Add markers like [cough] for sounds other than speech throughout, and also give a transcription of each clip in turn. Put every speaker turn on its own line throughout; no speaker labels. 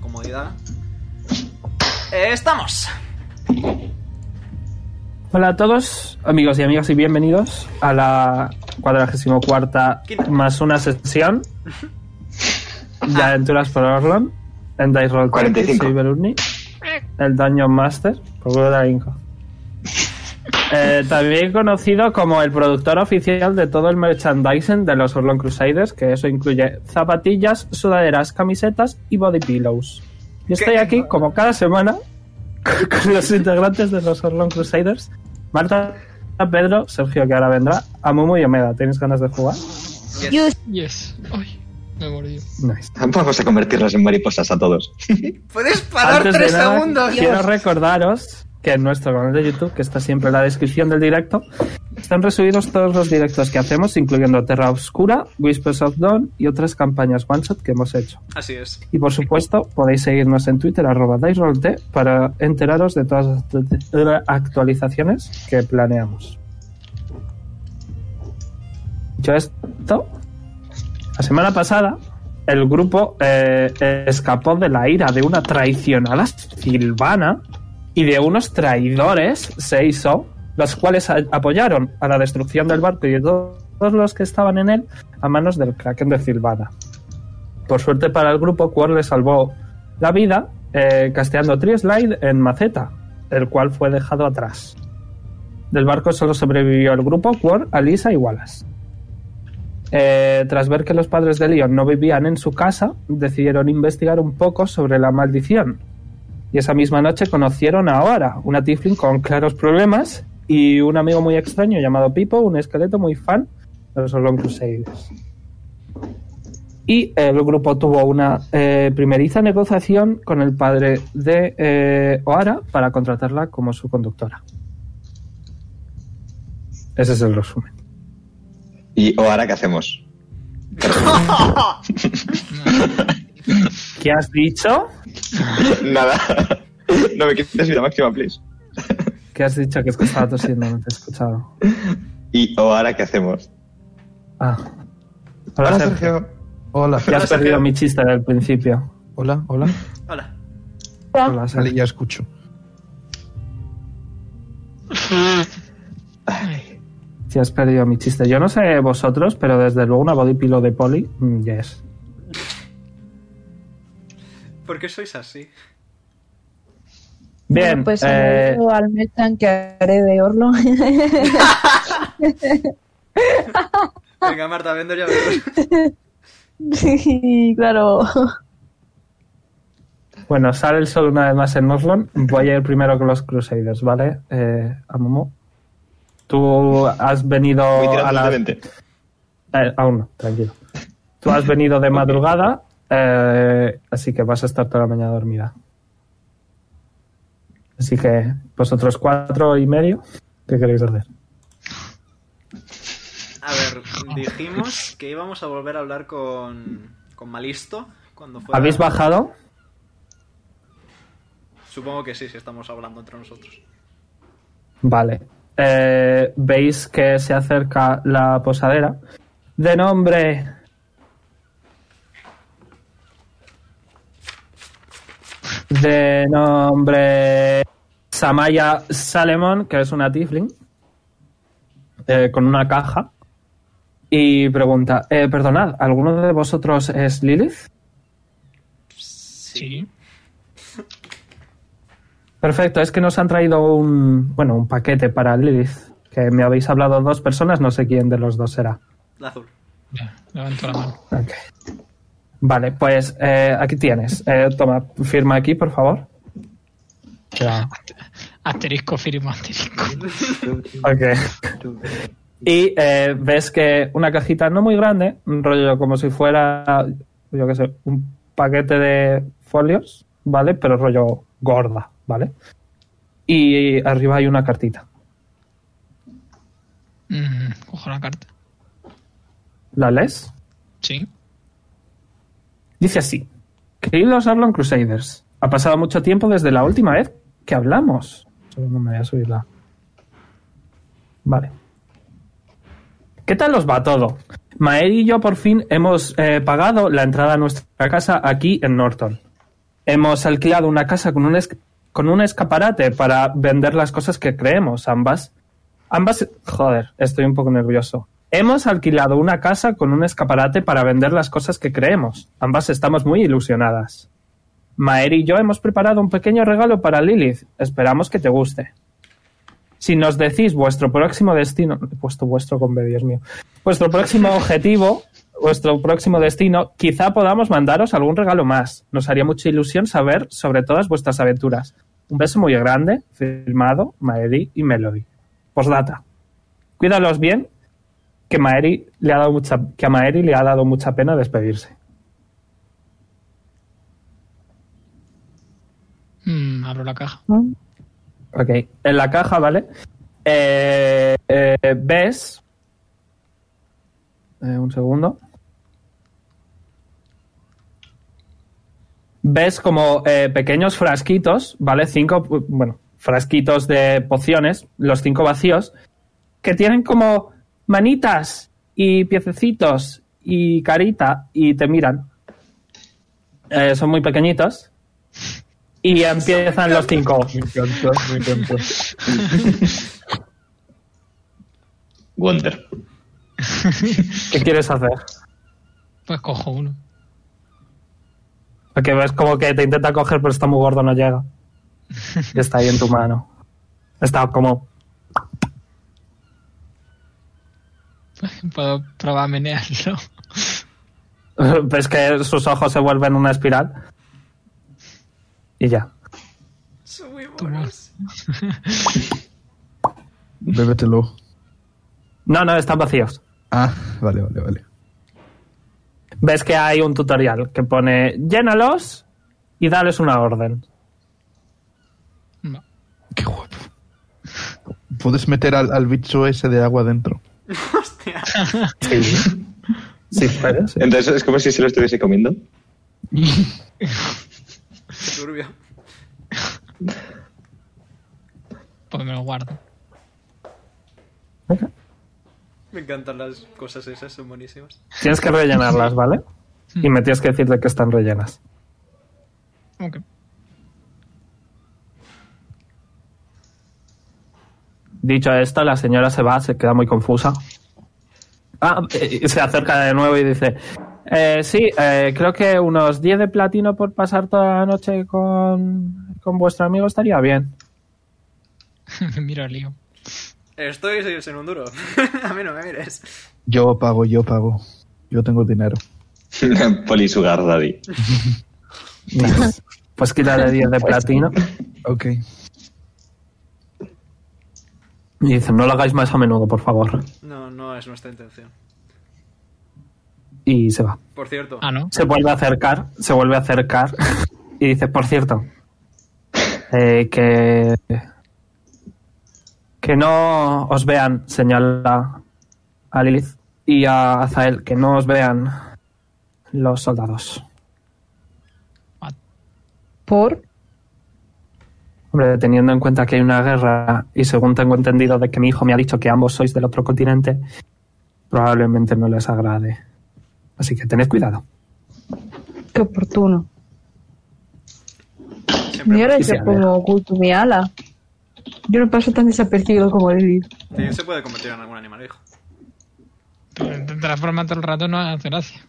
comodidad. Eh, ¡Estamos!
Hola a todos, amigos y amigas, y bienvenidos a la 44 más una sesión de aventuras por Orlon en Dice Roll
45.
Soy Beruni, el Dungeon Master, por culo de la Inca. Eh, también conocido como el productor oficial de todo el merchandising de los Orlon Crusaders, que eso incluye zapatillas, sudaderas, camisetas y body pillows. Y estoy
¿Qué?
aquí, como cada semana, [laughs] con con los integrantes de los Orlon Crusaders. Marta, Pedro, Sergio, que ahora vendrá, a Momo y Omega. ¿Tenéis ganas de jugar?
Yes.
Yus,
Yes. Ay, me he mordido.
Nice.
[laughs] Vamos a convertirnos en mariposas a todos.
Puedes parar
Antes de
tres
nada,
segundos.
Quiero recordaros que en nuestro canal de YouTube, que está siempre en la descripción del directo, están resubidos todos los directos que hacemos, incluyendo Terra Obscura, Whispers of Dawn y otras campañas one shot que hemos hecho.
Así es.
Y por supuesto, podéis seguirnos en Twitter, arroba DiceRollT, para enteraros de todas las actu- actualizaciones que planeamos. Dicho esto, la semana pasada el grupo eh, eh, escapó de la ira de una traicionada silvana y de unos traidores se hizo, los cuales a- apoyaron a la destrucción del barco y de to- todos los que estaban en él a manos del kraken de Silvana. Por suerte para el grupo, Quor le salvó la vida eh, casteando Trislide en Maceta, el cual fue dejado atrás. Del barco solo sobrevivió el grupo, Quor, Alisa y Wallace. Eh, tras ver que los padres de Leon no vivían en su casa, decidieron investigar un poco sobre la maldición. Y esa misma noche conocieron a Ahora, una tiefling con claros problemas, y un amigo muy extraño llamado Pipo, un esqueleto muy fan de los Orlon Crusaders y el grupo tuvo una eh, primeriza negociación con el padre de eh, Oara para contratarla como su conductora. Ese es el resumen.
¿Y o ahora qué hacemos? [laughs]
¿Qué has dicho?
Nada. [laughs] No me quites vida máxima, please.
¿Qué has dicho? Que es que estaba tosiendo, no te he escuchado.
¿Y o ahora qué hacemos?
Ah. Hola, Sergio.
Hola.
Ya has
Hola,
perdido
Sergio.
mi chiste del principio.
Hola, hola.
Hola.
Hola,
Vale,
Sergio.
ya escucho.
Ay,
Ya has perdido mi chiste. Yo no sé vosotros, pero desde luego una body pillow de poli, mm, yes.
¿Por qué sois así?
Bien,
pues
eh,
agradezco al merchan que haré de Orlo. [laughs]
Venga, Marta, vendo ya veremos.
sí, claro.
Bueno, sale el sol una vez más en Norlon. Voy a ir primero con los Crusaders, ¿vale? Eh, Amumu. Tú has venido
Voy tirando
a la...
de 20.
Eh, aún no, tranquilo. Tú has venido de madrugada, eh, así que vas a estar toda la mañana dormida. Así que vosotros cuatro y medio, ¿qué queréis hacer?
A ver, dijimos que íbamos a volver a hablar con, con Malisto cuando fuera.
¿Habéis bajado?
Supongo que sí, si estamos hablando entre nosotros.
Vale. Eh, Veis que se acerca la posadera. De nombre. De nombre. Samaya Salemon, que es una tiefling. eh, con una caja. Y pregunta: eh, Perdonad, ¿alguno de vosotros es Lilith?
sí.
Perfecto, es que nos han traído un, bueno, un paquete para Lilith, que me habéis hablado dos personas, no sé quién de los dos será.
La azul.
Ya, levanto la mano.
Ok. Vale, pues eh, aquí tienes. Eh, toma, firma aquí, por favor. Ya.
Asterisco, firma, asterisco.
Ok. Y eh, ves que una cajita no muy grande, un rollo como si fuera, yo qué sé, un paquete de folios, ¿vale? Pero rollo gorda, ¿vale? Y arriba hay una cartita.
Mm, cojo la carta.
¿La lees?
Sí.
Dice así: Queridos Arlon Crusaders, ha pasado mucho tiempo desde la última vez que hablamos. Solo no me voy a subirla. Vale. ¿Qué tal os va todo? Maer y yo por fin hemos eh, pagado la entrada a nuestra casa aquí en Norton. Hemos alquilado una casa con un, es- con un escaparate para vender las cosas que creemos, ambas. Ambas... Joder, estoy un poco nervioso. Hemos alquilado una casa con un escaparate para vender las cosas que creemos. Ambas estamos muy ilusionadas. Maer y yo hemos preparado un pequeño regalo para Lilith. Esperamos que te guste. Si nos decís vuestro próximo destino, he puesto vuestro con B, Dios mío, vuestro próximo objetivo, vuestro próximo destino, quizá podamos mandaros algún regalo más. Nos haría mucha ilusión saber sobre todas vuestras aventuras. Un beso muy grande, firmado Maeri y Melody. Postdata. Cuídalos bien, que Maeri le ha dado mucha, que a Maeri le ha dado mucha pena despedirse.
Mm, abro la caja.
¿no?
Ok. En la caja, ¿vale? Eh, eh, ves. Eh, un segundo. Ves como eh, pequeños frasquitos, ¿vale? Cinco, pu- bueno, frasquitos de pociones, los cinco vacíos, que tienen como manitas y piececitos y carita y te miran. Eh, son muy pequeñitos. Y empiezan los cinco.
Wonder.
¿Qué quieres hacer?
Pues cojo uno. [laughs]
Porque ves como que te intenta coger, pero está muy gordo, no llega. Y está ahí en tu mano. Está como. [laughs]
Puedo probar a menearlo.
Ves que sus ojos se vuelven una espiral. Y ya.
Son muy
buenos.
Bébetelo.
No, no, están vacíos.
Ah, vale, vale, vale.
Ves que hay un tutorial que pone llénalos y dales una orden.
Va.
Qué guapo. Puedes meter al, al bicho ese de agua dentro.
[laughs] Hostia.
Sí. Sí,
[laughs]
puedes.
Entonces es como si se lo estuviese comiendo.
Qué turbio.
Pues me lo guardo.
Me encantan las cosas esas, son buenísimas.
Tienes que rellenarlas, ¿vale? Y me tienes que decir de qué están rellenas.
Ok. [laughs]
Dicho esto, la señora se va, se queda muy confusa. Ah, eh, se acerca de nuevo y dice: "Eh, Sí, eh, creo que unos 10 de platino por pasar toda la noche con, con vuestro amigo estaría bien.
Me miro al lío.
Estoy sin un duro. [laughs] A mí no me mires.
Yo pago, yo pago. Yo tengo dinero.
Polisugar daddy.
Pues quítale 10 de platino.
Ok.
Y dice: No lo hagáis más a menudo, por favor.
No, no es nuestra intención.
Y se va.
Por cierto,
Ah, ¿no?
Se vuelve a acercar, se vuelve a acercar. Y dice: Por cierto, eh, que. Que no os vean, señala a Lilith y a Azael, que no os vean los soldados.
Por.
Hombre, teniendo en cuenta que hay una guerra y según tengo entendido de que mi hijo me ha dicho que ambos sois del otro continente, probablemente no les agrade. Así que tened cuidado.
Qué oportuno.
siempre
Y ahora
Sí,
yo
a ver.
como oculto mi ala. Yo no paso tan desapercibido como Lilith.
Sí, se puede convertir en algún animal, hijo.
Te te transforma todo el rato, no hace gracia.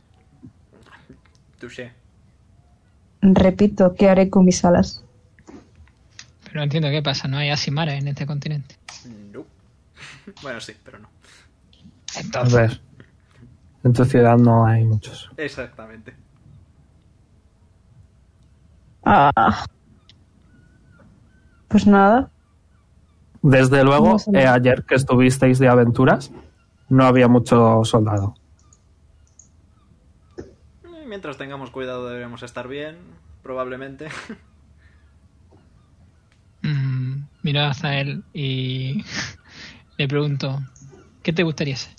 Touché.
Repito, ¿qué haré con mis alas?
Pero no entiendo qué pasa. No hay asimares en este continente.
No. [laughs] Bueno, sí, pero no.
A
Entonces,
ver, en tu ciudad no hay muchos.
Exactamente.
Ah. Pues nada.
Desde luego,
No sé.
eh, ayer que estuvisteis de aventuras, no había mucho soldado.
Eh, Mientras tengamos cuidado debemos estar bien, probablemente. [laughs]
mm, miro hacia él y [laughs] le pregunto: ¿Qué te gustaría ser?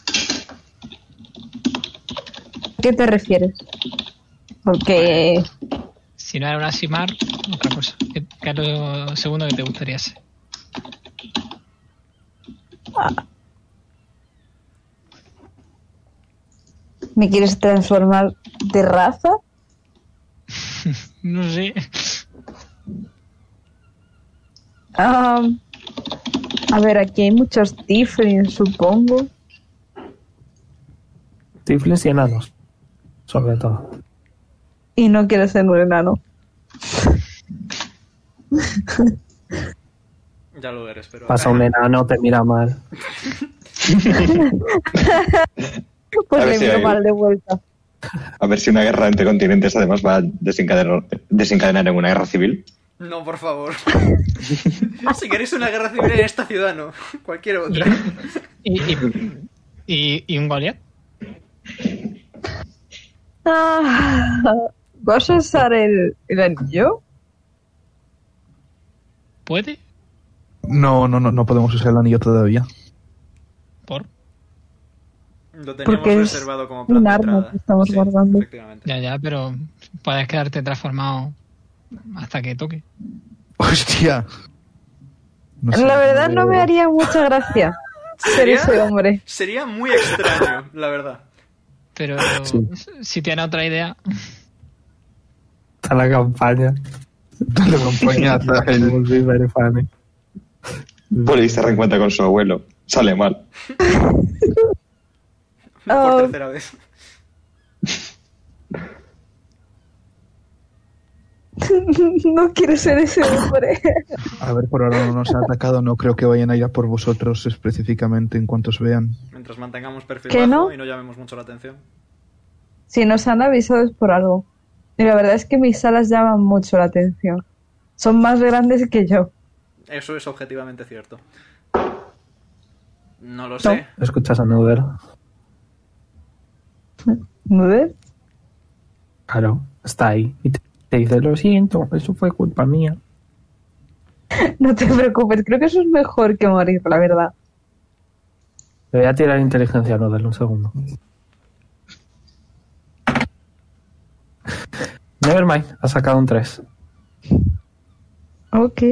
¿Qué te refieres? Porque
Si no era un asimar, otra cosa. ¿Qué, qué es lo segundo que te gustaría ser?
me quieres transformar de raza.
No sé.
Ah, a ver, aquí hay muchos Tiflins, supongo.
Tifles y enanos. Sobre todo.
Y no quiero ser un enano.
Ya lo eres, pero.
Pasa un enano, te mira mal.
Pues
A ver
le
si
miro
hay-
mal de vuelta.
A ver si una guerra entre continentes además va a desencadenar, desencadenar en una guerra civil.
No, por favor. [laughs] si queréis una guerra civil en esta ciudad, no. [laughs] Cualquier otra.
[laughs] Y, y- y- y un Goliath.
Ah, ¿Vas a usar el, el anillo?
¿Puede?
No, no, no, no podemos usar el anillo todavía. [laughs]
Por.
Lo teníamos
Porque es
reservado como plan
un
de
arma
entrada.
que estamos
Sí,
guardando.
efectivamente.
Ya, ya, pero puedes quedarte transformado hasta que toque.
Hostia. No sé,
La verdad no me
yo-
haría mucha gracia ser
¿Sería?
ese hombre. [laughs]
Sería muy extraño, la verdad.
Pero
Sí.
si tiene otra idea,
Está la campaña.
Dale
[laughs]
campaña hasta el-
Will be very funny.
Poli se reencuentra con su abuelo. Sale mal.
Oh.
Por tercera vez.
no quiero ser ese hombre.
A ver, por ahora no nos ha atacado. No creo que vayan a ir a por vosotros específicamente en cuanto os vean.
Mientras mantengamos perfil
¿Que
bajo
no?
y no llamemos mucho la atención.
Si nos han avisado es por algo. Y la verdad es que mis alas llaman mucho la atención. Son más grandes que yo.
Eso es objetivamente cierto. No lo sé.
¿Escuchas a Nuder?
¿No ves? [laughs]
Claro, está ahí. Y te, te dice, lo siento, eso fue culpa mía.
No te preocupes, creo que eso es mejor que morir, la verdad.
Le voy a tirar inteligencia a Nuder, un segundo. Nevermind, ha sacado un 3.
Ok.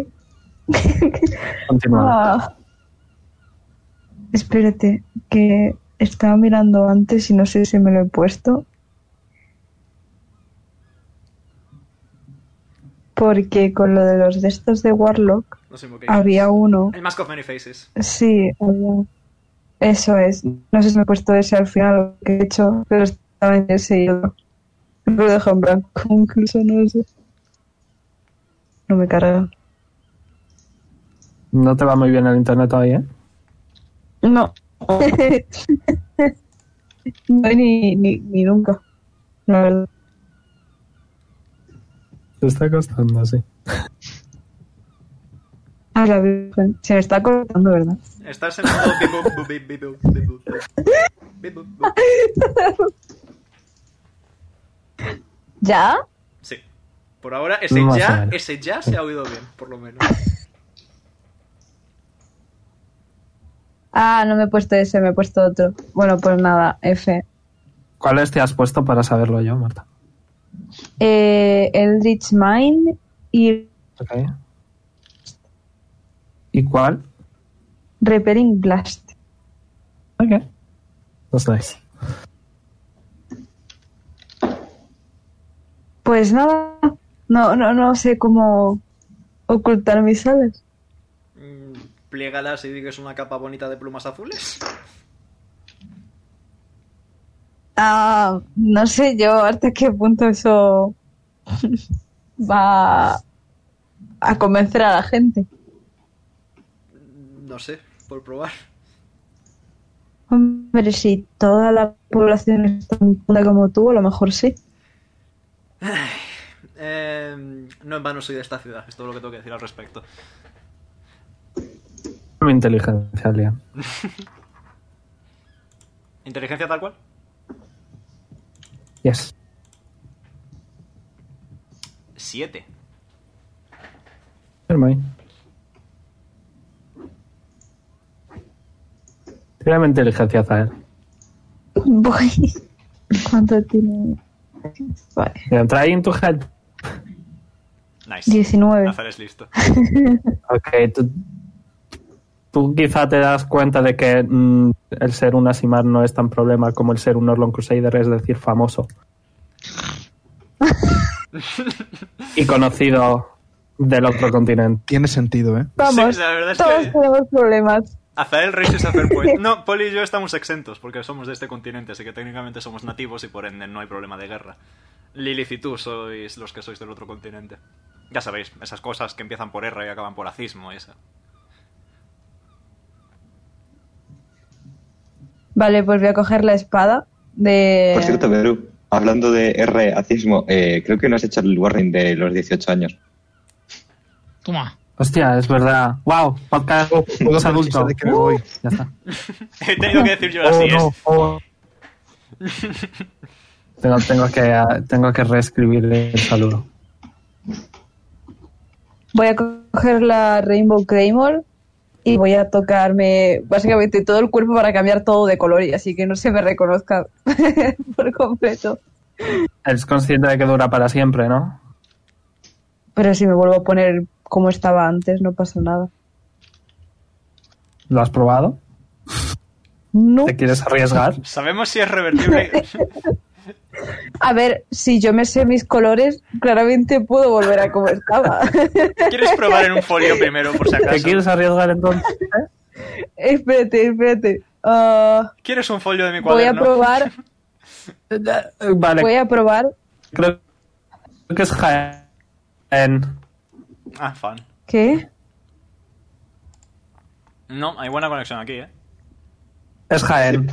Continúa.
Ah. Espérate, que estaba mirando antes y no sé si me lo he puesto. Porque con lo de los de estos de Warlock,
Nos invoquéis.
había uno
El Mask of Many Faces.
Sí, había- eso es. No sé si me he puesto ese al final lo que he hecho, pero estaba en ese y lo lo dejo en blanco, [laughs] incluso no sé. No me carga.
No te va muy bien el internet hoy, ¿eh?
[laughs] No. no ni, ni, ni nunca. La verdad.
Te está costando, sí.
A Ah, la Virgen. Se me está cortando, ¿verdad?
Estás en modo bip, bup, bip, bip, bup, bip, bup, bup. Bip, bup, bup.
¿Ya?
Sí. Por ahora, ese
Más o
ya,
menos.
ese ya se ha oído bien, por lo menos.
Ah, no me he puesto ese, me he puesto otro. Bueno, pues nada, F.
¿Cuáles te has puesto para saberlo yo, Marta?
Eh, Eldritch Mine y
Ok. ¿Y cuál?
Repairing Blast.
Ok. That's nice.
Pues nada, no, no, no sé cómo ocultar mis alas.
Mm, Pliégalas y di que es una capa bonita de plumas azules.
Ah, no sé yo hasta qué punto eso [laughs] va a convencer a la gente.
No sé, por probar.
Hombre, si toda la población es tan puta como tú, a lo mejor sí.
Eh, no en vano soy de esta ciudad, es todo lo que tengo que decir al respecto.
Mi inteligencia, Liam.
¿Inteligencia tal cual?
Yes.
Siete.
Nevermind. Tira mi inteligencia, Zael.
Voy.
[laughs]
¿Cuánto tiene? Vale,
Liam, Try into help.
Nice.
19.
Nazar es listo.
Ok, tú, tú quizá te das cuenta de que mm, el ser un Asimar no es tan problema como el ser un Orlon Crusader, es decir, famoso. y conocido del otro continente.
Tiene sentido, ¿eh?
Vamos,
Sí, la verdad es
todos
que-
tenemos problemas.
Azael Races Azael
[laughs]
Point. No, Poli y yo estamos exentos porque somos de este continente, así que técnicamente somos nativos y por ende no hay problema de guerra. Lilith y tú sois los que sois del otro continente. Ya sabéis, esas cosas que empiezan por R y acaban por acismo, esa.
Vale, pues voy a coger la espada de...
Eh.
Por cierto, Beru, hablando de R, racismo, eh, creo que no has hecho el warning de los 18 años.
Toma.
Hostia, es verdad. Wow, podcast
Oh,
[laughs]
puedo hacer el
adulto. Uh,
chiste de que me voy.
Ya está.
[laughs] He tenido que decir yo [laughs]
Oh,
así, ¿eh?
no.
es.
[laughs]
oh.
Tengo, tengo que, eh, tengo que reescribir el saludo.
Voy a coger la Rainbow Claymore y voy a tocarme básicamente todo el cuerpo para cambiar todo de color y así que no se me reconozca [laughs] por completo.
Eres consciente de que dura para siempre, ¿no?
Pero si me vuelvo a poner como estaba antes, no pasa nada.
¿Lo has probado?
No.
¿Te quieres arriesgar?
Sabemos si es
[laughs]
revertible.
A ver, si yo me sé mis colores, claramente puedo volver a como estaba.
¿Quieres probar en un folio primero, por si
¿Te
acaso?
quieres
[laughs]
arriesgar entonces?
[laughs] espérate, espérate. Ah,
¿Quieres un folio de mi
voy a
cuaderno?
probar,
Eh, eh, Vale,
voy a probar.
creo creo que es Jaén.
Ah, fan.
¿Qué?
No, hay buena conexión aquí, ¿eh?
Es Jaén.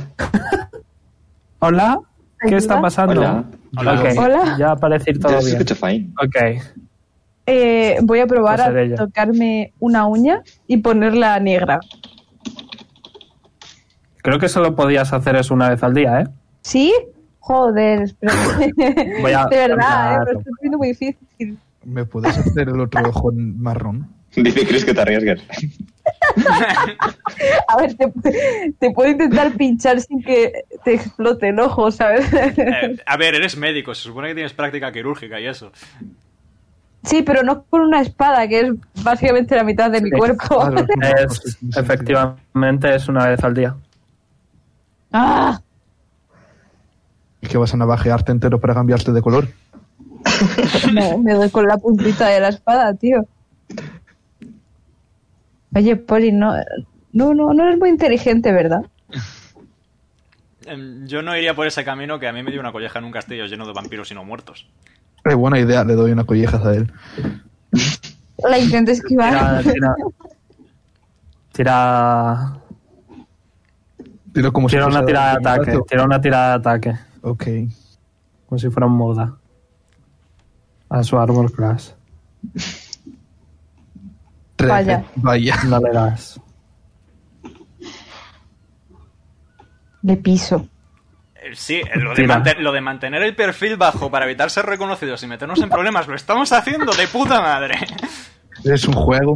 [laughs] ¿Hola? ¿Qué
Hola.
está pasando?
Hola.
Hola.
Ok,
Hola.
Ya va a parecer todo
Yo os
bien.
escucho fine. [laughs]
Ok.
Eh, voy a probar
Pues seré
a
yo.
tocarme una uña y ponerla negra.
Creo que solo podías hacer eso una vez al día, ¿eh?
¿Sí? Joder, espera.
[laughs] Voy a-
de verdad, eh,
Claro.
pero estoy siendo muy difícil.
¿Me puedes hacer el otro ojo en marrón?
Dice Chris que te arriesgues.
A ver, te, te puedo intentar pinchar sin que te explote el ojo, ¿sabes?
Eh, A ver, eres médico, se supone que tienes práctica quirúrgica y eso.
[laughs] Sí, pero no con una espada, que es básicamente la mitad de mi
Sí,
cuerpo.
claro, es un ojo, sí,
Es,
tiene sentido.
efectivamente es una vez al día.
[laughs] ¡Ah!
¿Y que vas a navajearte entero para cambiarte de color?
No, me doy con la puntita de la espada, tío. Oye, Poli, no, no, no, no eres muy inteligente, ¿verdad?
Em, Yo no iría por ese camino que a mí me dio una colleja en un castillo lleno de vampiros y no muertos.
Eh, buena idea, le doy una colleja a él.
La intento
Tira,
esquivar.
tira, tira,
Tiro como
tira
si
una
fuese
tirada de
un
ataque.
brazo.
Tira una tirada de ataque.
Ok.
Como si fuera un moda. A su armor class.
Trece.
Vaya.
Vaya.
No le das.
Le piso.
Eh, Sí, eh, lo de,
Tira.
manten- lo de mantener el perfil bajo para evitar ser reconocidos y meternos en problemas, lo estamos haciendo de puta madre. [laughs]
Es un juego.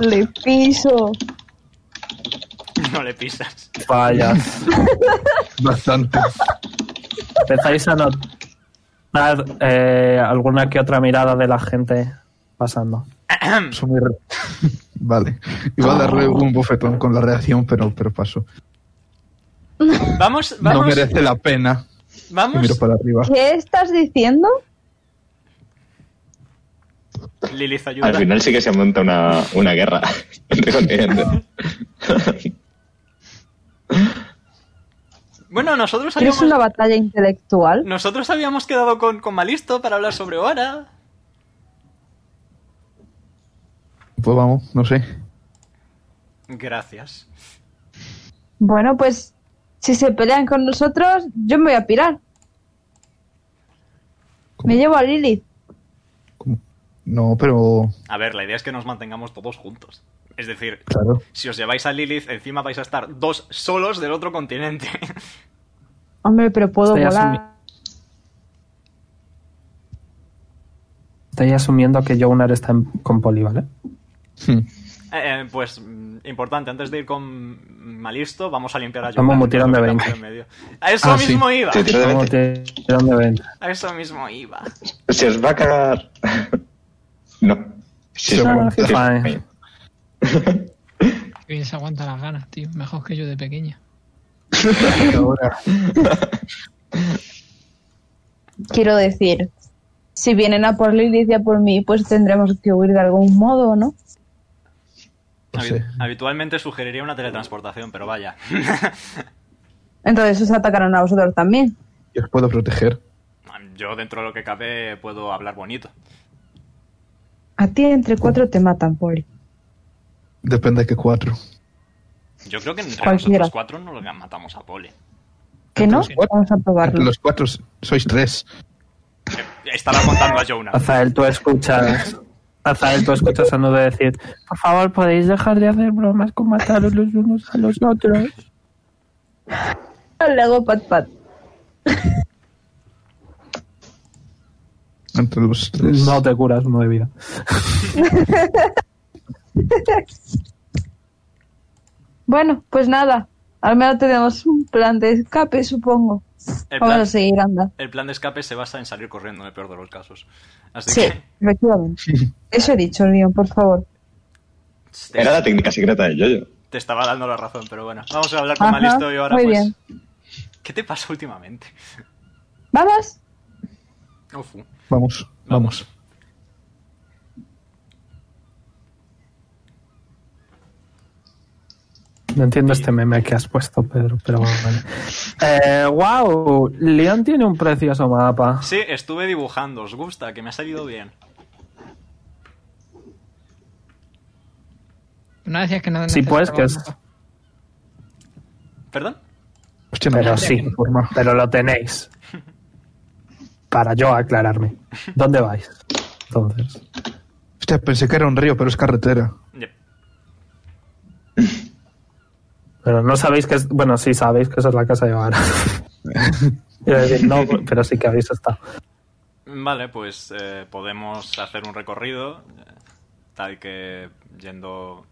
Le piso.
No le pisas.
Fallas.
Bastante.
Empezáis a notar eh, alguna que otra mirada de la gente pasando.
Eso me re- vale. Iba a darle un bofetón con la reacción, pero, pero paso.
Vamos,
No
vamos,
merece la pena. Y miro
vamos.
para arriba.
¿Qué estás diciendo?
Lilith ayuda.
Al final sí que se monta una, una guerra [laughs] entre continentes.
Bueno, nosotros
¿Es
habíamos,
una batalla intelectual?
nosotros habíamos quedado con, con Malisto para hablar sobre Oara.
Pues vamos, no sé.
Gracias.
Bueno, pues si se pelean con nosotros, yo me voy a pirar.
¿Cómo?
Me llevo a Lilith.
¿Cómo? No, pero.
A ver, la idea es que nos mantengamos todos juntos. Es decir,
Claro.
si os lleváis a Lilith, encima vais a estar dos solos del otro continente. [laughs]
Hombre, pero puedo
Estoy
volar.
Estoy asumiendo que Jonar está en- con Poli, ¿vale?
Hmm.
Eh, eh, pues, mm, importante, antes de ir con Malisto, vamos a limpiar a
Toma un
Jordan,
tirón de
que estamos
20.
en medio. A eso
Ah, sí.
mismo iba.
Te tiro de
¿Cómo
20.
te dónde ven?
A eso mismo iba.
Se os va a cagar. [laughs] No. Sí,
Ah,
sí,
fine.
sí.
Que bien se aguanta las ganas, tío. Mejor que yo de pequeña.
Ahora.
Quiero decir, Si vienen a por Lilith y a por mí, pues tendremos que huir de algún modo, ¿no?
No
Habi-
sé.
Habitualmente sugeriría una teletransportación, pero vaya.
Entonces os atacarán a vosotros también.
Yo os puedo proteger.
Yo dentro de lo que cabe puedo hablar bonito.
A ti entre cuatro te matan, Poli.
Depende de qué cuatro.
Yo creo que entre
Cualquiera.
nosotros cuatro no lo matamos a Poli.
¿Que no?
Sí.
Vamos a probarlo.
Los cuatro s- sois tres.
Estaba contando a Jonah.
Azael, tú escuchas. Azael, tú escuchas a Nudo decir: Por favor, podéis dejar de hacer bromas con mataros los unos a los otros.
Le hago pat pat.
Entre los tres.
No te curas uno de vida.
Bueno, pues nada. Al menos tenemos un plan de escape, supongo.
El
Vamos
plan,
a seguir andando.
el plan de escape se basa en salir corriendo, en el peor de los casos. Así
Sí,
que...
[laughs]
efectivamente. Eso he dicho, Leon, por favor.
Te,
Era la técnica secreta de Yoyo.
te estaba dando la razón, pero bueno. Vamos a hablar con
Ajá,
Malisto y ahora
muy
pues...
bien.
¿Qué te pasa últimamente?
¿Vamos?
Ufu.
Vamos, vamos.
No entiendo este meme que has puesto, Pedro, pero bueno, vale. Eh, wow, León tiene un precioso mapa.
Sí, estuve dibujando. Os gusta, que me ha salido bien.
No decías que no.
Sí, pues, que es-
necesitábamos-
¿Perdón?
Hostia, no
Pero
me-
sí,
Forma.
pero lo tenéis. Para yo aclararme. ¿Dónde vais? Entonces.
Hostia, pensé que era un río, pero es carretera.
Yep.
Pero no sabéis que es. Bueno, sí sabéis que esa es la casa de Vara. [laughs] Quiero decir, no, pero sí que habéis estado.
Vale, pues eh, podemos hacer un recorrido. eh, tal que yendo...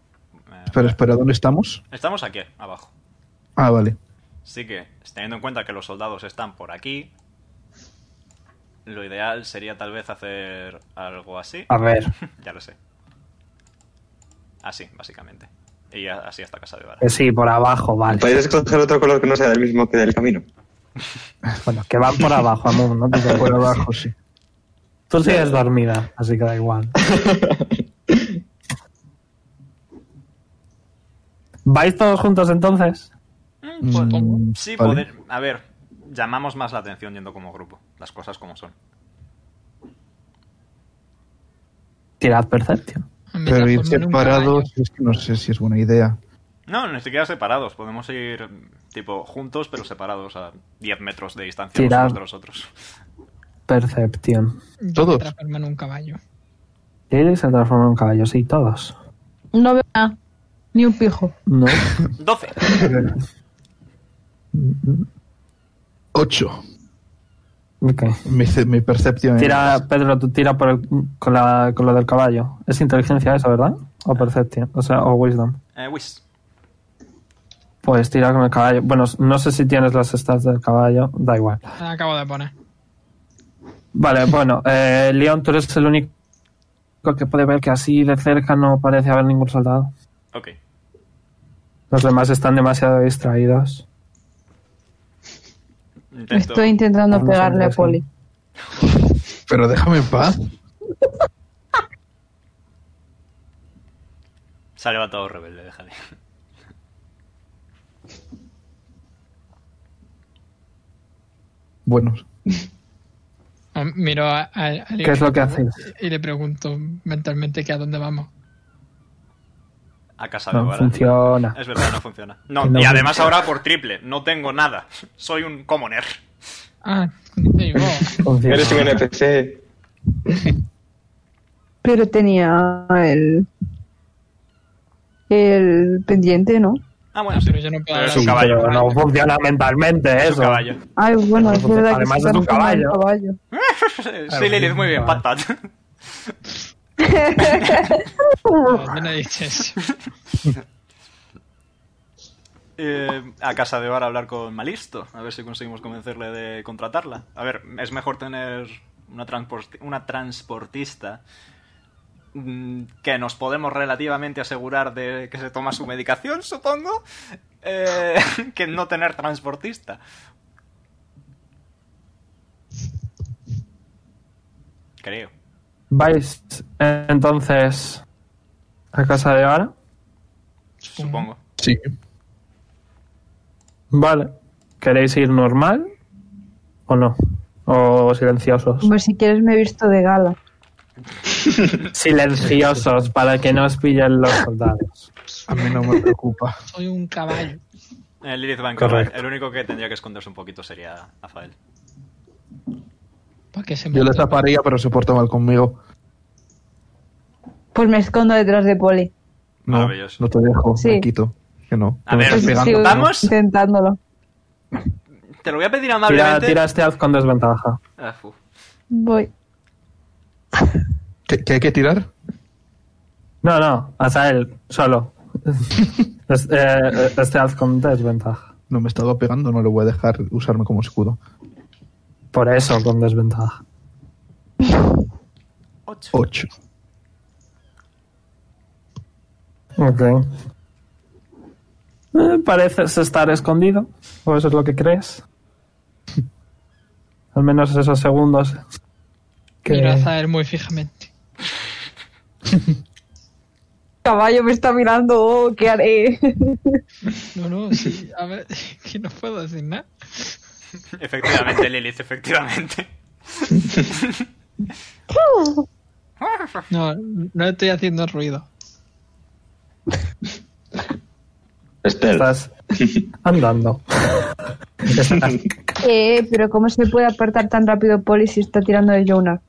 eh,
Espera, espera, ¿dónde estamos?
Estamos aquí, abajo.
Ah, vale.
Así que, teniendo en cuenta que los soldados están por aquí, lo ideal sería tal vez hacer algo así.
A ver,
Ya lo sé. Así, básicamente. Y a- así hasta casa de Vara.
que pues sí, por abajo, vale.
¿Puedes escoger otro color que no sea del mismo que del camino?
Bueno, que van por abajo, amor, no te preocupes.
Por abajo, sí.
Tú sigues dormida, así que da igual. ¿Vais todos juntos entonces?
Mm, pues,
Mm,
sí,
vale.
poder. A ver, llamamos más la atención yendo como grupo. Las cosas como son.
Tirad Perception.
en
Pero ir
Betaform nunca
separados es que no sé si es buena idea.
No, ni siquiera separados. Podemos ir, tipo, juntos, pero separados a 10 metros de distancia
Tirad.
los unos de los otros. [laughs]
Perception.
baño. Yo
todos.
me transformo en un caballo.
Él se transforma en un caballo, sí, todos.
No veo nada. Ni un pijo.
No.
12.
Ocho.
Ok.
Mi, ce- mi percepción es-
Tira, Pedro, tú tira por el- con, la, con lo del caballo. Es inteligencia eso, ¿verdad? O Perception, o sea, o Wisdom.
Eh, Whis.
Pues tira con el caballo. Bueno, no sé si tienes las stats del caballo, da igual.
La acabo de poner.
Vale, bueno, eh, León, tú eres el único que puede ver que así de cerca no parece haber ningún soldado.
Ok.
Los demás están demasiado distraídos.
Intento.
Estoy intentando
Vamos a
pegarle a
ver, sí.
Poli.
Pero déjame en paz.
Se ha levantado rebelde, déjale.
Bueno,
O Miro a, a- a-
¿Qué es lo que hacéis?
y le pregunto mentalmente que a dónde vamos.
A casa de
No
Vara.
funciona.
Es verdad, no
[laughs]
funciona. No,
Que no
y además
funciona.
ahora por triple. No tengo nada. [laughs] Soy un commoner.
Ah, te digo.
[laughs]
"Oh,
Funciona.
Eres un NPC.
Pero tenía el. El pendiente, ¿no?
Ah, bueno,
Ah,
sí.
pero yo no puedo
Pero es
hablar.
un
Sí,
caballo.
pero no funciona mentalmente
Es
eso.
un caballo. [laughs]
Ay, bueno, es verdad que
Además
se
es un
transforma en
caballo.
Sí, Lilith, muy bien. Pat, pat.
Yo no he dicho eso.
Eh, a casa de Vara a hablar con Malisto. A ver si conseguimos convencerle de contratarla. A ver, es mejor tener una, transporti- una transportista mm, que nos podemos relativamente asegurar de que se toma su medicación, supongo, eh, [laughs] que no tener transportista. creo.
Vais eh, entonces a casa de Vara.
Supongo.
Sí.
Vale. ¿Queréis ir normal o no? ¿O silenciosos?
Pues si quieres me he visto de gala.
Silenciosos para que no os pillen los soldados.
A mí no
[laughs]
me preocupa.
Soy un caballo.
Eh, Lilith va en
Correcto.
carro. El único que tendría que esconderse un poquito sería Azael.
¿Para qué se
Yo le
monta?
taparía, pero se porta mal conmigo.
Pues me escondo detrás de Poli.
No,
Maravilloso.
no te dejo,
Sí.
me quito. Que no.
A
que
ver,
me estás
Pues
sí,
pegando,
sigo
¿no?
¿Vamos?
intentándolo.
Te lo voy a pedir
Tira,
amablemente.
tira este haz con desventaja.
Ah, fu.
Voy.
¿Qué, qué hay que tirar?
No, no, hasta él, solo. Es- eh, este haz con desventaja.
No me estaba pegando, no le voy a dejar usarme como escudo.
Por eso, con desventaja.
Ocho.
8.
Ok. Eh, pareces estar escondido, o eso es lo que crees. [laughs] Al menos esos segundos. Que...
Miro a Zael muy fijamente.
Caballo me está mirando, oh, ¿qué haré? [laughs]
No, no, sí, a ver, [laughs] que no puedo decir nada.
Efectivamente, Lilith, efectivamente.
No, no estoy haciendo ruido.
Estel,
Estás andando. Estás-
eh, pero ¿cómo se puede apartar tan rápido Poli si está tirando de Jonah?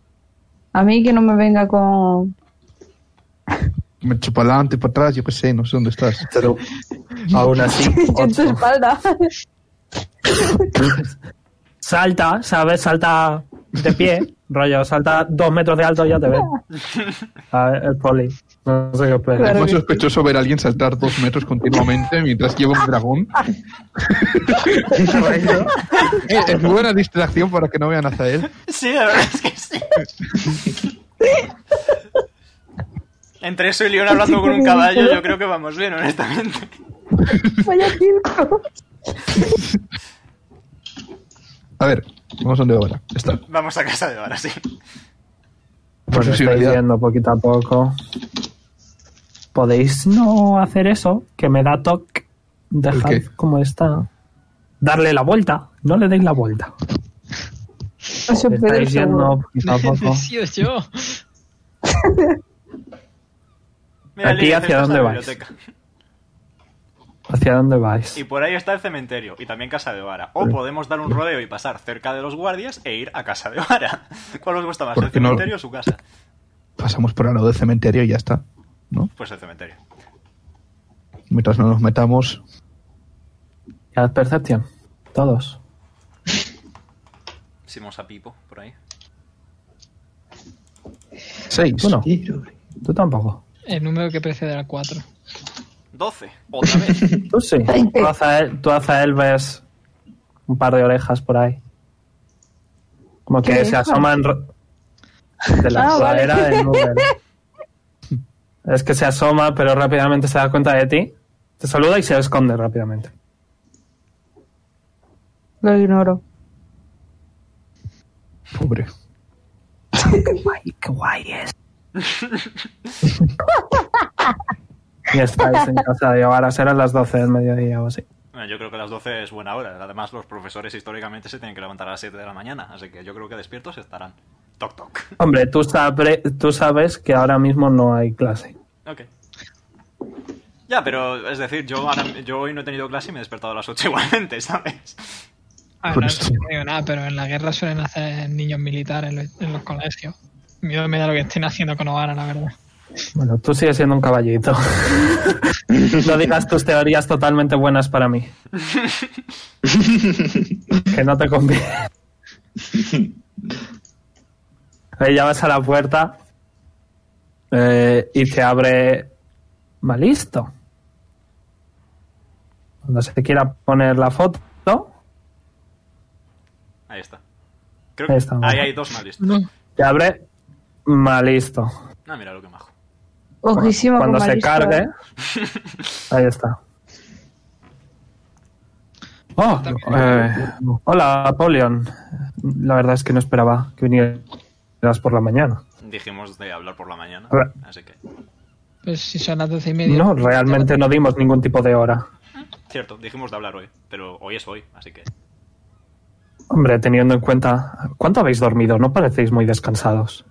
A mí que no me venga con...
Me echo para adelante, para atrás, yo qué sé, no sé dónde estás.
pero aún así,
Yo en
ocho.
tu espalda.
salta, ¿sabes? Salta de pie, rollo, salta dos metros de alto y ya te ven. A ver, el poli. No sé qué esperas.
Claro.
Es muy sospechoso ver a alguien saltar dos metros continuamente mientras lleva un dragón.
Correcto.
Eh, es buena distracción para que no vean a él.
Sí, la verdad es que sí. Entre eso y Leon hablando con un caballo, yo creo que vamos bien, honestamente.
[laughs] Vaya
[laughs]
circo.
A ver, vamos a donde ahora. Está.
Vamos a casa de ahora, sí.
Pues estáis
Profesionalidad.
viendo poquito a poco. Podéis no hacer eso, que me da toque. Dejad
¿El qué?
como está. Darle la vuelta. No le deis la vuelta.
No se puede.
Estáis yendo
seguro.
poquito a poco.
[laughs] Sí, yo.
Mira,
Aquí,
Lilith,
¿hacia
esta es la
dónde vais?
biblioteca.
¿Hacia dónde vais?
Y por ahí está el cementerio y también casa de Vara. O podemos dar un rodeo y pasar cerca de los guardias e ir a casa de Vara. ¿Cuál os gusta más,
¿Por
el
qué no?
cementerio o su casa?
Pasamos por al lado del cementerio y ya está. ¿No?
Pues el cementerio.
Mientras no nos metamos.
Y haz percepción. Todos.
Simos a Pipo, por ahí.
Seis.
Bueno. Tú tampoco.
El número que precede al 4.
12, otra vez.
Tú sí. Tú Azael, tú, Azael, ves un par de orejas por ahí. Como que
¿Qué
se
orejas?
asoman ro- de la
Ah, vale.
escalera del Google. Es que se asoma, pero rápidamente se da cuenta de ti. Te saluda y se esconde rápidamente.
Lo ignoro.
Pobre.
qué guay es. y estáis en casa de Yavara. Serán las 12 del mediodía o así.
Bueno, yo creo que las 12 es buena hora. Además, los profesores históricamente se tienen que levantar a las 7 de la mañana. Así que yo creo que despiertos estarán. Toc, toc.
Hombre, tú, sabre- tú sabes que ahora mismo no hay clase.
Ok. Ya, pero es decir, yo, ahora- yo hoy no he tenido clase y me he despertado a las 8 [laughs] igualmente, ¿sabes?
Ah,
Por
no,
esto.
no digo nada, pero en la guerra suelen hacer niños militares en los, en los colegios. Miedo me da lo que estén haciendo con Ovara, la verdad.
Bueno, tú sigues siendo un caballito. [laughs] no digas tus teorías totalmente buenas para mí. que no te conviene. Ahí ya vas a la puerta eh, y te abre Malisto. Cuando se te quiera poner la foto,
Ahí está. Creo
Ahí
que
está,
ahí
¿no?
hay dos mal listos.
No,
te abre Malisto.
Ah, mira lo que majo.
Ojísimo
Cuando
con
se
Marisco.
cargue. Ahí está. Oh, eh, hola, Apolion. La verdad es que no esperaba que viniera Eras por la mañana.
Dijimos de hablar por la mañana.
A ver.
Así que.
Pues si son las doce y media.
No,
[laughs]
realmente no dimos ningún tipo de hora.
Cierto, dijimos de hablar hoy. Pero hoy es hoy, así que.
Hombre, teniendo en cuenta... ¿Cuánto habéis dormido? No parecéis muy descansados.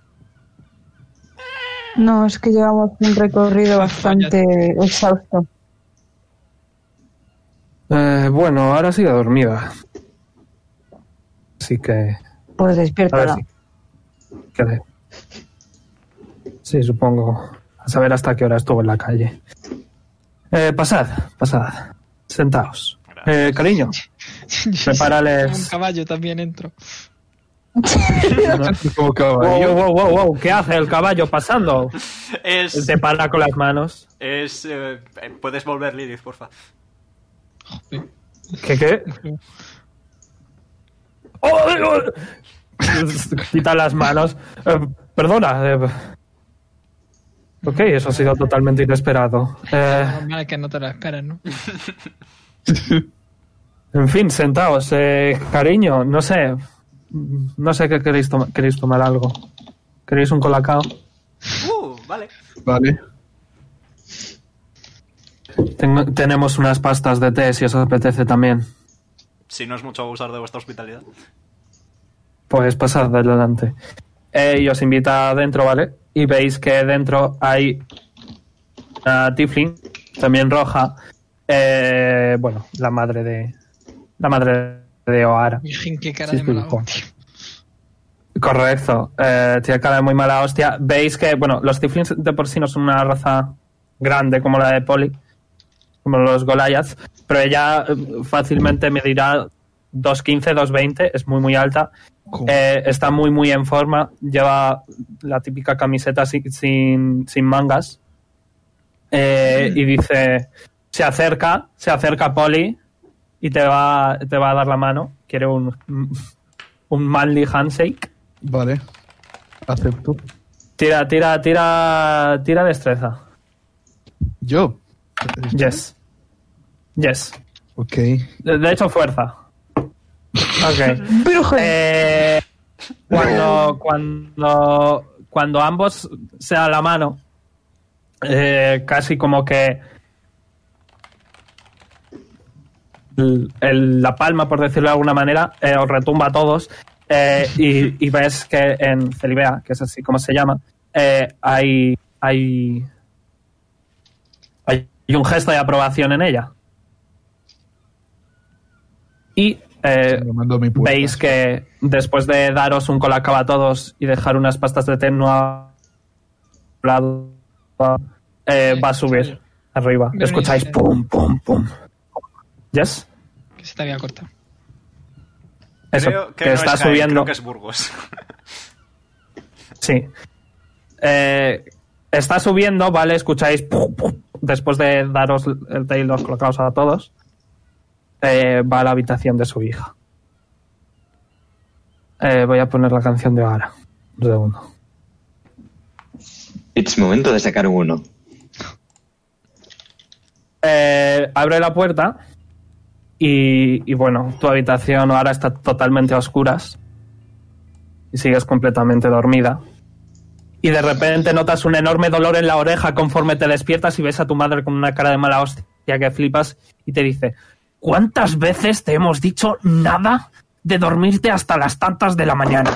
No, es que llevamos un recorrido bastante exhausto.
Eh, bueno, ahora sigue dormida. Así que...
Pues
A ver
despiértala.
si- que de- Sí, supongo. A saber hasta qué hora estuvo en la calle. Eh, pasad, pasad. Sentaos. Eh, cariño,
Un
prepárales...
caballo también entro.
Como que
Wow,
varía.
Pues wow, wow, wow, ¿Qué hace el caballo pasando?
Es.
Se para con las manos.
es eh, eh, Puedes volver, Lilith, porfa.
¿Qué qué? ¡Oh, oh! Quita las manos. Eh, perdona. eh. Ok, eso ha sido totalmente inesperado. Eh,
Normal es que no te lo esperes, ¿no?
[laughs] en fin, sentaos. eh, cariño, no sé. No sé qué queréis tomar. ¿Queréis tomar algo? ¿Queréis un colacao?
Uh, vale.
Vale.
Tengo- tenemos unas pastas de té si os apetece también.
Si no es mucho abusar de vuestra hospitalidad.
Pues pasad adelante. Eh, y os invita adentro, ¿vale? Y veis que dentro hay una Tiflin, también roja. Eh, bueno, la madre de. La madre de O'Hara.
Virgen, qué cara
Sí,
de mala
sí,
hostia.
Correcto. Eh, tiene cara de muy mala hostia. Veis que, bueno, los Tiflins de por sí no son una raza grande como la de Poli, como los Goliaths, pero ella eh, fácilmente medirá 2.15, 2.20, es muy, muy alta.
Como-
Eh, está muy, muy en forma. Lleva la típica camiseta sin, sin, sin mangas. Eh, Y dice: Se acerca, se acerca Polly y te va, te va a dar la mano. Quiere un, un manly handshake.
Vale. Acepto.
Tira, tira, tira, tira destreza.
Yo.
Yes. Yes.
Ok.
De, de hecho, fuerza. Ok.
Bruja.
Eh, cuando, cuando, cuando ambos se dan la mano, eh, casi como que el- el- la palma, por decirlo de alguna manera, eh, os retumba a todos eh, y, y ves que en Celibea, que es así como se llama, eh, hay, hay, hay un gesto de aprobación en ella. Y eh,
Me mando a mi puerta.
veis que después de daros un colacao a todos y dejar unas pastas de té no ha hablado eh, va a subir arriba
Berenice.
escucháis pum pum pum yes
Que se te había cortado.
eso
creo que,
que,
no
está
es Jaén,
subiendo
creo que es Burgos. [laughs]
sí Eh, está subiendo vale escucháis pum, pum, después de daros el té y los colocaos a todos eh, va a la habitación de su hija Eh, voy a poner la canción de ahora un segundo
It's momento de sacar uno.
Eh, abre la puerta y, y, bueno, tu habitación ahora está totalmente a oscuras y sigues completamente dormida. Y de repente notas un enorme dolor en la oreja conforme te despiertas y ves a tu madre con una cara de mala hostia que flipas y te dice, ¿cuántas veces te hemos dicho nada de dormirte hasta las tantas de la mañana?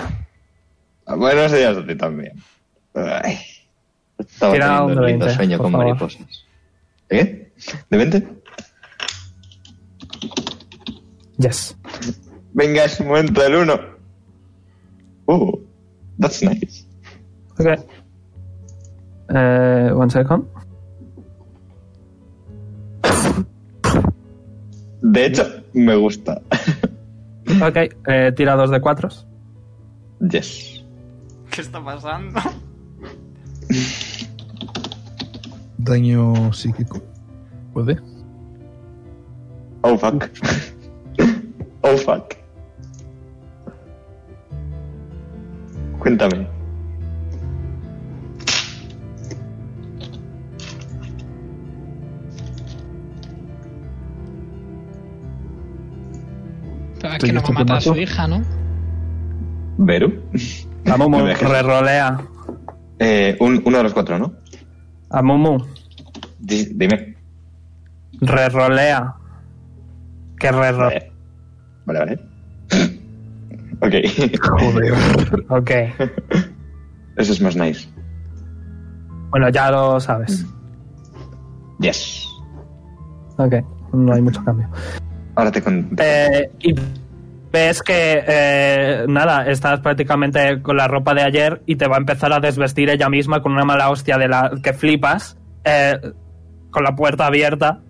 Buenos días a ti también. Ay, estaba
Tira
teniendo
un
un
de
lindo
20,
sueño
por
con
favor.
mariposas. ¿Eh? ¿De 20?
Yes.
Venga, es momento del uno. Oh, that's nice.
Ok. Eh, one second.
De hecho, me gusta. [laughs]
Ok, eh, tira dos de cuatros.
yes.
¿Qué está pasando?
Daño psíquico. ¿Puede?
Oh, fuck. [laughs] oh, fuck. Cuéntame.
Pero es
Estoy
que no va a
hecho
matar a su
formato.
hija, ¿no?
¿Veru?
A Momo,
No me dejes.
rerolea.
Eh, un- uno de los cuatro, ¿no?
A Momo,
Di- Dime.
rerolea. Que rerolea.
Vale, Eh, vale. vale. [laughs] ok. [laughs]
Joder.
Ok.
Eso es más nice.
Bueno, ya lo sabes.
Yes.
Ok. No hay mucho cambio.
Ahora te conté.
Eh, y ves que eh, nada, estás prácticamente con la ropa de ayer y te va a empezar a desvestir ella misma con una mala hostia de la que flipas, eh, con la puerta abierta.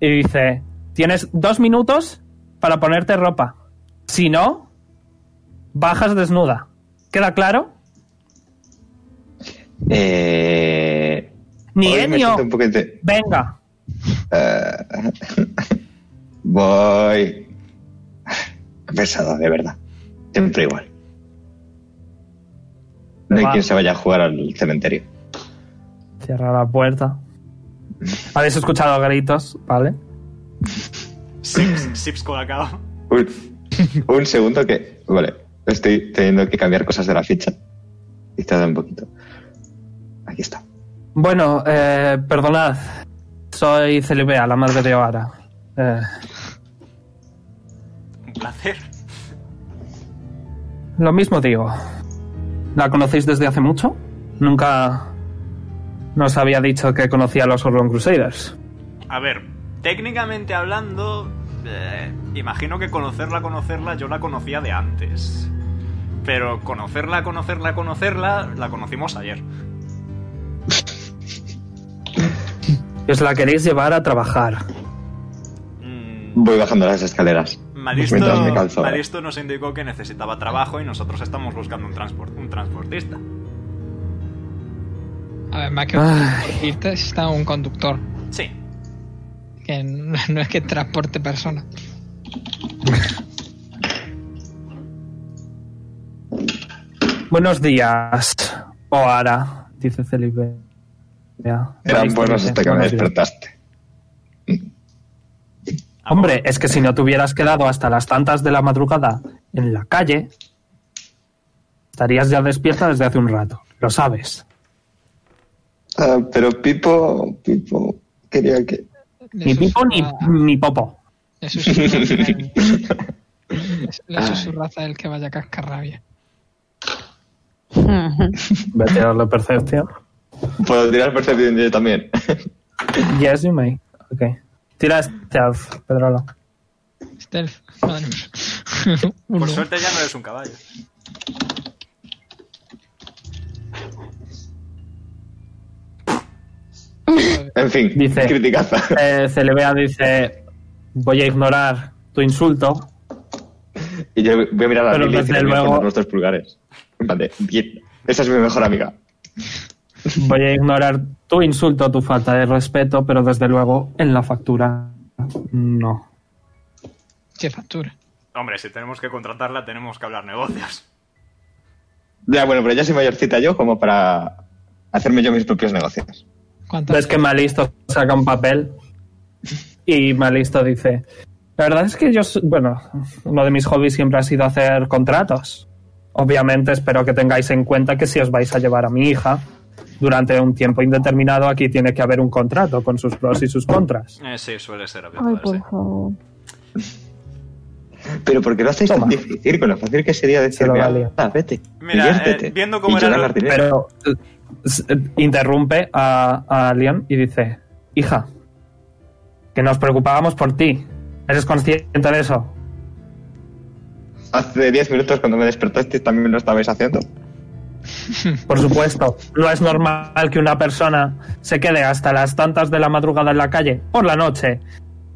Y dice: Tienes dos minutos para ponerte ropa. Si no, bajas desnuda. ¿Queda claro?
Eh,
Ni
hoy me
Ennio.
siento un poquito-
Venga.
Eh, voy. Qué pesado, de verdad. Siempre igual. No hay
Va.
quien se vaya a jugar al cementerio.
Cierra la puerta. Habéis escuchado gritos, ¿vale?
Sips, sips colacao.
Un, [laughs] un segundo que. Vale, estoy teniendo que cambiar cosas de la ficha. Y tarda un poquito. Aquí está.
Bueno, eh, perdonad. Soy Celibea, la madre de Oara. Eh,
Un placer.
lo mismo digo. ¿La conocéis desde hace mucho? Nunca nos había dicho que conocía a los Orlon Crusaders.
A ver, técnicamente hablando, eh, imagino que conocerla, conocerla, yo la conocía de antes. Pero conocerla, conocerla, conocerla, la conocimos ayer.
Y os la queréis llevar a trabajar.
Mm,
Voy bajando las escaleras.
Malisto,
Pues Mientras me calzo.
Malisto nos indicó que necesitaba trabajo y nosotros estamos buscando un, transport, un transportista.
A ver, más que
Ay.
irte está un conductor,
Sí,
que [laughs] no no es que transporte personas.
Buenos días, Oara, dice Celibea.
Eran buenos hasta que me
Buenos días.
despertaste.
Hombre, es que si no te hubieras quedado hasta las tantas de la madrugada en la calle, estarías ya despierta desde hace un rato. Lo sabes.
Ah, pero Pipo. Pipo. Quería que.
Le
Ni pipo ni,
susurra-
ni popo.
le susurra a él.
[laughs]
Le susurra a él que vaya cascarrabia.
Voy a tirar la percepción.
Puedo tirar percepción yo también. [laughs]
Yes, you may. Ok. Tira este stealth, Pedrolo.
Stealth, madre
[laughs]
mía.
por
[laughs] Uno.
suerte ya no eres un caballo.
En fin,
Dice-
criticaza.
Eh, Celebea dice: Voy a ignorar tu insulto.
Y yo voy a mirar a
Pero
Lily y
desde
decirle, voy a
luego-
poner los dos pulgares. En plan de, "Bien, esa es mi mejor amiga.
Voy a ignorar tu insulto, tu falta de respeto, pero desde luego en la factura no.
Qué factura.
Hombre, si tenemos que contratarla, tenemos que hablar negocios.
Ya, bueno, pero ya soy mayorcita yo como para hacerme yo mis propios negocios.
¿Cuántas
Ves que Malisto saca un papel y Malisto dice, la verdad es que yo, s- bueno, uno de mis hobbies siempre ha sido hacer contratos. Obviamente espero que tengáis en cuenta que si os vais a llevar a mi hija durante un tiempo indeterminado, aquí tiene que haber un contrato con sus pros y sus contras.
Eh, sí, suele ser
[laughs] Ay,
habitual,
por
sí.
favor.
Pero porque lo hacéis
Toma.
tan difícil, con lo fácil que sería
lo
decirme,
valía.
"Ah, vete,
Mira,
diviértete",
eh, viendo cómo
y yo
eran
ganar
los-
dinero.
Pero eh, s- eh, interrumpe a, a Leon y dice, hija, que nos preocupábamos por ti. ¿Eres consciente de eso?
Hace 10 minutos cuando me despertaste también lo estabais haciendo.
Por supuesto, no es normal que una persona se quede hasta las tantas de la madrugada en la calle, por la noche,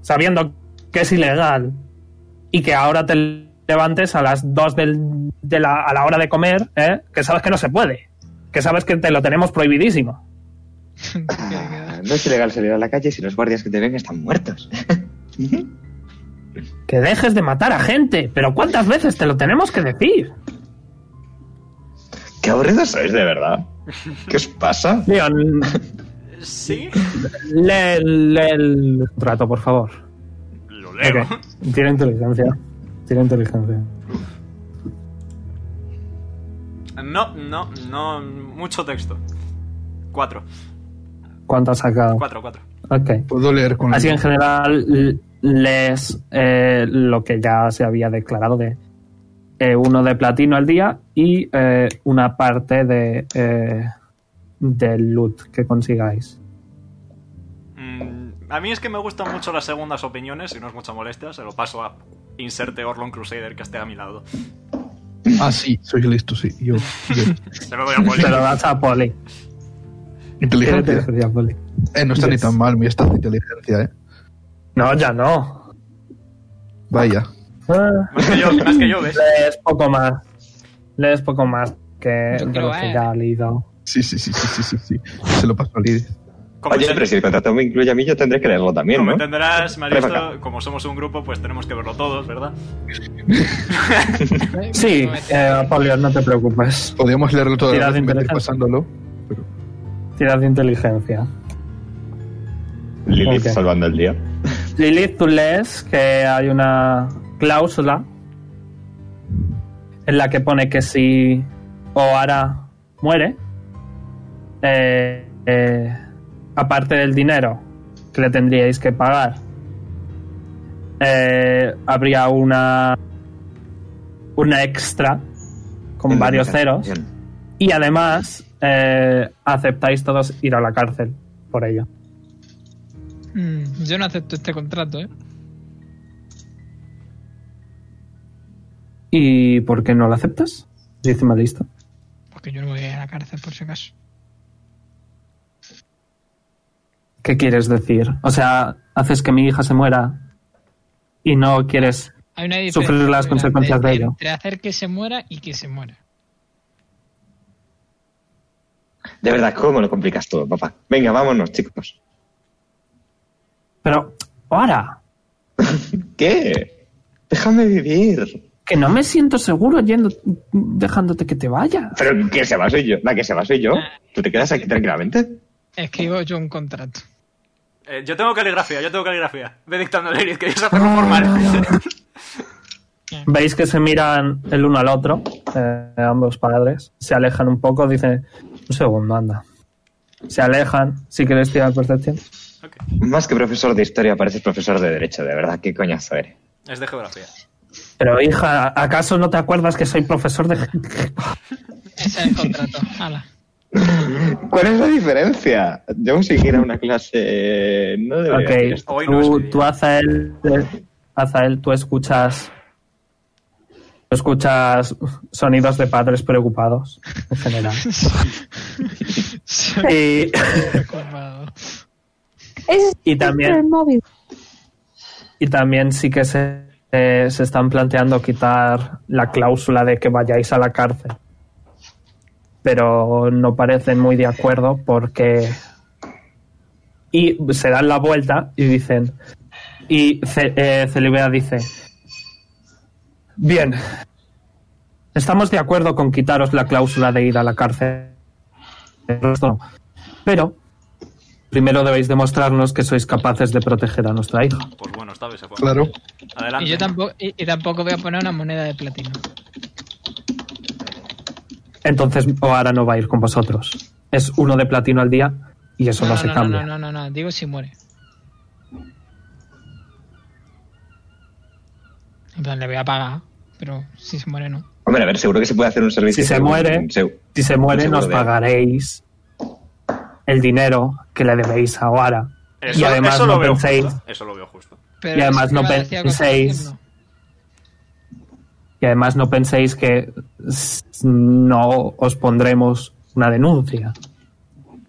sabiendo que es ilegal y que ahora te levantes a las 2 del- de la, a la hora de comer, ¿eh? que sabes que no se puede, que sabes que te lo tenemos prohibidísimo. Pues,
Ah, No es ilegal salir a la calle si los guardias que te ven están muertos.
Que dejes de matar a gente, pero ¿cuántas veces te lo tenemos que decir?
[laughs] Qué aburridos sois, de verdad. ¿Qué os pasa?
Leon,
Sí,
lee, lee el contrato, por favor.
lo leo.
Ok, Tiene inteligencia. Tiene inteligencia.
No, no, no. Mucho texto. Cuatro.
¿Cuánto has sacado?
Cuatro, cuatro.
Ok.
Puedo leer con la
Así en general l- lees eh, lo que ya se había declarado de eh, uno de platino al día y eh, una parte de, eh, del loot que consigáis.
Mm, a mí es que me gustan mucho las segundas opiniones, y no es mucha molestia, se lo paso a inserte Orlon Crusader que esté a mi lado.
Ah, sí, soy listo, sí. Yo,
[laughs]
yo.
Se lo doy a Poli.
Te lo das a Poli. Tiene
Inteligente.
inteligencia, Poli.
Eh, no está ni
Yes.
tan mal mi estado de inteligencia, eh.
No, ya no.
Vaya.
Ah,
Más que yo, más que yo, ¿ves?
lees poco más. Lees poco más que
Yo
de
creo,
lo que
eh.
ya ha leído.
Sí, sí, sí, sí, sí, sí, sí. Se lo paso a Lidis.
Como
Oye,
se-
pero si el contrato me incluye a mí, yo tendré que leerlo también,
como
¿no?
entenderás, Marisol,
Ven acá.
como somos un grupo, pues tenemos que verlo todos, ¿verdad?
Sí, eh, Poli, no te preocupes.
Podríamos leerlo todo
Tirad
la vez,
inteligencia.
pasándolo. pero-
Tirad de inteligencia.
Lilith
Ok.
salvando el día.
Lilith, tú lees que hay una cláusula en la que pone que si Oara muere, eh, eh, aparte del dinero que le tendríais que pagar, eh, habría una una extra con varios ceros
Bien.
y además eh, aceptáis todos ir a la cárcel por ello.
Mm, yo no acepto este contrato, ¿eh?
¿Y por qué no lo aceptas? Dice lista.
Porque yo no voy a ir a la cárcel por si acaso.
¿Qué quieres decir? O sea, haces que mi hija se muera y no quieres.
Hay una
Sufrir
diferencia
las
muy
consecuencias
grande
de ello.
Entre hacer que se muera y que se muera.
De verdad, ¿cómo lo complicas todo, papá? Venga, vámonos, chicos.
Pero ahora,
¿Qué? Déjame vivir.
que no me siento seguro yendo, dejándote que te vayas.
Pero que se va soy yo. La que se va soy yo. ¿Tú te quedas aquí tranquilamente?
Escribo yo un contrato.
Eh, yo tengo caligrafía, yo tengo caligrafía. Ve dictando a Lilith, que yo sé hacerlo formal.
Veis que se miran el uno al otro, eh, ambos padres. Se alejan un poco, dicen. Un segundo, anda. Se alejan. Si quieres tirar percepción.
Ok.
Más que profesor de historia, pareces profesor de derecho, de verdad. ¿Qué coñazo eres?
Es de geografía.
Pero hija, ¿acaso no te acuerdas que soy profesor de.
Ese es el contrato. [laughs] Ala.
¿Cuál es la diferencia? Yo ni siquiera una clase... No debería hacer
Ok,
esto.
Hoy no es mi
tú,
día.
tú Azael, eh, Azael, tú escuchas tú escuchas sonidos de padres preocupados
[laughs]
en general.
Soy
Y,
preocupado.
Es
Y también-
es el móvil.
y también sí que se, eh, se están planteando quitar la cláusula de que vayáis a la cárcel. Pero no parecen muy de acuerdo porque... Y se dan la vuelta y dicen... Y Ce- eh, Celibea dice... Bien. Estamos de acuerdo con quitaros la cláusula de ir a la cárcel. El resto no. Pero... Primero debéis demostrarnos que sois capaces de proteger a nuestra hija.
Pues bueno, está bien, se fue.
Claro.
Adelante.
Y yo tampoco, y, y tampoco voy a poner una moneda de platino.
Entonces ahora no va a ir con vosotros. Es uno de platino al día y eso no, se
no,
cambia.
no, no, no, no. Digo si muere. En plan, le voy a pagar, pero si se muere, no.
Hombre, a ver, seguro que se puede hacer un servicio...
Si se
según-
muere-
seg-
Si se muere,
Seguro
nos
de-
pagaréis el dinero que le debéis ahora.
Eso,
y además
eso
no
lo veo
penséis.
justo. Eso lo veo justo.
Pero
Y además
si
no
me va a decir algo
penséis-
que no.
Y además no penséis que s- no os pondremos una denuncia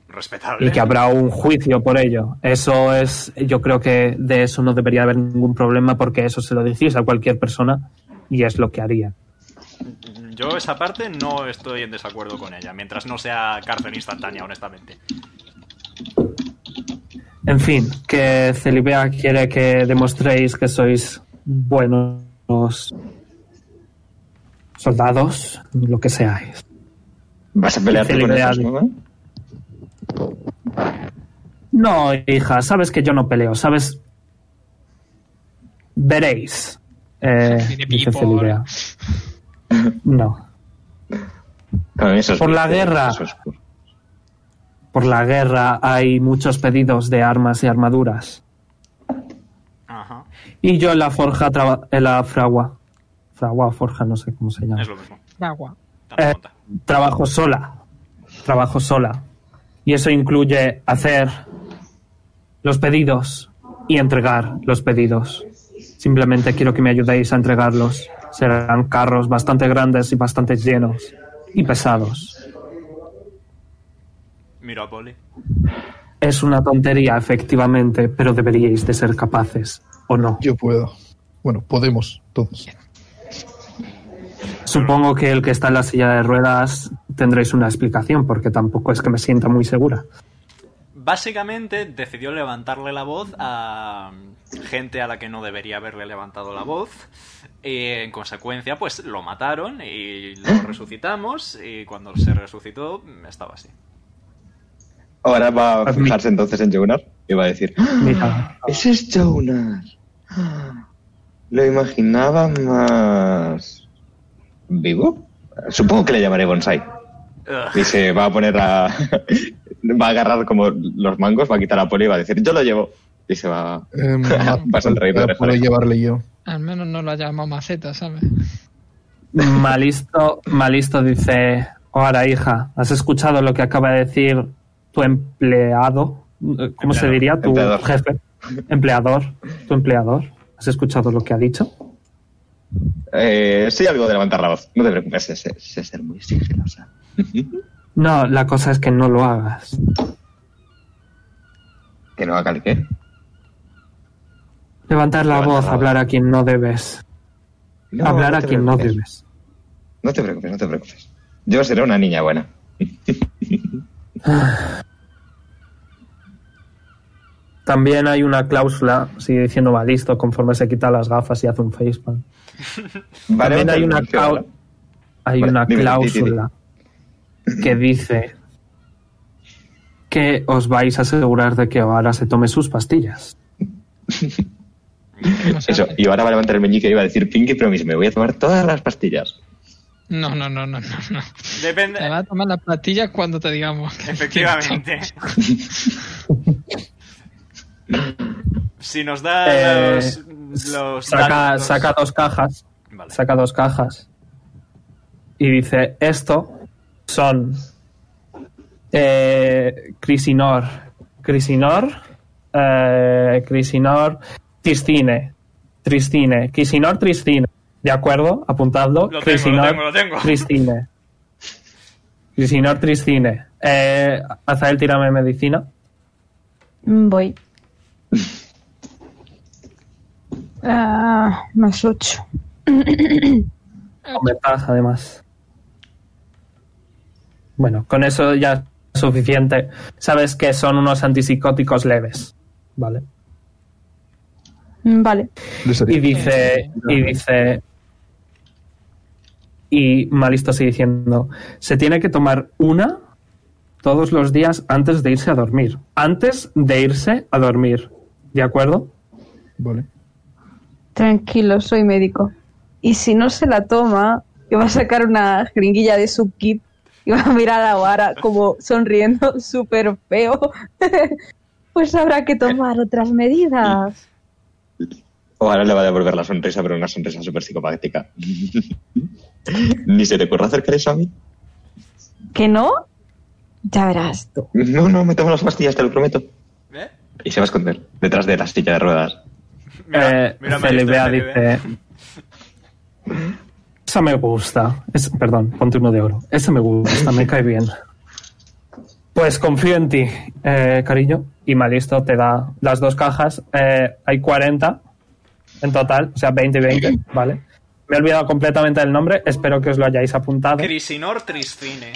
Respetable.
y que habrá un juicio por ello. Eso es, yo creo que de eso no debería haber ningún problema porque eso se lo decís a cualquier persona y es lo que haría.
Yo esa parte no estoy en desacuerdo con ella, mientras no sea cárcel instantánea, honestamente.
En fin, que Celibea quiere que demostréis que sois buenos soldados, lo que seáis.
¿Vas a pelearte con
Felicidades.
esos, no?
No, hija, sabes que yo no peleo, sabes. Veréis. Eh,
Tiene
dice
people.
Celibea. No.
Para mí eso es
Por la
oscuro,
guerra.
eso es oscuro.
Por la guerra hay muchos pedidos de armas y armaduras.
Ajá.
Y yo en la forja, traba- en la fragua. Fragua, forja, no sé cómo se llama.
Es lo mismo.
Agua.
Tanta
Eh,
monta.
trabajo sola. Trabajo sola. Y eso incluye hacer los pedidos y entregar los pedidos. Simplemente quiero que me ayudéis a entregarlos. Serán carros bastante grandes y bastante llenos y pesados.
Miro a Poli.
Es una tontería, efectivamente, pero deberíais de ser capaces, ¿o no?
Yo puedo. Bueno, podemos todos.
Supongo que el que está en la silla de ruedas tendréis una explicación, porque tampoco es que me sienta muy segura.
Básicamente decidió levantarle la voz a gente a la que no debería haberle levantado la voz. Y en consecuencia, pues lo mataron y lo resucitamos. Y cuando se resucitó, estaba así.
Ahora va a fijarse entonces en Jonar y va a decir: "¡Ah!
Mira.
Ese es Jonar. Ah, Lo imaginaba más. ¿Vivo? Supongo que le llamaré Bonsai.
Ugh.
Y se va a poner a. [laughs] va a agarrar como los mangos, va a quitar a Poli y va a decir: Yo lo llevo. Y se va. [laughs]
Em,
Vas al rey de oreja.
puedo llevarle yo.
Al menos no lo ha llamado
[laughs]
maceta, ¿sabes?
Malisto, Malisto dice, ahora hija, ¿has escuchado lo que acaba de decir tu empleado? Eh, ¿Cómo se
Empleador.
diría? Tu
Empleador.
jefe. Empleador. Tu empleador. ¿Has escuchado lo que ha dicho?
Eh, sí, algo de levantar la voz. No te preocupes, es, es- es ser muy sigilosa.
No, la cosa es que no lo hagas.
¿Que no haga el qué?
Levantar la
Levantar
voz,
la voz.
hablar a quien no debes.
No,
hablar
no
a
te
quien no
preocupes.
debes.
No te preocupes, no te preocupes. Yo seré una niña buena.
También hay una cláusula, sigue diciendo Malisto, conforme se quita las gafas y hace un facepalm.
Vale,
También
vale,
hay una,
vale,
clau-
vale.
hay
Vale,
una
dime, di, di, di.
cláusula
[clears throat]
que dice que os vais a asegurar de que ahora se tome sus pastillas.
Que No, se
Eso,
hace.
y ahora va a levantar el meñique y va a decir Pinky Promise, me voy a tomar todas las pastillas.
no, no, no, no, no, no.
Depende.
[laughs] Te vas a tomar las pastillas cuando te digamos.
[laughs]
que-
Efectivamente. si nos da
Eh,
los, los
saca,
datos-
saca dos cajas,
Vale.
saca dos cajas y dice esto son eh, Crisinor, Crisinor, eh, Crisinor, Tristine, Tristine, Crisinor, Tristine. De acuerdo,
Lo
apuntadlo.
tengo, lo
Crisinor,
tengo, lo tengo.
Tristine. Crisinor, Tristine. Eh, Azael, tírame medicina. [laughs]
Mm, Voy. Ah, más 8.
Con ventajas, además. Bueno, con eso ya es suficiente. Sabes que son unos antipsicóticos leves. Vale.
Mm, Vale.
Le
Y
salí.
dice. Y dice. Y Malisto sigue diciendo: se tiene que tomar una todos los días antes de irse a dormir. Antes de irse a dormir. ¿De acuerdo?
Vale.
Tranquilo, soy médico. Y si no se la toma, que va a sacar una jeringuilla de su kit y va a mirar a Wara como sonriendo [laughs] súper feo. [laughs] pues habrá que tomar otras medidas.
O ahora le va a devolver la sonrisa, pero una sonrisa súper psicopática. [laughs] ¿Ni se te ocurre acercar eso a mí?
¿Que no? Ya verás tú.
No, no, me tomo las pastillas, te lo prometo.
¿Eh?
Y se va a esconder detrás de la silla de ruedas.
Mira,
Eh,
mira, ¿eh?
Celebea
Magister, Celebea.
dice. [laughs] Esa me gusta. Es- perdón, ponte uno de oro. Esa me gusta, me cae bien. Pues confío en ti, eh, cariño. Y Malisto te da las dos cajas. Eh, hay 40 en total, o sea, 20 y 20, ¿vale? Me he olvidado completamente del nombre. Espero que os lo hayáis apuntado.
Crisinor Tristine.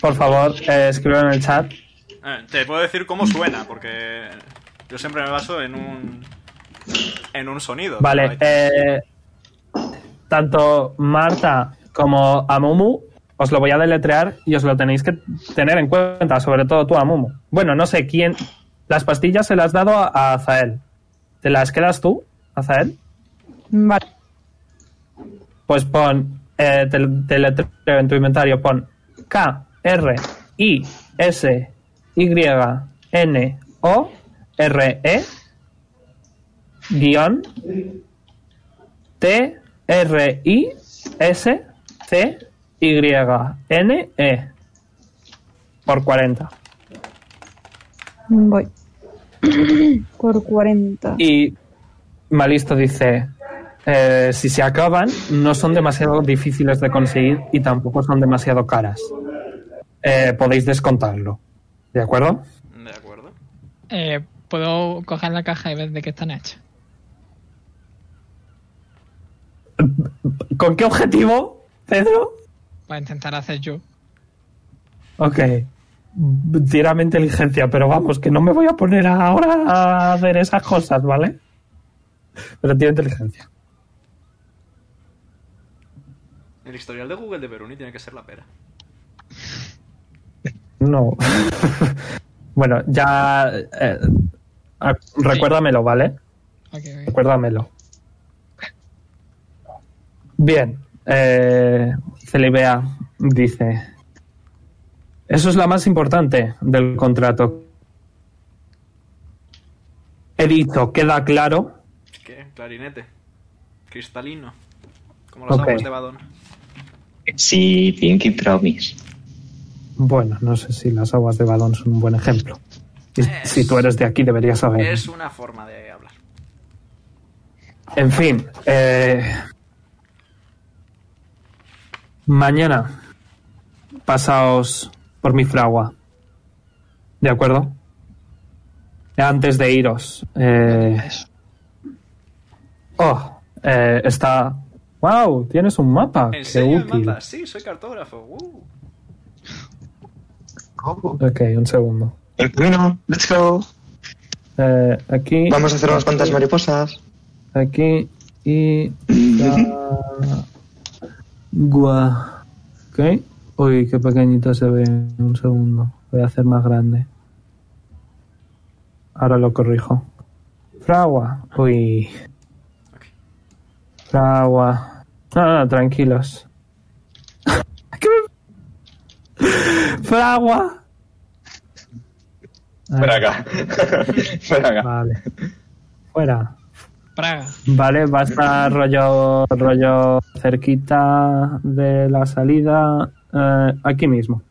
Por favor, eh, escríbelo en el chat.
Eh, te puedo decir cómo suena, porque yo siempre me baso en un. en un sonido.
Vale, eh, tanto Marta como Amumu os lo voy a deletrear y os lo tenéis que tener en cuenta, sobre todo tú, Amumu. Bueno, no sé quién. Las pastillas se las has dado a- a Azael. ¿Te las quedas tú, Azael?
Vale.
Pues pon eh, te, te letreo en tu inventario, pon K, R, I, S, Y, N, O, R, E, guión, T, R, I, S, C, Y, N, E, por 40.
Voy. [clears throat] Por 40.
Y Malisto dice, eh, si se acaban, no son demasiado difíciles de conseguir y tampoco son demasiado caras. Eh, podéis descontarlo. ¿De acuerdo?
De acuerdo.
Eh, Puedo coger la caja y ver de qué están hechas.
¿Con qué objetivo, Pedro?
Para intentar hacer yo.
Ok. Tírame inteligencia, pero vamos, que no me voy a poner ahora a hacer esas cosas, ¿vale? Pero tira inteligencia.
El historial de Google de Veruni tiene que ser la pera.
No. [laughs] bueno, ya. eh, ah, recuérdamelo, ¿vale?
Ok, ok.
Recuérdamelo. Bien. Eh, Celibea dice: Eso es la más importante del contrato. He dicho, queda claro.
¿Qué? Clarinete. Cristalino. Como las
las
aguas
Ok. aguas
de
de
Badona.
Sí, Pinky Promise.
Bueno, no sé si las aguas de Badón son un buen ejemplo. Y
Es-
Si tú eres de aquí, deberías saber.
Es una forma de hablar.
En fin, eh, mañana pasaos por mi fragua. ¿De acuerdo? Antes de iros. eh,
Eso.
oh, eh, está... ¡Wow! Tienes un mapa. ¡Qué
Enseño el
útil!
mapa. Sí, soy cartógrafo. Uh.
¿Cómo?
Ok, un segundo.
El camino, let's go.
Eh, aquí...
Vamos a hacer unas cuantas
aquí,
mariposas.
Aquí y Gua. Ok. Uy, qué pequeñito se ve. Un segundo. Voy a hacer más grande. Ahora lo corrijo. Fragua. Uy. Fragua. No, no, tranquilos. [laughs] ¿Qué me- [laughs] Fragua.
Fuera acá. [laughs] Fuera acá.
Vale. Fuera. [laughs]
Praga.
Vale, va a estar rollo, rollo cerquita de la salida, eh, aquí mismo.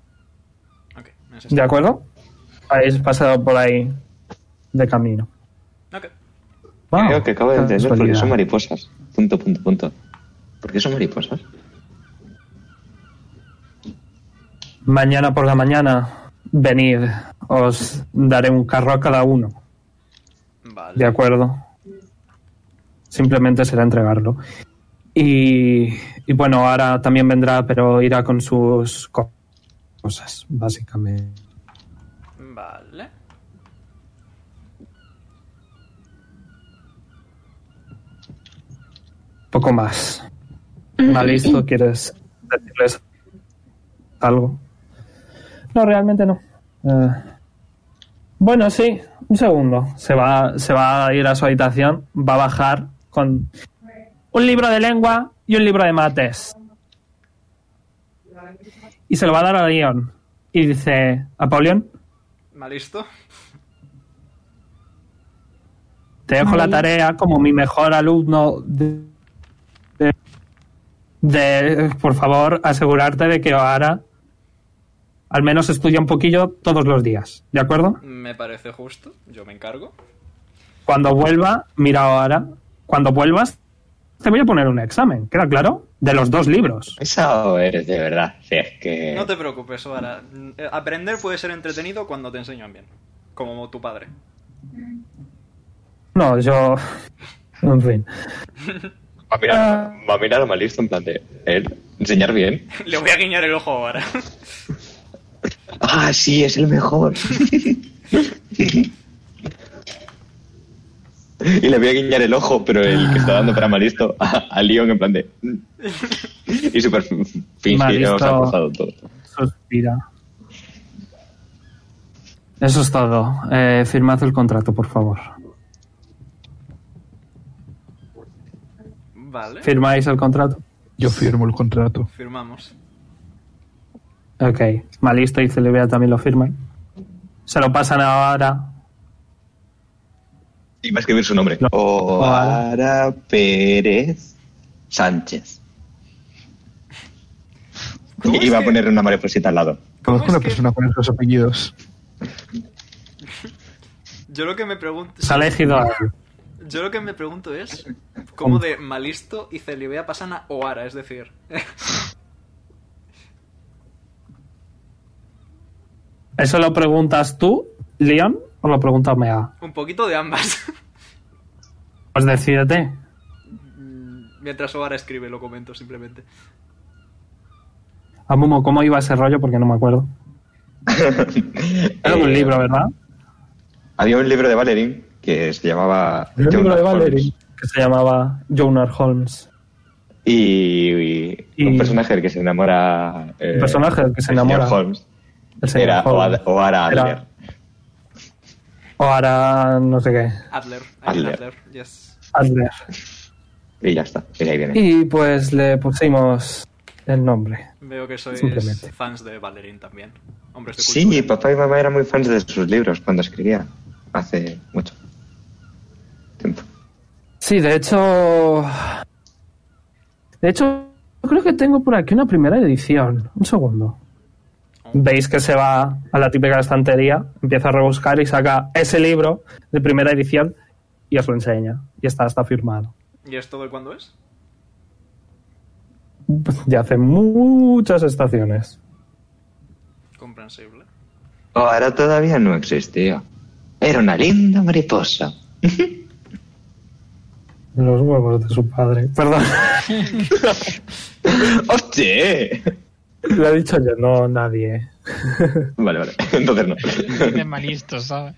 Ok, es esto.
¿De acuerdo? Habéis pasado por ahí de camino.
Ok.
Wow,
Creo que acabo de entender por qué
casualidad.
son mariposas. Punto, punto, punto. ¿Por qué son mariposas?
Mañana por la mañana, venid, os daré un carro a cada uno.
Vale.
¿De acuerdo? Simplemente será entregarlo. Y, y bueno, ahora también vendrá, pero irá con sus co- cosas, básicamente.
Vale.
poco más. Malisto, ¿quieres decirles algo? No, realmente no. Eh, bueno, sí, un segundo. Se va, se va a ir a su habitación, va a bajar con un libro de lengua y un libro de mates. Y se lo va a dar a Leon. Y dice, Apolión,
¿Mal listo?
te dejo la
Vale.
tarea como mi mejor alumno de, de- de- por favor asegurarte de que ahora al menos estudia un poquillo todos los días ¿de acuerdo?
Me parece justo. Yo me encargo.
cuando vuelva mira ahora cuando vuelvas te voy a poner un examen ¿queda claro? de los dos libros
Pesado eres, de verdad. Si es que...
No te preocupes, ahora. Aprender puede ser entretenido cuando te enseñan bien. Como tu padre. [laughs]
no, yo [laughs] en fin
Va a mirar, va a, mirar a Malisto en plan de... ¿Él? ¿Enseñar bien?
Le voy a guiñar el ojo ahora.
Ah, sí, es el mejor. y le voy a guiñar el ojo, pero el que está dando para Malisto a, a Leon en plan de... y súper fingido,
Malisto.
os ha forzado todo.
Suspira. Eso es todo. Eh, firmad el contrato, por favor.
Vale.
¿Firmáis el contrato?
Yo firmo el contrato.
Firmamos.
Ok. Malisto y Celebea también lo firman. Se lo pasan ahora.
Y va a escribir su nombre.
No.
Oara Pérez Sánchez.
¿Cómo
Y va a
es que-
poner una mariposita al lado.
Conozco
es
una
que-
persona con esos apellidos.
Yo lo que me pregunto.
Se ha elegido a él.
Yo lo que me pregunto es cómo de Malisto y Celibea pasan a Oara, es decir. [laughs]
¿Eso lo preguntas tú, Leon, o lo pregunta Mea?
Un poquito de ambas. [laughs]
Pues decídete.
Mm, Mientras Oara escribe, lo comento simplemente.
Amumo, Ah, ¿cómo iba ese rollo? Porque no me acuerdo. Era
Eh,
un libro, ¿verdad?
Había un libro de Valerín que se llamaba.
El libro
Jonas
de
Holmes.
Valerie.
Que se llamaba Jonar Holmes.
Y, y
Y-
un personaje del que se enamora. eh,
Un personaje del que se
el señor
enamora.
Holmes.
El señor
Era
Holmes.
Oada- Oara
Era-
Adler.
O ahora no sé qué.
Adler. I mean
Adler.
Adler. Yes.
Adler.
Y ya está. Y ahí viene.
Y pues le pusimos el nombre.
Veo que sois
Simplemente.
fans de Valerín también. Hombres de cultura.
Sí, papá y mamá eran muy fans de sus libros cuando escribía. Hace mucho tiempo.
Sí, de hecho. De hecho, creo que tengo por aquí una primera edición. Un segundo. Veis que se va a la típica estantería, empieza a rebuscar y saca ese libro de primera edición y os lo enseña. Y está, está firmado.
¿Y esto de cuándo es?
Ya hace muchas estaciones.
Comprensible.
Oh, Ahora todavía no existía. Era una linda mariposa.
Los huevos de su padre. Perdón,
[laughs]
[laughs]
¡Hostia!
lo he dicho yo, no [laughs] nadie.
Vale, [laughs] vale. Entonces no.
De malisto, ¿sabes?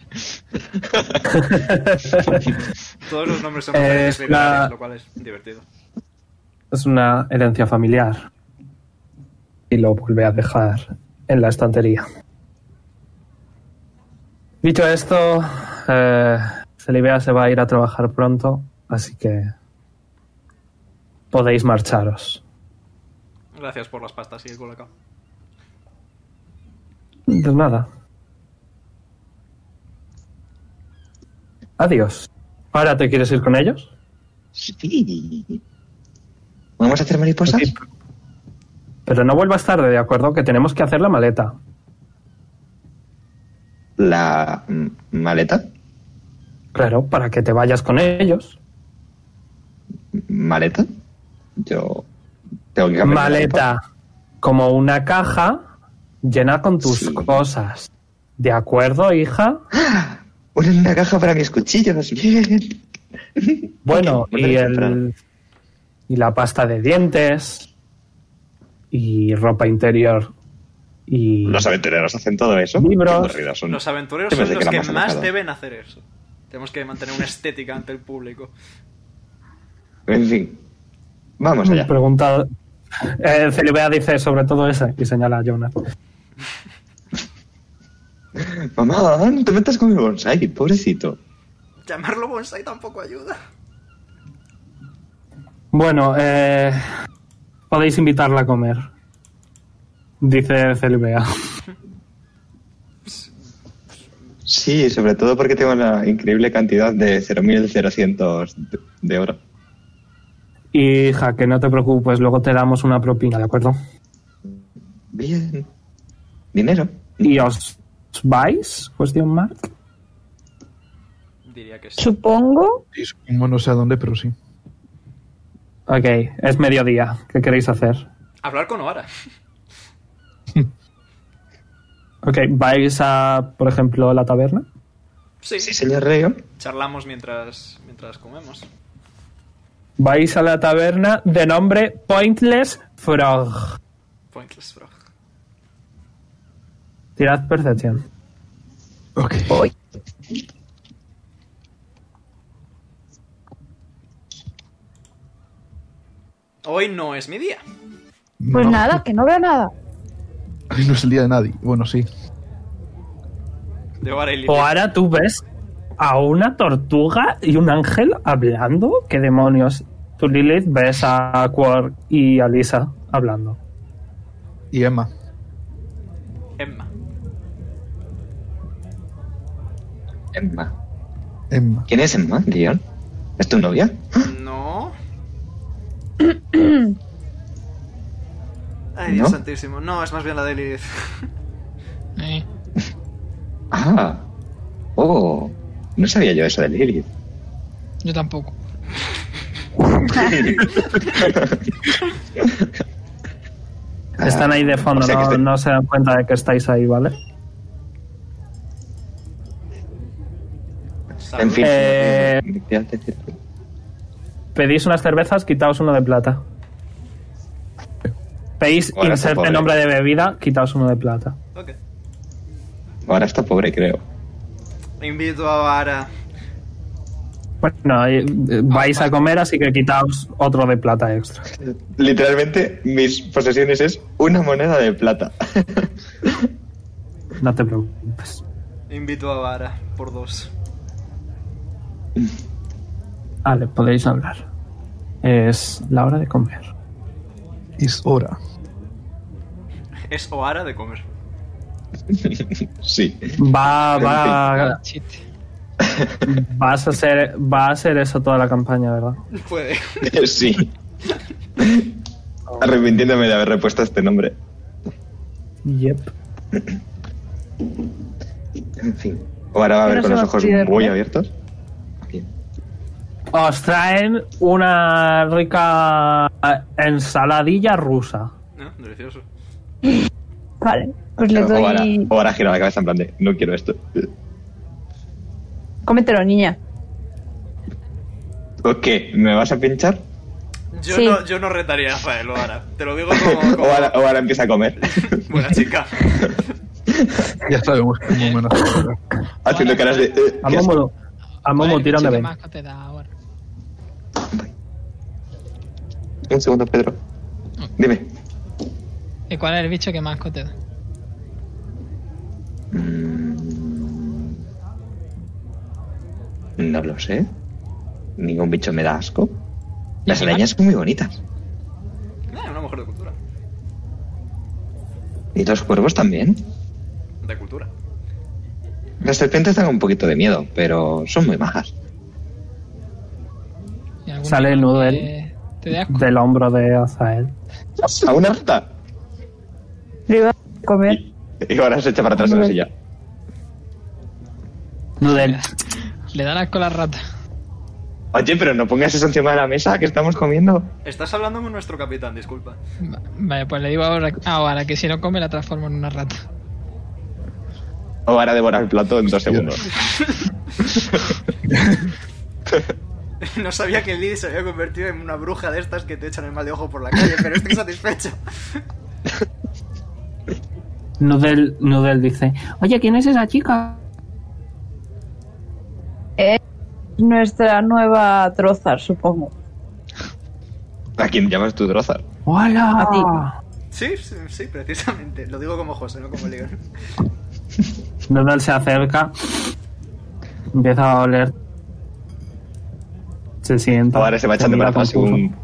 Todos los nombres son
Eh,
referencias
es una-
literarias, lo cual es divertido.
Es una herencia familiar. Y lo vuelve a dejar en la estantería. Dicho esto, eh, Celibea se va a ir a trabajar pronto, así que podéis marcharos.
Gracias por las pastas y el colacao.
De Pues nada. Adiós. ¿Ahora te quieres ir con ellos?
Sí. ¿Vamos a hacer mariposas?
Pero no vuelvas tarde, ¿de acuerdo? Que tenemos que hacer la maleta.
La mm, maleta.
Claro, para que te vayas con ellos.
¿Maleta? Yo. Tengo que cambiar. de
maleta como una caja llena con tus
Sí.
cosas. ¿De acuerdo, hija?
Una, una caja para mis cuchillos. Bien.
Bueno,
Ok, volveré
y,
temprano.
el, y la pasta de dientes y ropa interior y
Los aventureros hacen todo eso.
Libros.
Qué aburridas son.
Los aventureros
Yo
son
pensé
los
era
que más
alejado.
deben hacer eso. Tenemos que mantener una estética ante el público.
En fin. Vamos allá.
pregunta. Eh, Celibea dice sobre todo ese y señala a Jonas.
Mamá, no te metas con mi bonsai, pobrecito.
Llamarlo bonsai tampoco ayuda.
Bueno, eh, podéis invitarla a comer, dice Celibea.
Sí, sobre todo porque tengo la increíble cantidad de 0.000 de- de oro.
Hija, que no te preocupes, luego te damos una propina, ¿de acuerdo?
Bien. Dinero.
¿Y os vais? Cuestión mark.
Diría que sí.
Supongo.
Sí, supongo, no sé a dónde, pero sí.
Ok, es mediodía. ¿Qué queréis hacer?
Hablar con Oara.
Ok, ¿vais a, por ejemplo, la taberna?
Sí,
Sí, señor Reo.
charlamos mientras, mientras comemos.
Vais a la taberna de nombre Pointless Frog.
Pointless Frog.
Tirad percepción.
Ok.
Hoy no es mi día.
Pues
No,
nada, que no veo nada.
hoy [laughs] No es el día de nadie. Bueno, sí.
De Oara y Lilith.
O ahora tú ves a una tortuga y un ángel hablando. ¿Qué demonios? Tú, Lilith, ves a Quark y a Lisa hablando.
Y Emma.
Emma.
Emma.
Emma.
¿Quién es Emma, Guión? ¿Es tu novia?
No.
[clears throat]
Ay, Dios
¿No?
santísimo. No, es más bien la de Lilith.
Eh,
Ah. Oh. No sabía yo eso de Lilith.
yo tampoco.
Están ahí de fondo,
Ah. O sea que
no,
este-
no se dan cuenta de que estáis ahí, ¿vale?
En fin.
Eh,
Fíjate, fíjate.
Pedís unas cervezas, quitaos uno de plata. Pedís
Ahora está
inserte
pobre.
nombre de bebida, quitaos uno de plata.
Ok.
Ahora está pobre, creo.
Invito a Vara.
Bueno, eh, eh, vais a comer, así que quitaos otro de plata extra.
Literalmente, mis posesiones es una moneda de plata. [laughs]
No te preocupes.
Invito a Vara por dos.
Vale, podéis hablar. Es la hora de comer.
Es hora.
Es Oara de comer.
sí. [laughs]
Va, va,
Chiste.
vas a ser, va a ser eso toda la campaña, ¿verdad?
Puede.
sí. Arrepintiéndome de haber repuesto este nombre.
Yep.
En fin. Ahora va a ver
Pero
con
se
los
va a
ojos
olvidar,
muy
¿no?
abiertos. Bien.
Os traen una rica eh, ensaladilla rusa.
¿No? Delicioso.
Vale, pues le
O ahora,
doy...
o ahora gira la cabeza en plan de, no quiero esto.
Cómetelo, niña.
¿O qué? ¿Me vas a pinchar?
Yo,
Sí.
no, yo no retaría a Rafael Oara. Te lo digo
[laughs]
como,
O
como
ahora, o ahora empieza a comer.
[laughs] buena chica.
Ya sabemos cómo me la
Haciendo caras de... "Eh,
A
¿qué has-
Momo, a Momo
Joder,
tira un
chico
de 20.
más que te da ahora.
Un segundo, Pedro. Dime.
¿Y Eh, cuál es el bicho que más asco te da?
Mm. No lo sé. Ningún bicho me da asco. Las
¿Y qué
arañas son muy bonitas.
Ah, una mujer de cultura.
Y los cuervos también.
De cultura.
Las serpientes dan un poquito de miedo, pero son muy majas.
¿Y alguna
Sale
que
nudo
te-
él.
Te da asco.
Del hombro de Azael.
¿A una rata?
Le iba a comer.
¿Eh?
Y ahora se echa para atrás en la silla.
Nudel,
Le dan asco las ratas.
Oye, pero no pongas eso encima de la mesa que estamos comiendo.
Estás hablando con nuestro capitán, disculpa. [laughs]
Va- Vale, pues le digo ahora, ahora que si no come la transformo en una rata.
O ahora devora el plato en dos segundos.
No sabía que Lilith se había convertido en una bruja de estas que te echan el mal de ojo por la calle, pero estoy satisfecho.
Nudel, Nudel dice, oye, ¿quién es esa chica?
Nuestra nueva Trozar, supongo.
¿A quién llamas tu drozar?
¡Hola!
Sí, sí, sí, precisamente. Lo digo como José, no como Leon.
Nudel se acerca, empieza a oler. Se sienta.
Ahora se va echando para
mira
atrás
confuso.
según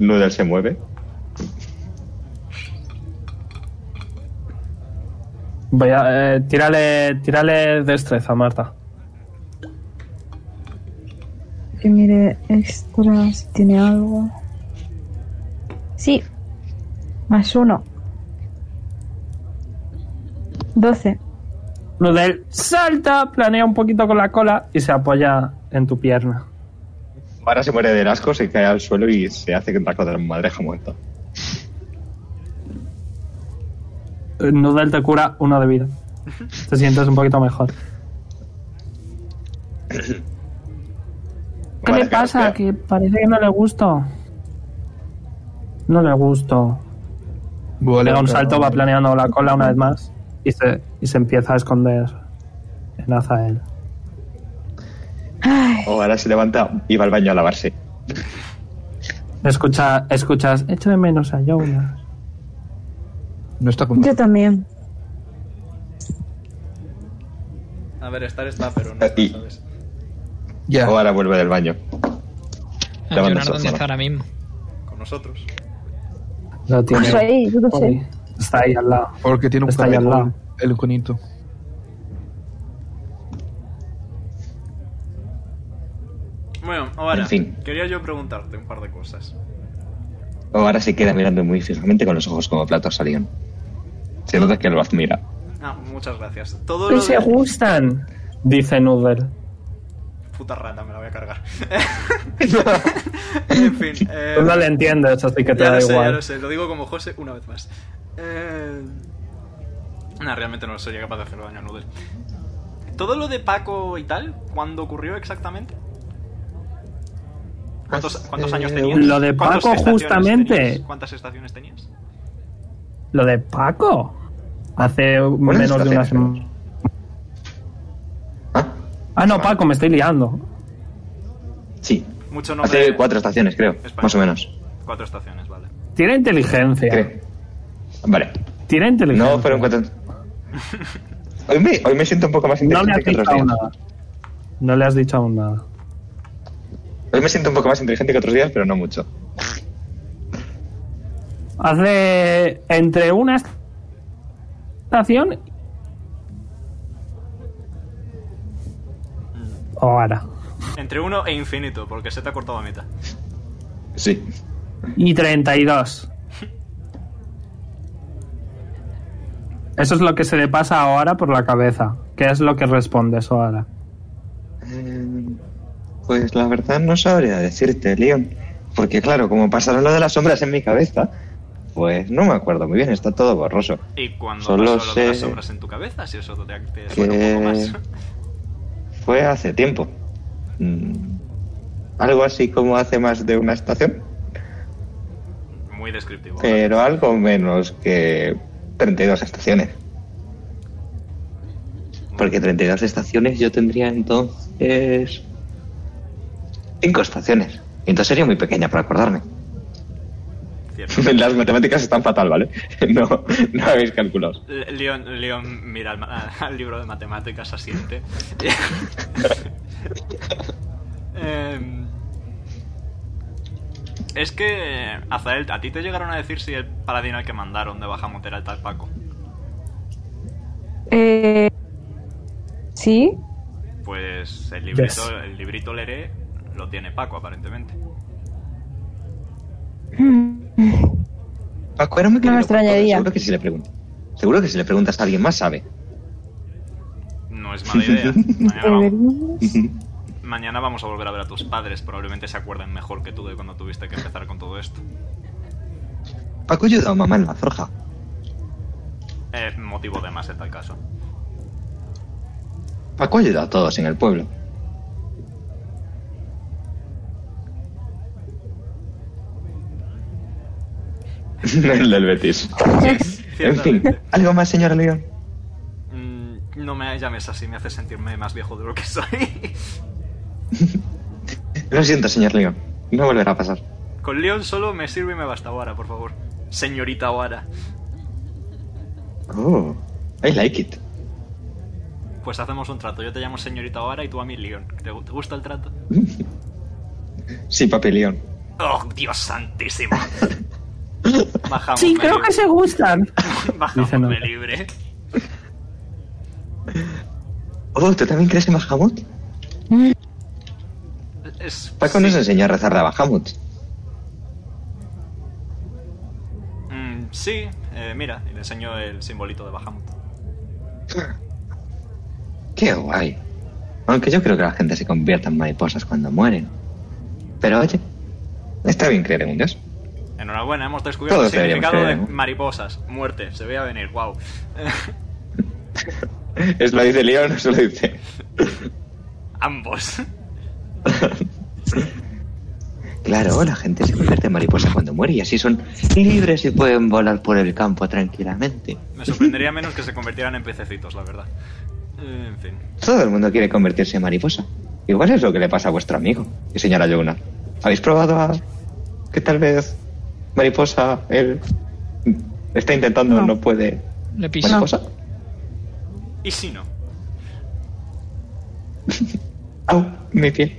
Noodle se mueve.
Voy a, eh, tírale, tírale destreza, Marta.
Que mire extra si tiene algo. Sí. Más uno. Doce.
Nudel salta, planea un poquito con la cola y se apoya en tu pierna.
Ahora se muere del asco, se cae al suelo y se hace que de la madreja muerta.
Eh, Nudel te cura uno de vida. Te sientes un poquito mejor. ¿Qué
Vale,
le pasa?
gracias.
Que parece que no le gusto. No le gusto. Le da un salto, va planeando la cola una vez más y se, y se empieza a esconder en Azael.
O ahora se levanta y va al baño a lavarse.
Escucha, escuchas, echo de menos a Jonas.
No está con
Yo también.
A ver, estar está, pero no
Y-
está, ¿sabes?
Ya.
O ahora vuelve del baño. La banda
Leonardo, ¿dónde
sonora.
está ahora mismo?
Con nosotros.
Lo tiene.
Pues ahí, yo qué sé.
Oli. Está ahí al lado.
Porque tiene un
Está ahí al
cabello,
lado.
el conito.
Bueno, ahora,
En fin.
quería yo preguntarte un par de cosas.
O ahora se queda mirando muy fijamente con los ojos como platos salían. Se nota que lo admira.
Ah, muchas gracias. Todo
Pues
lo
se
de...
gustan, dice Noodle.
Puta rata, me la voy a
[laughs]
cargar. [laughs] en
Pues
fin. Eh,
Tú no le entiendes, así que te
ya
da
lo sé, ya
igual.
lo sé. Lo digo como José una vez más. Eh... Nah, realmente no sería capaz de hacerle daño a Noodle. ¿Todo lo de Paco y tal? ¿Cuándo ocurrió exactamente? ¿Cuántos, cuántos
Eh,
años tenías?
Pues, lo de
¿Cuántas
Paco,
estaciones
justamente.
tenías? ¿Cuántas estaciones tenías?
Lo de Paco. Hace
es
menos de
esta
una
cena?
semana.
Ah,
Ah, no,
Vale.
Paco, me estoy liando.
sí.
Mucho nombre.
Hace cuatro estaciones, creo.
España.
Más o menos.
Cuatro estaciones, vale.
Tiene inteligencia.
Creo. Vale.
Tiene inteligencia.
No, pero en cuanto... Hoy me, hoy me siento un poco más
No le has
inteligente que
dicho
otros
aún
días.
nada. No le has dicho aún nada.
Hoy me siento un poco más inteligente que otros días, pero no mucho.
Hace entre una estación. O ahora.
Entre uno e infinito, porque se te ha cortado a mitad.
Sí.
Y 32. Eso es lo que se le pasa ahora por la cabeza. ¿Qué es lo que respondes ahora?
Eh, Pues la verdad no sabría decirte, Leon. Porque claro, como pasaron lo de las sombras en mi cabeza, pues no me acuerdo muy bien, está todo borroso.
Y cuando
Solo
pasó lo de las
sé-
sombras en tu cabeza, si eso te, te
Que-
suena un poco más. [laughs]
Fue hace tiempo. Mm, Algo así como hace más de una estación,
Muy descriptivo.
pero algo menos que 32 estaciones. Porque 32 estaciones yo tendría entonces... 5 estaciones. Y Entonces sería muy pequeña para acordarme.
Cierto.
[laughs] Las matemáticas están fatal, ¿vale? [laughs] No, no habéis calculado.
Le- Leon, Leon mira al, ma- [laughs] al libro de matemáticas, asiente. Em, es que, Azael, a ti te llegaron a decir si el paladín al que mandaron de Baja Montera el tal Paco.
Eh, sí,
Pues el librito,
Yes.
el librito Leré lo tiene Paco, aparentemente.
Paco era muy querido, Paco.
extrañaría.
Seguro que si le preguntas. Seguro que si le preguntas a alguien más sabe.
No es mala
[laughs]
idea. Mañana vamos,
deberíamos.
mañana vamos a volver a ver a tus padres. Probablemente se acuerden mejor que tú de cuando tuviste que empezar con todo esto.
Paco ayudó a mamá en la forja.
Eh, motivo de más en tal caso.
Paco ayudó a todos en el pueblo. [laughs] el del Betis. en fin,
Ciertamente.
¿algo más, señora León?
Mm, no me llames así, me hace sentirme más viejo de lo que soy. [laughs]
Lo siento, señor León. No volverá a pasar.
Con Leon solo me sirve y me basta Wara, por favor. Señorita Wara.
Oh, I like it.
Pues hacemos un trato. Yo te llamo señorita Wara y tú a mí Leon. ¿Te, gu- te gusta el trato?
Sí, papi León.
¡Oh,
[laughs]
Dios santísimo! Bajamos.
Sí, creo que se gustan.
[laughs] Bajamos
Dice no.
de libre.
Oh, ¿tú también crees en Bahamut?
Es,
Paco nos enseñó a rezar de Bahamut.
Mm, sí, eh, mira, y le enseño el simbolito de Bahamut.
Qué guay. Aunque yo creo que la gente se convierta en mariposas cuando mueren. Pero oye, está bien creer en un dios.
Enhorabuena, hemos descubierto
Todos
el
deberíamos
significado de
creer, ¿no?
mariposas. Muerte, se veía venir, wow.
¿Es lo dice León o se lo dice?
Ambos.
Claro, la gente se convierte en mariposa cuando muere y así son libres y pueden volar por el campo tranquilamente.
Me sorprendería menos que se convirtieran en pececitos, la verdad. Eh, En fin.
Todo el mundo quiere convertirse en mariposa. Igual es lo que le pasa a vuestro amigo y señora Jonah. ¿Habéis probado a... que tal vez mariposa él está intentando, no,
No.
puede...
Le piso.
¿Mariposa?
¿Y si no?
¡Au! Mi pie.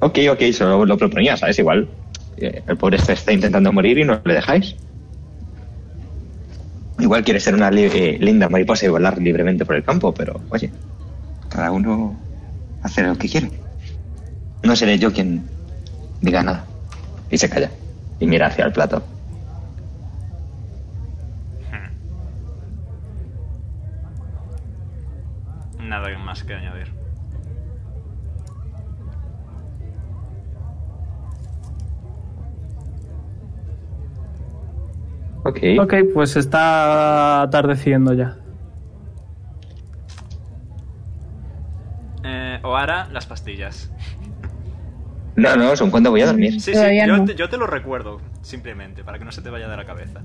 Ok, ok, solo lo proponía, ¿sabes? Igual. eh, El pobre este está intentando morir y no le dejáis. Igual quiere ser una li- eh, linda mariposa y volar libremente por el campo, pero oye, cada uno hace lo que quiere. No seré yo quien diga nada. Y se calla. Y mira hacia el plato.
Nada más que añadir.
Ok.
Ok, pues está atardeciendo ya.
Eh, Oara, las pastillas.
No, no, son cuando voy a dormir.
Sí, sí,
Todavía
yo,
no.
te, yo te lo recuerdo, simplemente, para que no se te vaya de la cabeza.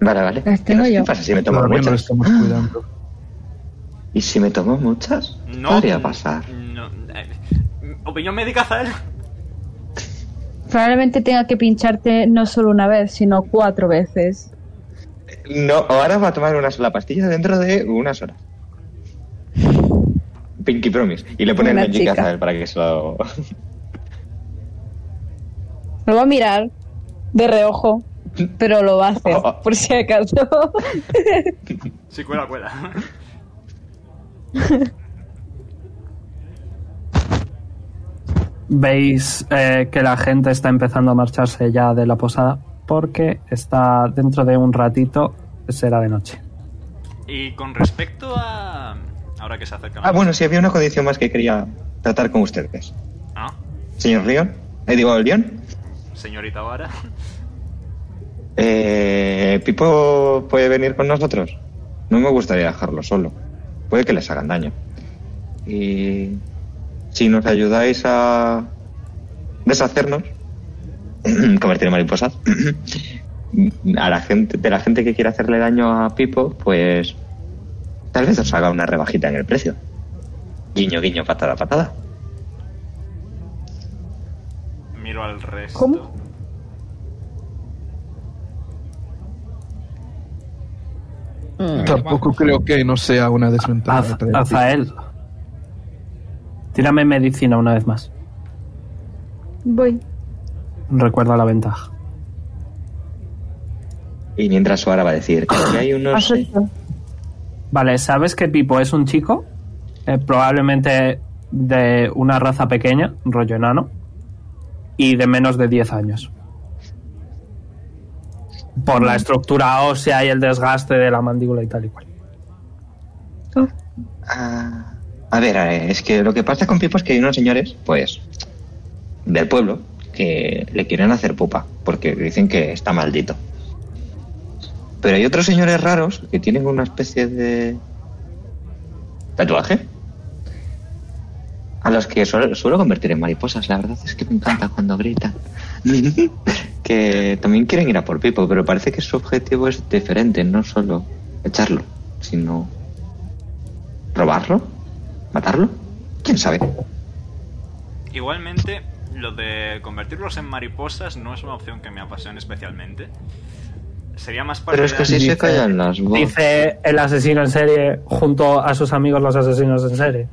Vale, vale.
Las tengo
¿Qué
yo.
pasa si me tomo
Todavía no lo
muchas?
estamos cuidando.
¿Y si me tomo muchas?
No.
Podría pasar.
No, eh, opinión médica, Zael.
Probablemente tenga que pincharte no solo una vez, sino cuatro veces.
No, ahora va a tomar una sola pastilla dentro de unas horas. Pinky Promise. Y le pone el
Una
Magic
chica.
Hazard para que se lo...
Lo va a mirar de reojo, pero lo va a hacer, por si acaso.
Sí, cuela, cuela.
Veis eh, que la gente está empezando a marcharse ya de la posada porque está dentro de un ratito será de noche.
Y con respecto a... Ahora que se acerca... la
Ah, bueno, sí, había una condición más que quería tratar con ustedes.
Ah,
Señor León. Eh, digo, León.
señorita Oara.
Eh, Pipo puede venir con nosotros. No me gustaría dejarlo solo. Puede que les hagan daño. Y si nos ayudáis a deshacernos, [clears throat] convertir en mariposas, [clears throat] a la gente, de la gente que quiera hacerle daño a Pipo, pues tal vez os haga una rebajita en el precio. Guiño, guiño, patada, patada.
Miro al resto.
¿Cómo?
Tampoco creo que no sea una desventaja.
Az-
para el
Azael, tírame medicina una vez más.
Voy.
Recuerda la ventaja.
Y mientras Suara va a decir, creo que hay unos...
Acepto.
Vale, ¿sabes que Pipo es un chico? Eh, probablemente de una raza pequeña, rollo enano, y de menos de 10 años. Por la estructura ósea y el desgaste de la mandíbula y tal y cual.
Ah, a ver, eh, es que lo que pasa con Pipo es que hay unos señores, pues, del pueblo, que le quieren hacer pupa, porque dicen que está maldito. Pero hay otros señores raros que tienen una especie de tatuaje. A los que suelo, suelo convertir en mariposas, la verdad es que me encanta cuando gritan. [laughs] que también quieren ir a por Pipo, pero parece que su objetivo es diferente, no solo echarlo, sino ¿Robarlo? ¿Matarlo? ¿Quién sabe?
Igualmente, lo de convertirlos en mariposas no es una opción que me apasione especialmente. Sería más parte
Pero es que si se callan las voces...
Dice el asesino en serie junto a sus amigos los asesinos en serie.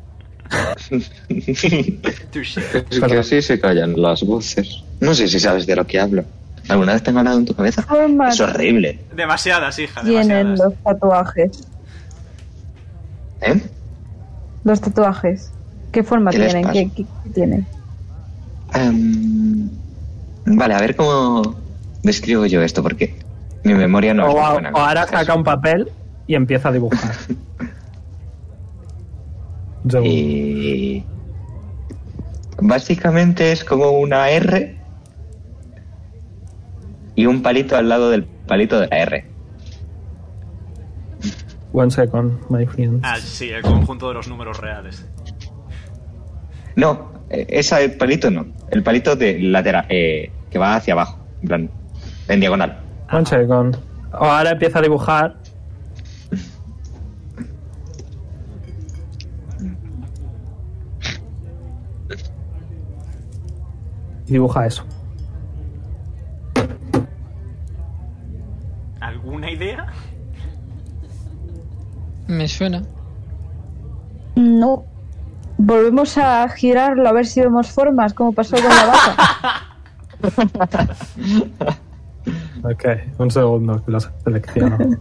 Es que así se callan las voces. No sé si sabes de lo que hablo. ¿Alguna vez te han hablado en tu cabeza?
Forma
Es horrible.
Demasiadas, hija,
tienen
demasiadas.
los tatuajes.
¿Eh?
Los tatuajes. ¿Qué forma
¿Qué les
tienen?
pasa?
¿Qué, qué- qué tienen?
Em, vale, a ver cómo describo yo esto, porque mi memoria no es
o,
muy
a-
buena.
o ahora saca un papel y empieza a
[laughs]
dibujar. Yo-
Y... Básicamente es como una R y un palito al lado del palito de la R.
One second, my friend.
Ah, sí, el conjunto de los números reales.
No, eh, esa el palito no. El palito de lateral, eh, que va hacia abajo, en plan, en diagonal.
One second. O ahora empieza a dibujar.
[laughs]
Y dibuja eso.
¿Alguna idea?
Me suena.
No. Volvemos a girarlo a ver si vemos formas, como pasó con la vaca.
Ok, un segundo que lo selecciono. [laughs]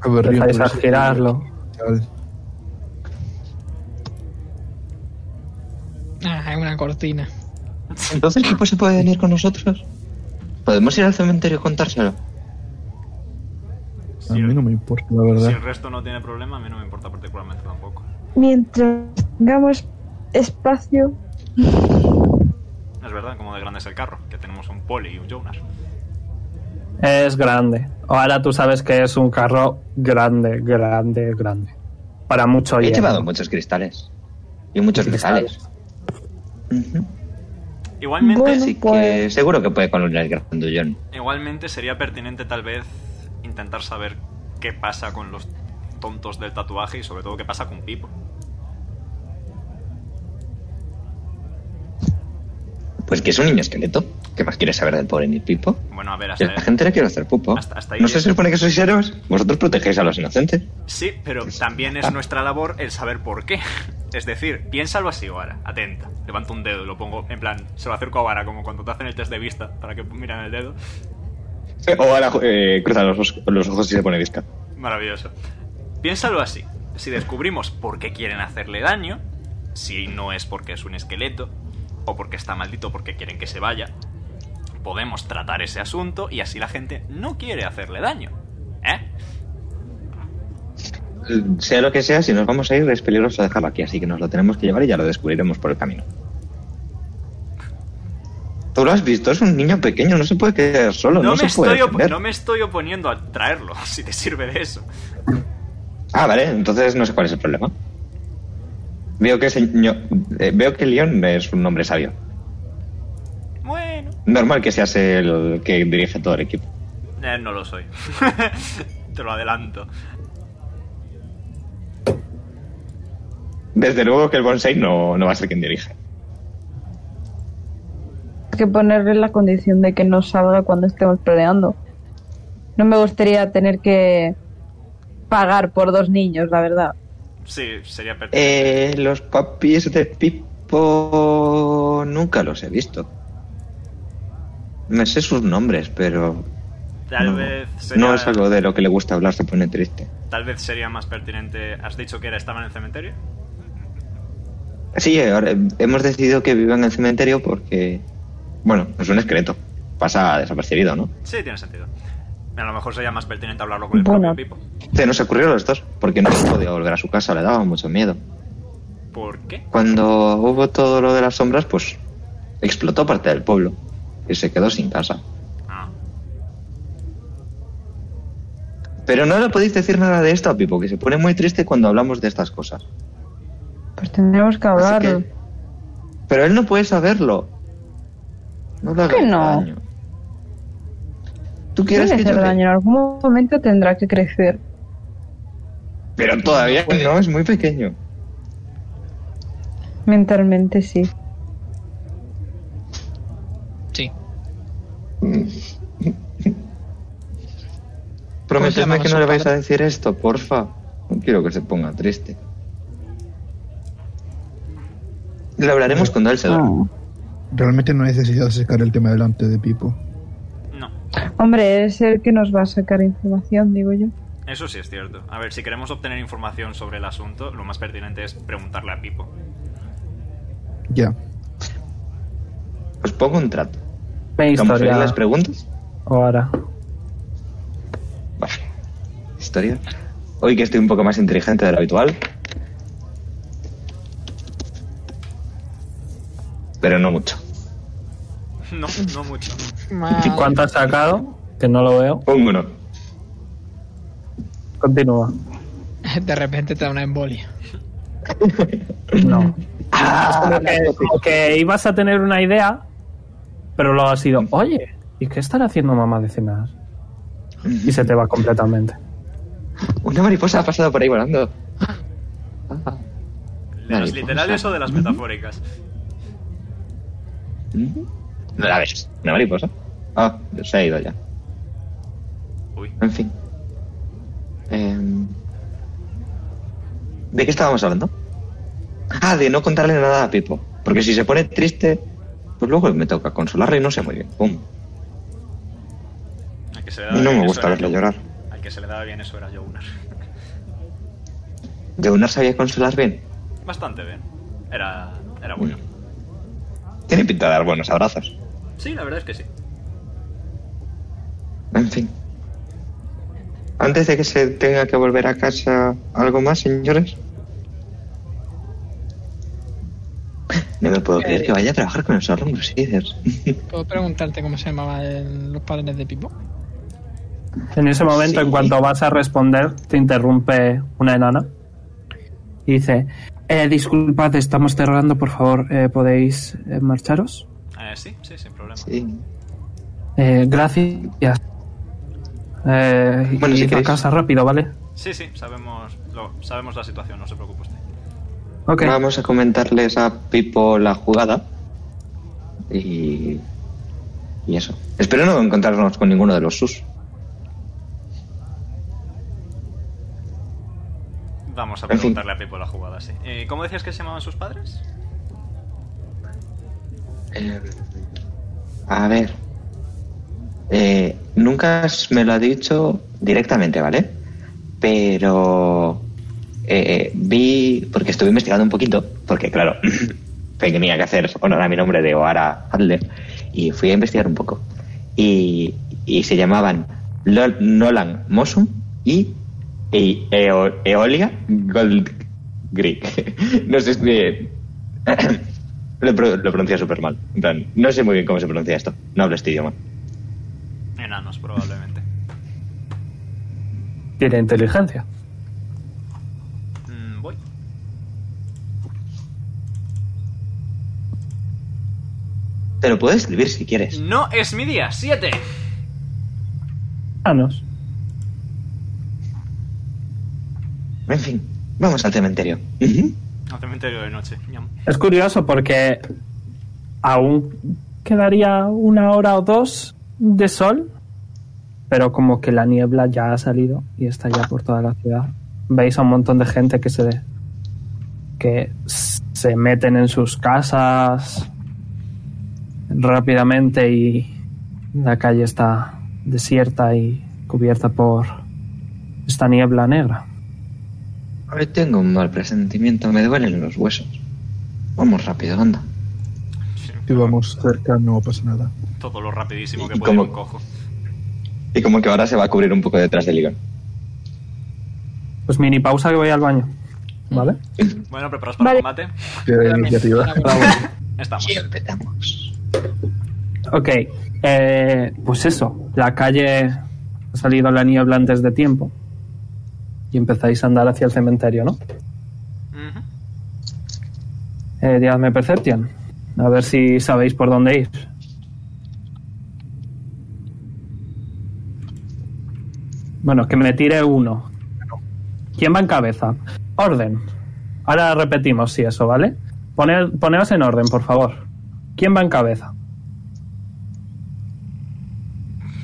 A ver,
Empezáis
riendo,
a
sí.
girarlo.
Tal.
Ah, es una cortina.
Entonces, ¿qué pues se puede venir con nosotros? ¿Podemos ir al cementerio y contárselo?
A mí no me importa, la
Si
verdad.
el resto no tiene problema, a mí no me importa particularmente tampoco.
Mientras tengamos espacio,
Es verdad, como de grande es el carro, que tenemos un Poli y un Jonas.
Es grande. Ahora tú sabes que es un carro grande, grande, grande. Para
Oh,
mucho
He
hielo.
llevado muchos cristales. Y muchos metales. Ujú.
Igualmente,
Bueno.
Así que
pues-
seguro que puede con el grandullón.
igualmente sería pertinente tal vez intentar saber qué pasa con los tontos del tatuaje y sobre todo qué pasa con Pipo.
Pues que es un niño esqueleto. ¿Qué más quieres saber del pobre ni Pipo?
Bueno, a ver,
Que
hasta...
La gente le quiere hacer pupo.
Hasta- hasta ahí
no se
bien.
supone que sois héroes. Vosotros protegéis a los inocentes.
Sí, pero también es nuestra labor el saber por qué. Es decir, piénsalo así, Oara, atenta. Levanto un dedo y lo pongo, en plan, se lo acerco a Oara, como cuando te hacen el test de vista, para que miran el dedo.
[laughs] O ahora eh, cruzan los, os- los ojos y se pone visca.
Maravilloso. Piénsalo así. Si descubrimos por qué quieren hacerle daño, si no es porque es un esqueleto, o porque está maldito porque quieren que se vaya, podemos tratar ese asunto y así la gente no quiere hacerle daño. ¿Eh?
Sea lo que sea, si nos vamos a ir es peligroso dejarlo aquí, así que nos lo tenemos que llevar y ya lo descubriremos por el camino. Tú lo has visto, es un niño pequeño, no se puede quedar solo, no,
me
se puede
estoy op-
defender.
no me estoy oponiendo a traerlo, [laughs] si te sirve de eso.
Ah, vale, entonces no sé cuál es el problema. Veo que seño- eh, veo que Leon es un hombre sabio.
Bueno.
Normal que seas el que dirige todo el equipo.
Eh, no lo
[laughs]
soy. te lo adelanto.
Desde luego que el Bonsai no, no va a ser quien dirige.
hay que ponerle la condición de que no salga cuando estemos peleando. No me gustaría tener que pagar por dos niños, la verdad.
Sí, sería pertinente.
Eh, los papis de Pipo nunca los he visto. Me sé sus nombres, pero
Tal
no,
vez sería...
no es algo de lo que le gusta hablar, se pone triste.
Tal vez sería más pertinente. ¿Has dicho que era estaban en el cementerio?
Sí, ahora, eh, hemos decidido que viva en el cementerio porque, bueno, es un esqueleto. Pasa desapercibido, ¿no?
Sí, tiene sentido. A lo mejor sería más pertinente hablarlo con el
Bueno.
propio Pipo.
Se nos ocurrió a los dos porque no podía volver a su casa, le daba mucho miedo.
¿Por qué?
Cuando hubo todo lo de las sombras, pues explotó parte del pueblo y se quedó sin casa.
Ah,
Pero no le podéis decir nada de esto a Pipo, que se pone muy triste cuando hablamos de estas cosas.
Pues tendremos que
Así
hablarlo.
que- Pero él no puede saberlo. No le hagas
que no?
daño. ¿Tú
Tiene
quieres que
que hacer
llore?
daño, En algún momento tendrá que crecer.
Pero todavía no, es muy pequeño.
Mentalmente sí.
Sí.
Prometedme
llamaba
que no
su
le vais a
padre?
decir esto, porfa. No quiero que se ponga triste. Le hablaremos cuando él se duerma.
Realmente no hay necesidad de sacar el tema delante de Pipo.
no.
Hombre, es el que nos va a sacar información, digo yo.
Eso sí es cierto. A ver, si queremos obtener información sobre el asunto, lo más pertinente es preguntarle a Pipo. [laughs]
Ya.
Os pongo un trato.
Mi
¿Camufláis
historia.
las preguntas?
Ahora.
Vale. Historia. Hoy que estoy un poco más inteligente de lo habitual. Pero no mucho.
No, no mucho.
¿Y cuánto has sacado? Que no lo veo.
Un uno.
Continúa.
[laughs] De repente te da una embolia.
No.
Ah,
como, que, como que ibas a tener una idea, pero luego ha sido, oye, ¿y qué estará haciendo mamá de cenar? Y se te va completamente.
Una mariposa ha pasado por ahí volando.
¿De las
Mariposa.
literales o de las metafóricas?
No la ves. Una mariposa. Ah, se ha ido ya.
Uy.
En fin. Em, ¿De qué estábamos hablando? Ah, de no contarle nada a Pipo. Porque si se pone triste, pues luego me toca consolarle y no sé muy bien. Pum.
Al que se le
Y
daba
no
bien
me
eso
gusta
era
verle
Yo-
llorar.
Al que se le daba bien eso era Jonar.
Jonar sabía consolar bien.
Bastante bien. Era, era Ah, bueno.
Tiene pinta de dar buenos abrazos.
Sí, la verdad es que sí.
En fin. Antes de que se tenga que volver a casa, ¿algo más, señores? No me puedo creer que vaya a trabajar con los alumnos líderes.
¿Puedo preguntarte cómo se llamaban los padres de Pipo?
En ese momento,
Sí.
en cuanto vas a responder, te interrumpe una enana y dice: eh, Disculpad, estamos cerrando, por favor, eh, ¿podéis eh, marcharos?
Eh, sí, sí, sin problema.
Sí.
Eh, gracias. Eh,
Bueno, si
y a
queréis.
casa rápido, ¿vale?
Sí, sí, sabemos, lo- sabemos la situación, no se preocupe usted.
Ok.
Vamos a comentarles a Pipo la jugada. Y. Y eso. Espero no encontrarnos con ninguno de los sus.
Vamos a
En fin.
preguntarle a Pipo la jugada, sí. Eh, ¿Cómo decías que se llamaban sus padres?
Eh, a ver. Eh, nunca s- me lo ha dicho directamente, ¿vale? Pero eh, vi, porque estuve investigando un poquito, porque claro, [clears throat] tenía que hacer honor a mi nombre de Oara Adler, y fui a investigar un poco. Y, y se llamaban Lol- Nolan Mossum y E- Eo- Eolia Goldgrick. [laughs] No sé si... Lo, pro- lo pronuncia súper mal. En plan, no sé muy bien cómo se pronuncia esto. No hablo este idioma.
Enanos,
[laughs]
probablemente.
Tiene inteligencia.
Mm, voy.
Te lo puedo escribir si quieres.
No es mi día, 7.
Anos.
En fin, vamos al cementerio.
Al cementerio de noche. Ñam.
Es curioso porque aún quedaría una hora o dos de sol, pero como que la niebla ya ha salido y está ya por toda la ciudad. Veis a un montón de gente que se que se meten en sus casas rápidamente y la calle está desierta y cubierta por esta niebla negra.
Hoy tengo un mal presentimiento, me duelen los huesos. Vamos rápido, anda.
Sí,
Si vamos cerca no pasa nada.
Todo lo rapidísimo que
¿Y
puede
cómo?
ir un cojo.
Y como que ahora se va a cubrir un poco detrás del hilo.
Pues mini pausa que voy al baño. ¿Vale?
Bueno, ¿preparados para el combate?
Qué iniciativa.
Estamos.
Empezamos.
Ok, eh, pues eso, la calle ha salido la niebla antes de tiempo y empezáis a andar hacia el cementerio, ¿no?
Ujú.
Eh, Díganme Perception, a ver si sabéis por dónde ir. Bueno, que me tire uno. ¿Quién va en cabeza? Orden. Ahora repetimos, sí, eso, ¿vale? Poner, poneos en orden, por favor. ¿Quién va en cabeza?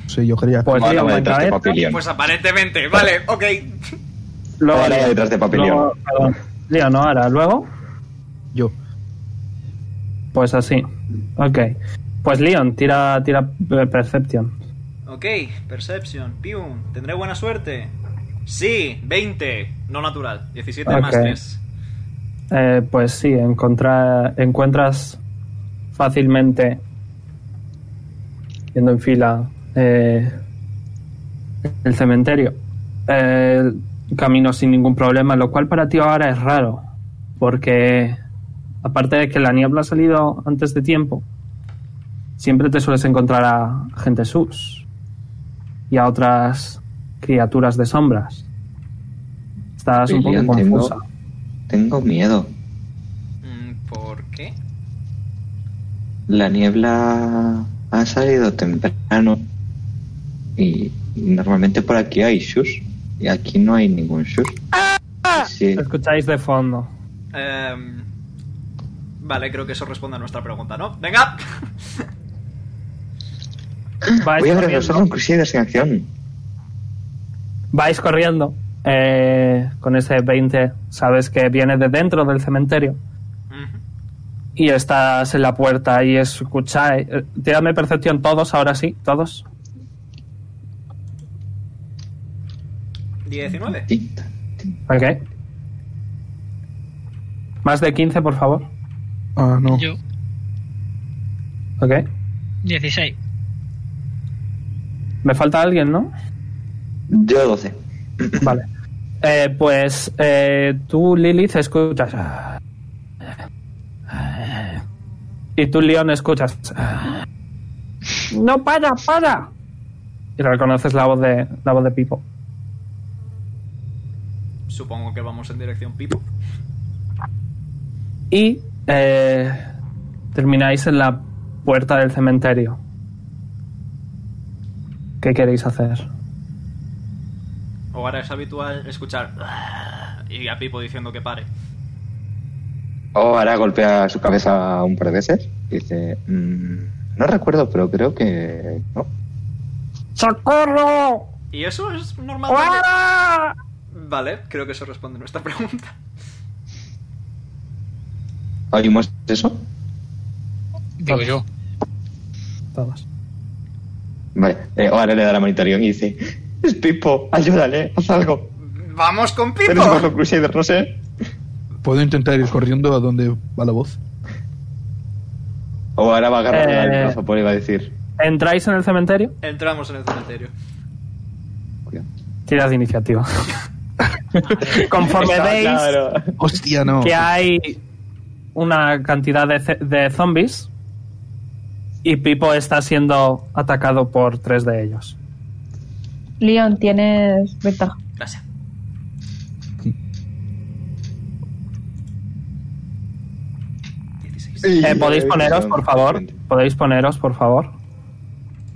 Sí, yo quería.
Pues
Ahora
Leon
va
va en
detrás de
cabeza.
Papilión.
Pues aparentemente, vale, ok.
Luego
Ahora va
Leon.
detrás de
Luego,
Papilión.
perdón, Leonora, luego,
Yo.
pues así. Ok. Pues Leon, tira, tira eh, Perception.
Ok, Perception, Pium, ¿tendré buena suerte? Sí, 20, no natural, 17 más
Ok.
3.
Eh, pues sí, encontra- encuentras fácilmente, yendo en fila, eh, el cementerio. Eh, camino sin ningún problema, lo cual para ti ahora es raro, porque aparte de que la niebla ha salido antes de tiempo, siempre te sueles encontrar a gente sus y a otras criaturas de sombras. Estás un poco
Leon, tengo-
confusa.
Tengo miedo.
Mm, ¿Por qué?
La niebla ha salido temprano. Y normalmente por aquí hay shus. Y aquí no hay ningún shus. Sí.
Lo escucháis de fondo.
Em, vale, creo que eso responde a nuestra pregunta, ¿no? ¡Venga! [laughs]
Vais
Voy a
corriendo,
regresar a un Crusaders en acción.
vais corriendo eh, con ese 20 sabes que viene de dentro del cementerio
Ujú.
y estás en la puerta y escucháis. eh, Tiradme percepción todos, ahora sí, todos.
19.
Tinta.
Ok. Más de 15, por favor.
Ah, no.
Yo,
Ok.
16.
Me falta alguien, ¿no?
Yo 12.
Vale. Eh, pues eh, tú, Lilith, escuchas. Y tú, Leon, escuchas. ¡No para, para! Y reconoces la voz de, la voz de Pipo.
Supongo que vamos en dirección Pipo.
Y eh, termináis en la puerta del cementerio. ¿Qué queréis hacer?
Ahora es habitual escuchar y a Pipo diciendo que pare.
O ahora golpea su cabeza un par de veces. Y dice, mm, no recuerdo, pero creo que no.
¡Socorro!
Y eso es normal. Vale, creo que eso responde a nuestra pregunta.
¿Oímos eso?
Digo yo.
Todos.
Vale. Eh, o ahora le da la manita a Leon y dice, es Pipo, ayúdale, haz algo.
¡Vamos con
Eres un Bajo
Pipo!
Crusader, no sé.
Puedo intentar ir corriendo a donde va la voz.
O ahora va a agarrar
Eh.
al brazo y va a decir,
¿Entráis en el cementerio?
Entramos en el cementerio.
cuidado.
Tirad de iniciativa.
[laughs]
Conforme
Está
veis
claro.
Hostia, no.
que hay una cantidad de, ce- de zombies y Pipo está siendo atacado por tres de ellos.
Leon, tienes ventaja.
Gracias.
Eh, ¿Podéis poneros, por favor? ¿Podéis poneros, por favor?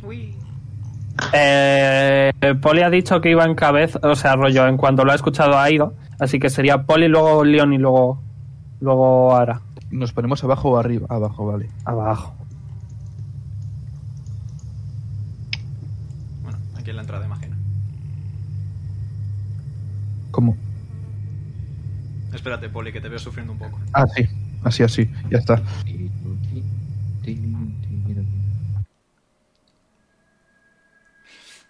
Uy.
Eh, Poli ha dicho que iba en cabeza, o sea, rollo, en cuanto lo ha escuchado ha ido, así que sería Poli, luego Leon y luego, luego Ara,
¿Nos ponemos abajo o arriba? Abajo, vale.
abajo.
Bueno, aquí en la entrada, imagino.
¿Cómo?
Espérate, Poli, que te veo sufriendo un poco.
Ah, sí. Así, así. Ya está.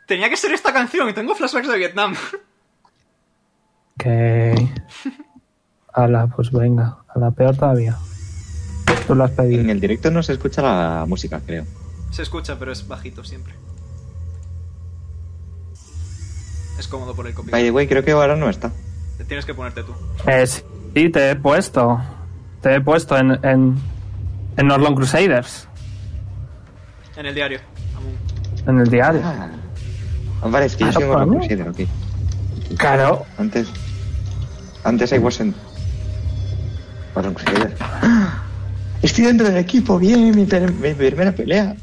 Tenía que ser esta canción y tengo flashbacks de Vietnam.
Ok. Ala, pues venga, a la peor todavía. Tú lo has pedido.
En el directo no se escucha la música, creo.
Se escucha, pero es bajito siempre. Es cómodo por el
By
copyright.
the way, creo que ahora no está.
Te Tienes que ponerte tú.
Eh, sí, te he puesto. Te he puesto en, en, en Norlon Crusaders,
En el diario. Amun.
en el diario.
Ah. Vale, es que yo
Ah,
soy un
¿para
Bajo
mí?
Crusader, ok.
Claro.
Antes. Antes I wasn't. Baron Crusader. ¡Ah! Estoy dentro del equipo, bien, mi, per- mi primera pelea.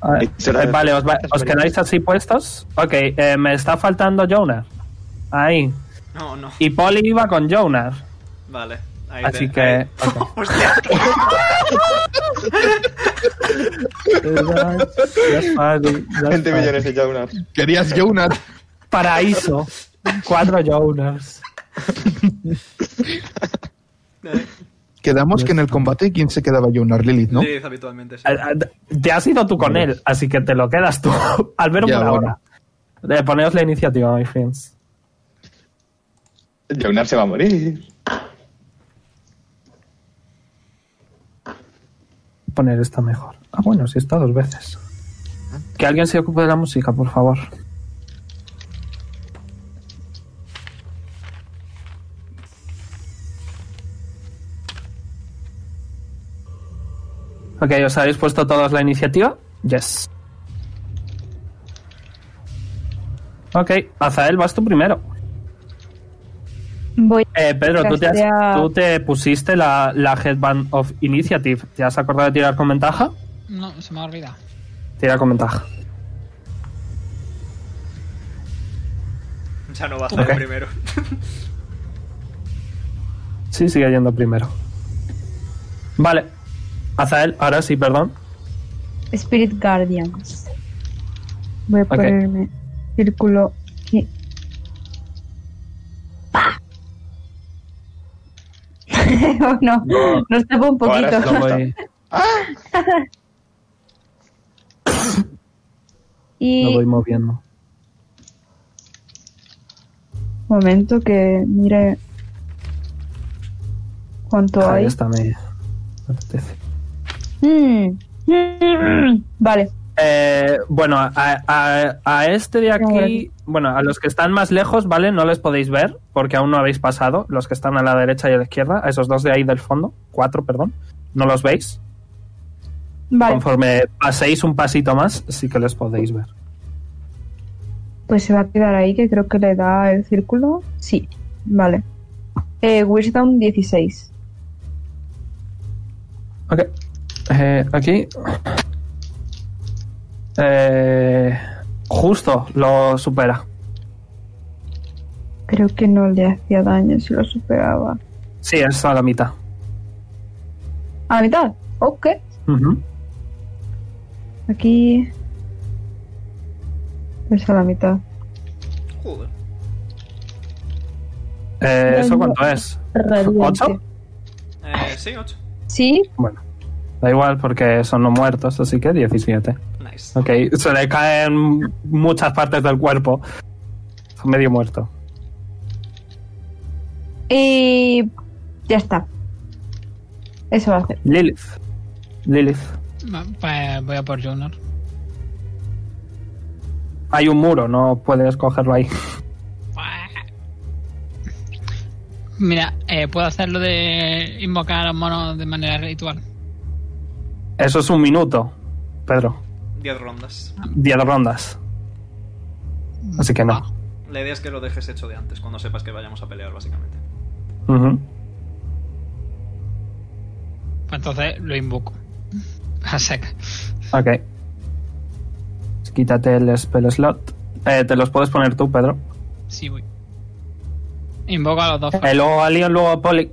A ver,
Es hora de-
eh, vale, os, va- os quedáis así puestos. Ok, eh, me está faltando Jonar. Ahí.
No, no.
Y Polly iba con Jonar.
Vale. Ahí
Así
te-
que,
ahí- [laughs]
ok.
Hostia.
Gente millones de Jonas.
Querías Jonas.
Paraíso. Cuatro Jonars.
Eh,
[laughs] Quedamos que en el combate, ¿quién se quedaba Jonas? Lilith, ¿no?
Lilith habitualmente. sí.
Eh, eh, Te has ido tú con él, así que te lo quedas tú. [laughs] Al menos
Ya,
por
bueno.
ahora. Eh, Poneos la iniciativa, my friends.
Jonas se va a morir.
poner esta mejor. Ah, bueno, sí está dos veces. Que alguien se ocupe de la música, por favor. Ok, ¿os habéis puesto todos la iniciativa? Yes. Ok, Azael, vas tú primero.
Voy
Eh, Pedro, tú te, has-
Castea-
tú te pusiste la, la Headband of Initiative. ¿Te has acordado de tirar con ventaja?
No, se me ha olvidado.
Tira con ventaja.
Ya no va a hacer
Ok.
primero.
Sí, sigue yendo primero. Vale. Azael, ahora sí, perdón.
Spirit Guardians. Voy a
Ok.
ponerme círculo aquí. [laughs] creo, Oh, no.
No.
Nos tapa un
Ahora
poquito.
estamos-
Voy- lo
y
voy
un
moviendo.
momento que mire cuánto
Ahí
hay.
está, me me apetece.
Mm. Mm. Vale.
Eh, bueno, a, a- a este de aquí,
Ahora.
bueno, a los que están más lejos, ¿vale? No les podéis ver porque aún no habéis pasado. Los que están a la derecha y a la izquierda, a esos dos de ahí del fondo, cuatro, perdón, no los veis.
Vale.
Conforme paséis un pasito más, sí que les podéis ver.
Pues se va a quedar ahí, que creo que le da el círculo. Sí, vale. Eh, Wisdom 16.
Ok. Eh, aquí. Eh, justo lo supera.
Creo que no le hacía daño si lo superaba.
Sí, es a la mitad.
A la mitad. Ok.
Ujú.
Aquí. Es a la mitad.
Joder.
Eh, ¿Eso
Daño
cuánto es?
Radiante.
¿Ocho?
Eh, sí, 8.
Sí.
Bueno, da igual porque son no muertos, así que 17.
Nice.
Ok, se le caen muchas partes del cuerpo. Medio muerto.
Y. Ya está. Eso va a hacer.
Lilith. Lilith.
Va- Pues voy a por Jonar.
Hay un muro, no puedes cogerlo ahí.
Mira, eh, puedo hacerlo de invocar a los monos de manera ritual.
Eso es un minuto, Pedro.
10 rondas.
10 rondas. Así que no.
La idea es que lo dejes hecho de antes, cuando sepas que vayamos a pelear, básicamente.
Ujú.
Pues entonces lo invoco. [laughs] A seca.
Ok. Pues Quítate el spell slot. Eh, te los puedes poner tú, Pedro.
Sí, voy. Invoco a los dos
Eh, luego a Leon, luego a Poli.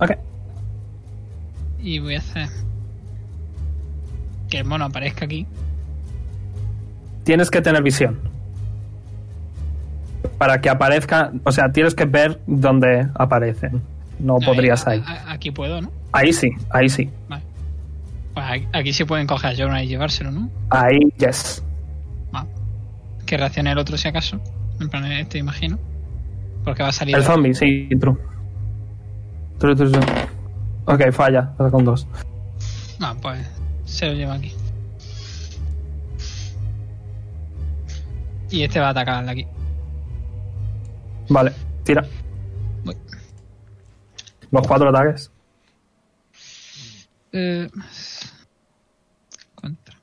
Ok.
y voy a hacer que el mono aparezca aquí.
tienes que tener visión. Para que aparezca, o sea, tienes que ver dónde aparecen. No
Ahí,
podrías
a-
ahí.
a- Aquí puedo, ¿no?
Ahí sí, ahí sí.
Vale. Pues aquí- aquí sí pueden coger a Jonar y llevárselo, ¿no?
Ahí, yes.
Va. Que reaccione el otro si acaso. En plan, este imagino. Porque va a salir.
El zombie, sí, true. True, true, true. Ok, falla, ahora con dos.
Ah, pues se lo lleva aquí. Y este va a atacar al de aquí.
Vale, tira.
Voy.
Los cuatro ataques.
Eh, más. Contra.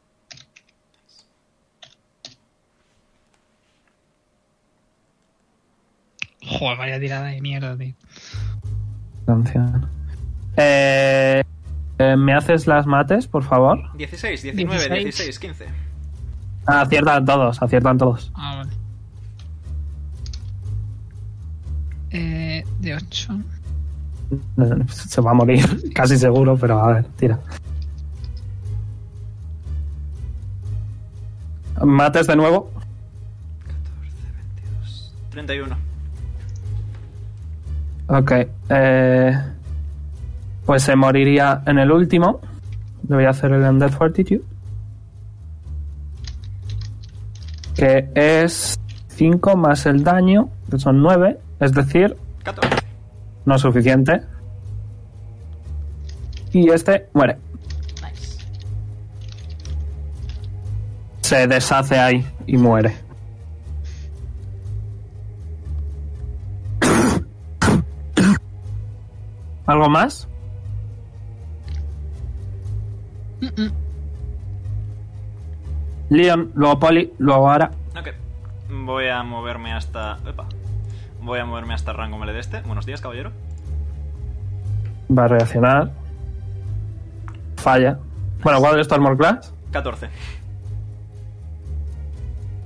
Joder, vaya tirada de mierda, tío.
Anciano. Eh, eh, ¿Me haces las mates, por favor?
16, 19, 16,
16,
15.
Aciertan todos, aciertan todos. [laughs]
Ah, vale. Eh, de 8.
Se va a morir, [laughs] casi seguro, pero a ver, tira. Mates de nuevo.
14, 22. 31.
Ok. eh, pues se moriría en el último. Le voy a hacer el Undead Fortitude. Que es 5 más el daño, que son 9. Es decir,
14.
no suficiente. Y este muere.
Nice.
se deshace ahí y muere. ¿Algo más? Leon, luego Poli, luego Ara.
Ok. Voy a moverme hasta. Epa. Voy a moverme hasta rango melee de este. Buenos días, caballero.
Va a reaccionar. Falla. Bueno, ¿cuál es tu armor class?
14.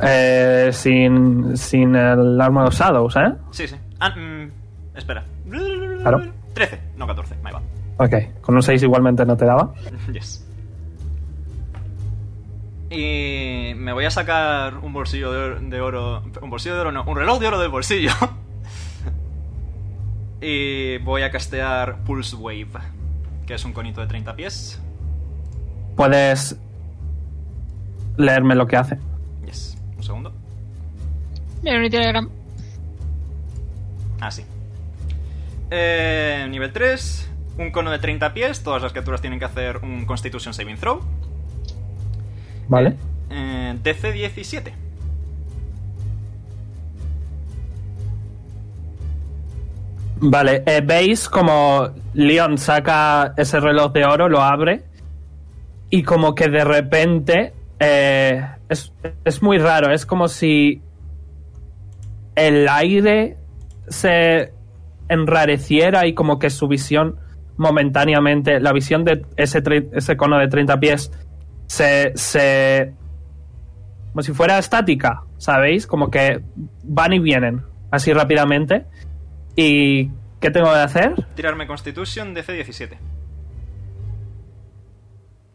Eh, sin, sin el arma de los Shadows, ¿eh?
Sí, sí. Ah, mm, espera.
Claro.
13, no 14. Ahí va. [laughs]
Ok, con un 6 igualmente no te daba.
Yes. Y me voy a sacar un bolsillo de, or- de oro. Un bolsillo de oro, no. Un reloj de oro del bolsillo. [laughs] Y voy a castear Pulse Wave, que es un conito de 30 pies.
Puedes leerme lo que hace.
Yes, un segundo.
Mira, un Telegram.
Ah, sí. Eh, nivel 3, un cono de 30 pies. Todas las criaturas tienen que hacer un Constitution Saving Throw.
Vale.
Eh, DC 17.
Vale, eh, veis como Leon saca ese reloj de oro, lo abre y como que de repente eh, es, es muy raro, es como si el aire se enrareciera y como que su visión momentáneamente, la visión de ese, tre- ese cono de 30 pies se, se... como si fuera estática, ¿sabéis? Como que van y vienen así rápidamente. ¿Y qué tengo que hacer?
Tirarme Constitution DC 17.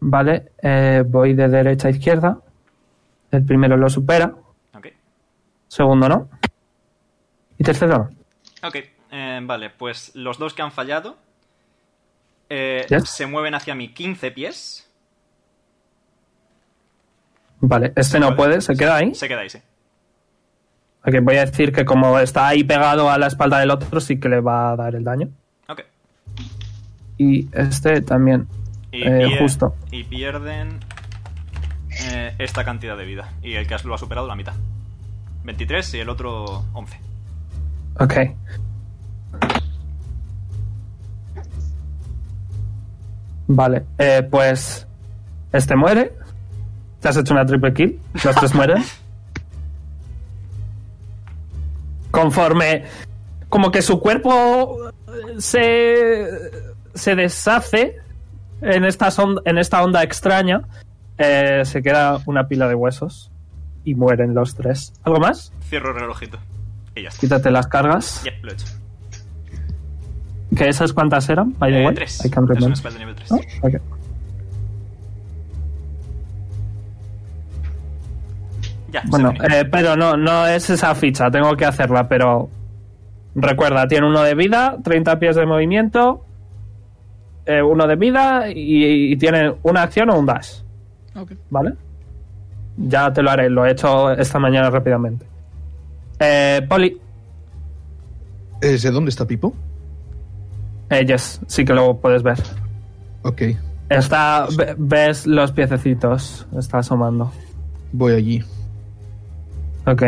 Vale, eh, voy de derecha a izquierda. El primero lo supera,
Ok.
segundo no. Y tercero no.
Ok, eh, vale, pues los dos que han fallado eh,
¿Ya?
se mueven hacia mí 15 pies.
Vale, este no
Vale.
puede, se queda ahí.
Se queda ahí, sí.
Ok, voy a decir que como está ahí pegado a la espalda del otro, sí que le va a dar el daño.
Ok.
Y este también.
Y,
Eh,
pier-
justo.
y pierden eh, esta cantidad de vida. Y el que lo ha superado la mitad. 23 y el otro 11.
Ok. Vale, eh, pues este muere. Te has hecho una triple kill. Los tres mueren. Conforme... Como que su cuerpo eh, se, se deshace en, estas on- en esta onda extraña. eh, se queda una pila de huesos y mueren los tres. ¿Algo más?
Cierro el relojito. Y ya está.
Quítate las cargas.
Ya, lo he hecho.
¿Que esas cuántas eran? By the
Eh,
way,
tres.
I can't
Es un
remember.
spell de nivel 3.
¿No? Ok.
Ya, se
Bueno,
termina.
eh, pero no, no es esa ficha, tengo que hacerla, pero recuerda, tiene uno de vida, 30 pies de movimiento, eh, uno de vida y, y tiene una acción o un dash,
Ok.
¿vale? Ya te lo haré, lo he hecho esta mañana rápidamente. Eh, Poli,
Eh, ¿De dónde está Pipo?
eh, yes, sí que lo puedes ver.
Ok,
Está, ve- ves los piececitos, está asomando.
voy allí.
Ok.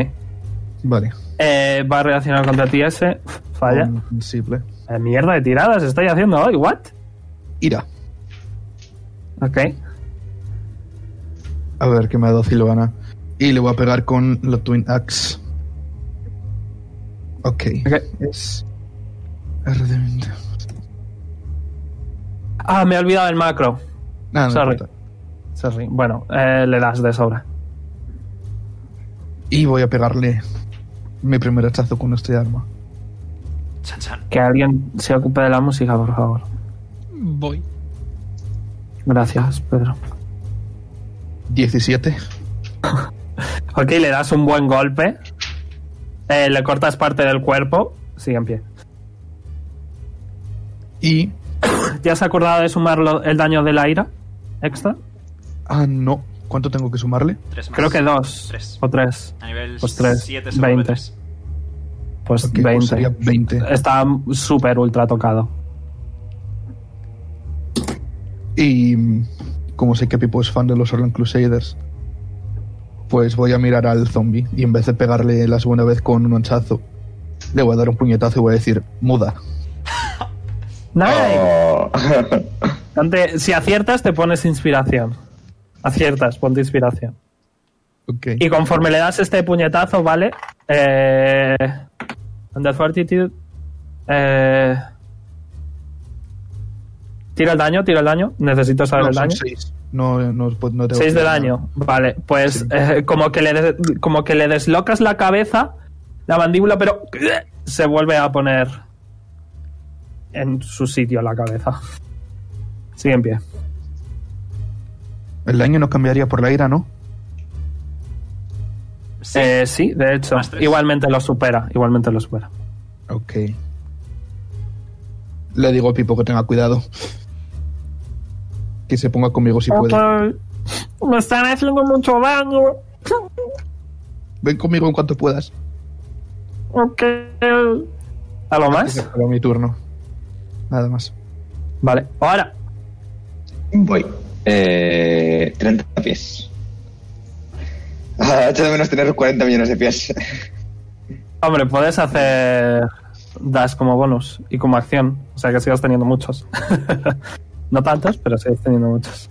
Vale.
Eh, va a reaccionar contra ti ese. Falla.
Mm. Comprensible.
Eh, mierda de tiradas estoy haciendo hoy, what?
Ira.
Ok.
A ver qué me ha dado Silvana. Y le voy a pegar con la Twin Axe. Ok.
Ok.
Es. R de 20.
Ah, me he olvidado del macro.
Ah, no
Sorry.
importa.
Sorry. Bueno, eh, le das de sobra.
Y voy a pegarle mi primer hachazo con este arma.
Chan, chan.
Que alguien se ocupe de la música, por favor.
Voy.
Gracias, Pedro.
17.
Ok, le das un buen golpe. Eh, le cortas parte del cuerpo. Sigue en pie.
Y.
¿Te has acordado de sumar lo- el daño de la ira? ¿Extra?
Ah, no. ¿Cuánto tengo que sumarle?
Tres más.
Creo que dos.
Tres.
O tres.
A nivel
Pues tres.
7
Veinte. Pues
Ok, pues
20.
sería 20.
Está súper ultra tocado.
Y. mm, Como sé que Pipo es fan de los Orlan Crusaders, pues voy a mirar al zombie. Y en vez de pegarle la segunda vez con un hachazo, le voy a dar un puñetazo y voy a decir: muda.
Nice.
Oh.
Ante- si aciertas, te pones inspiración. Aciertas, ponte inspiración.
Ok.
Y conforme le das este puñetazo, ¿vale? Eh, under Fortitude. eh, tira el daño, tira el daño. Necesito saber
no,
el daño.
son seis. No, no, pues no tengo
6
que-
de daño. Vale, pues
Sí.
eh, como, que le des- como que le deslocas la cabeza, la mandíbula, pero se vuelve a poner en su sitio la cabeza. Sigue en pie.
El daño no cambiaría por la ira, ¿no?
Sí.
Eh, sí, de hecho.
Más tres.
Igualmente lo supera. Igualmente lo supera.
Ok. Le digo a Pipo que tenga cuidado. Que se ponga conmigo si puede.
Ok. Me están haciendo mucho daño.
Ven conmigo en cuanto puedas.
Ok. ¿A lo
Se
más?
acabó mi turno. Nada más.
Vale, ahora.
Voy. Eh, 30 pies. Ah, hecho de menos tener 40 millones de pies.
Hombre, puedes hacer dash como bonus y como acción. O sea que sigas teniendo muchos. [laughs] no tantos, pero sigues teniendo muchos.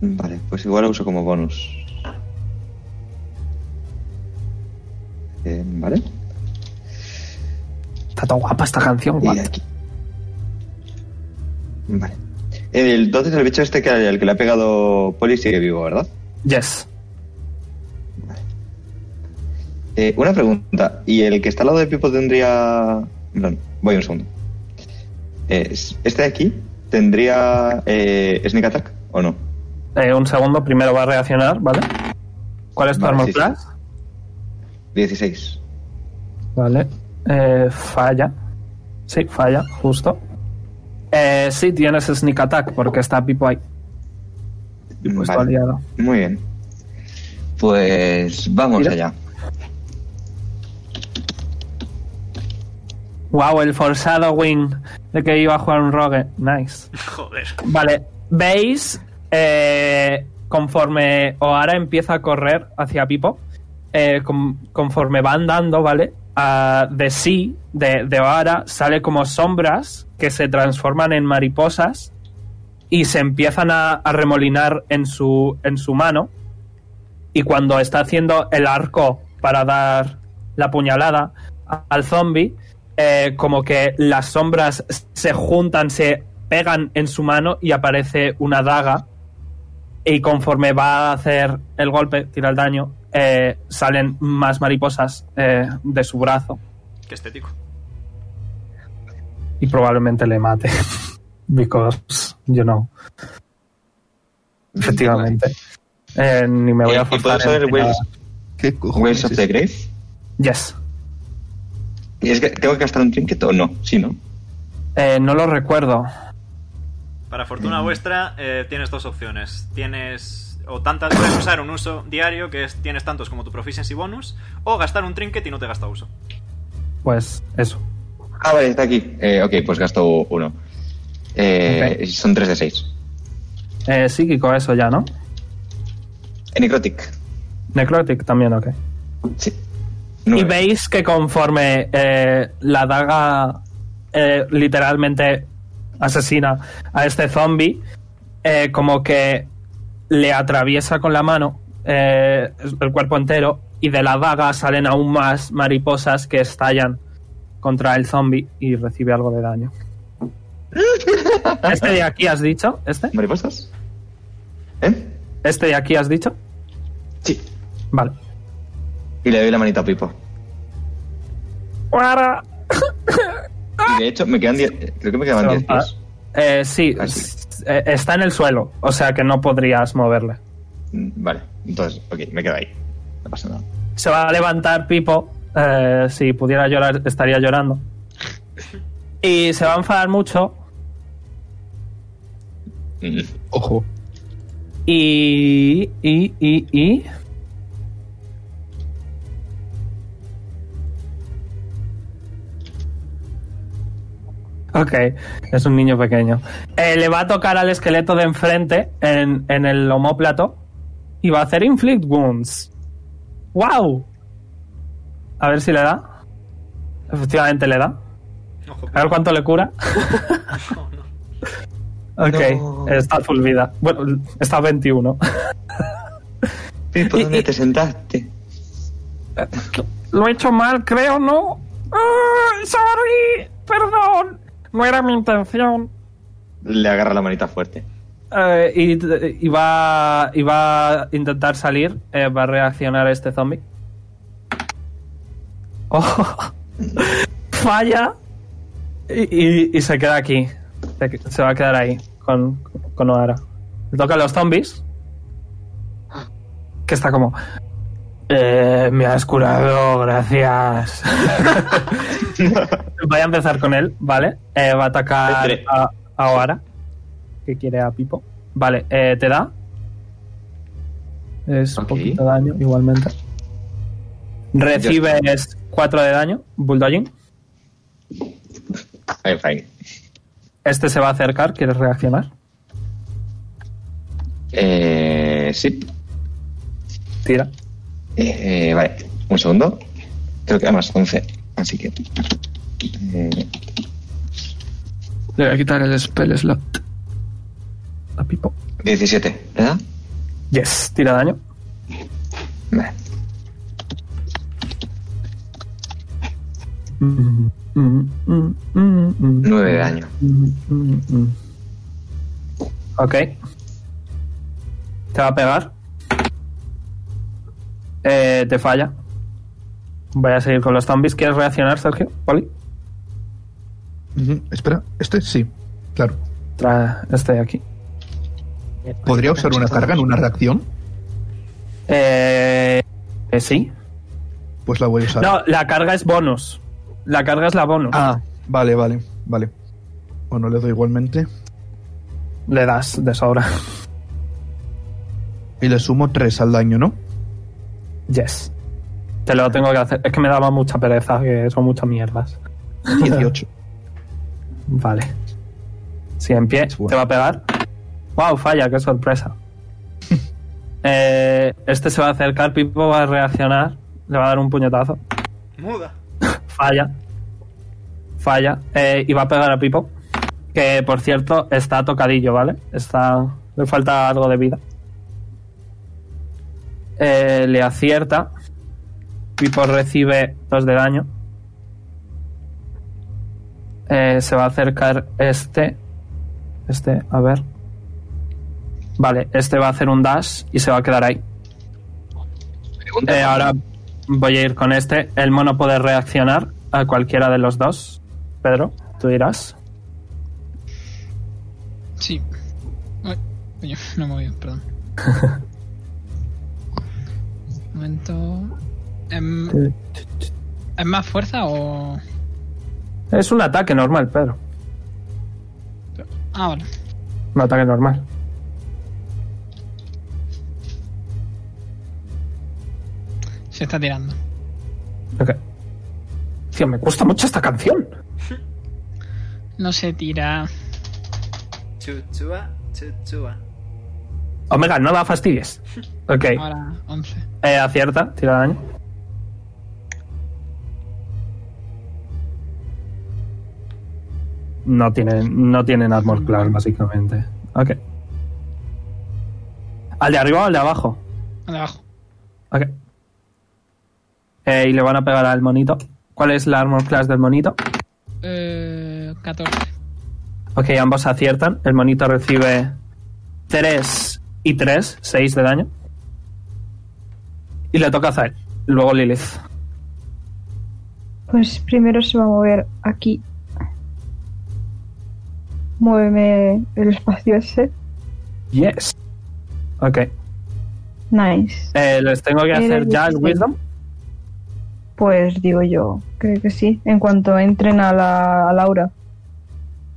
Vale, pues igual lo uso como bonus. Eh, vale.
Está tan guapa esta canción,
Y
guau.
aquí. Vale. El- Entonces el bicho este que al que le ha pegado Poli sigue vivo, ¿verdad?
Yes.
Eh, una pregunta. ¿Y el que está al lado de Pipo tendría... Perdón, voy un segundo. Eh, es- ¿Este de aquí tendría eh, sneak attack o no?
Eh, un segundo, primero va a reaccionar, ¿vale? ¿Cuál es tu
Vale,
armor
sí, sí.
class?
16.
Vale. Eh, falla. Sí, falla, justo. Eh, sí, tienes sneak attack porque está Pipo ahí. Y pues está
Vale.
liado.
Muy bien. Pues vamos allá.
Wow, el forzado win de que iba a jugar un rogue. Nice.
[laughs] Joder.
Vale, veis eh, conforme Oara empieza a correr hacia Pipo, eh, com- conforme va andando, ¿vale? Ah, de sí, de, de Oara, sale como sombras que se transforman en mariposas y se empiezan a, a remolinar en su, en su mano. Y cuando está haciendo el arco para dar la puñalada a- al zombie, eh, como que las sombras se juntan, se pegan en su mano y aparece una daga. Y conforme va a hacer el golpe, tira el daño, eh, salen más mariposas eh, de su brazo
Qué estético.
y probablemente le mate. [laughs] Because, you know. Efectivamente. Eh, ni me voy
¿Y-
a
y
forzar.
puedo
en-
saber
en
Waves,
nada.
¿Qué cojones
Waves of
es?
the Grave?
Yes.
¿Y es que tengo que gastar un trinket o no? Sí, ¿no?
Eh, no lo recuerdo.
Para fortuna vuestra, eh, tienes dos opciones. Tienes. O tantas. Puedes usar un uso diario, que es tienes tantos como tu proficiency bonus, o gastar un trinket y no te gasta uso.
Pues eso.
Ah, vale, está aquí. Eh, ok, pues gasto uno. Eh, Son 3 de 6.
Eh, psíquico, eso ya, ¿no?
Necrotic.
Necrotic también, ok.
Sí.
Y
Nueve.
veis que conforme eh, la daga eh, literalmente asesina a este zombie, eh, como que le atraviesa con la mano eh, el cuerpo entero y de la daga salen aún más mariposas que estallan contra el zombie y recibe algo de daño. ¿Este de aquí has dicho? ¿Este?
¿Mariposas? ¿Eh?
¿Este de aquí has dicho?
Sí.
Vale.
Y le doy la manita a Pipo.
Ahora,
Y de hecho, me quedan 10. Creo que me quedaban 10 pies.
Eh, sí,
Así.
s- eh, está en el suelo, o sea que no podrías moverle.
Mm, Vale, entonces, ok, me quedo ahí. No pasa nada.
Se va a levantar Pipo, eh, si pudiera llorar estaría llorando. Y se va a enfadar mucho
Mm.
Ojo.
y... y... y... y... Ok, es un niño pequeño. Eh, le va a tocar al esqueleto de enfrente en, en el homóplato y va a hacer inflict wounds. ¡Wow! A ver si le da. Efectivamente le da.
Ojo,
A ver cuánto le cura.
no, no.
Ok,
No.
está full vida. Bueno, está 21.
Pipo,
Y-
¿dónde
y-
te sentaste?
Lo he hecho mal, creo, ¿no? Ah, sorry, perdón. No era mi intención.
Le agarra la manita fuerte.
Eh, y, y va, y va a intentar salir. eh, va a reaccionar este zombie. [laughs] Oh, falla. Y, y- y se queda aquí. Se, se va a quedar ahí con, con Oara. Le tocan los zombies. Que está como. "Eh, me has curado, gracias. [laughs] voy a empezar con él, ¿vale? Eh, va a atacar
Entre-
a, ahora. Que quiere a Pipo. Vale, eh, ¿te da? Es un
Ok.
poquito de daño, igualmente. Recibes 4 de daño, bulldogging.
I'm fine.
Este se va a acercar, ¿quieres reaccionar?
Eh, sí.
Tira.
Eh, eh, vale, un segundo. Creo que a más 11. Así que. eh,
Le voy a quitar el spell slot. A Pipo.
17, ¿verdad?
Yes, tira daño.
Vale.
Mm, mm, mm, mm, mm.
9 de daño.
Mm, mm, mm. Ok. Te va a pegar. Eh, te falla. Voy a seguir con los zombies. ¿Quieres reaccionar, Sergio? ¿Poli?
Ujú, Espera, este sí. Claro.
Trae este de aquí.
¿Podría usar una carga en una reacción?
Eh, eh, sí.
Pues la voy a usar.
No, la carga es bonus. La carga es la bonus.
Ah, vale, vale, vale. Bueno, le doy igualmente.
Le das de sobra. [laughs]
Y le sumo 3 al
[laughs]
daño, ¿no?
Yes. Te lo tengo que hacer. Es que me daba mucha pereza, que son muchas mierdas.
18.
Vale. Si en pie,
bueno.
te va a pegar. ¡Wow! Falla, qué sorpresa. Eh, este se va a acercar, Pipo va a reaccionar, le va a dar un puñetazo.
Muda.
Falla. Falla. Eh, y va a pegar a Pipo. Que por cierto, está tocadillo, ¿vale? Está. Le falta algo de vida. Eh, le acierta. Pipo recibe 2 de daño. Eh, se va a acercar este. Este, a ver. Vale, este va a hacer un dash y se va a quedar ahí. Eh, ahora voy a ir con este. El mono puede reaccionar a cualquiera de los dos. Pedro, tú dirás.
Sí. Ay, coño, no me movido,
[laughs]
perdón. Un momento. Em, ¿Es más fuerza o.?
Es un ataque normal, Pedro.
Ah, vale.
Un ataque normal.
Se está tirando.
Ok. Tío, me gusta mucho esta canción.
No se tira.
Chuchua, chuchua.
Omega, no la fastidies. Ok.
Ahora 11.
Eh, acierta, tira daño. No tienen, no tienen armor class, básicamente. Ok. ¿Al de arriba o al de abajo?
Al de abajo.
Ok. Eh, y le van a pegar al monito. ¿Cuál es la armor class del monito?
Eh, 14.
Ok, ambos aciertan. El monito recibe 3 y 3, 6 de daño. Y le toca a Zael. Luego Lilith.
Pues primero se va a mover aquí. Muéveme el espacio ese.
Yes. Ok.
Nice.
Eh, les tengo que
Eh,
hacer ya el
sí.
Wisdom.
Pues digo yo, creo que sí. En cuanto entren a la a Laura.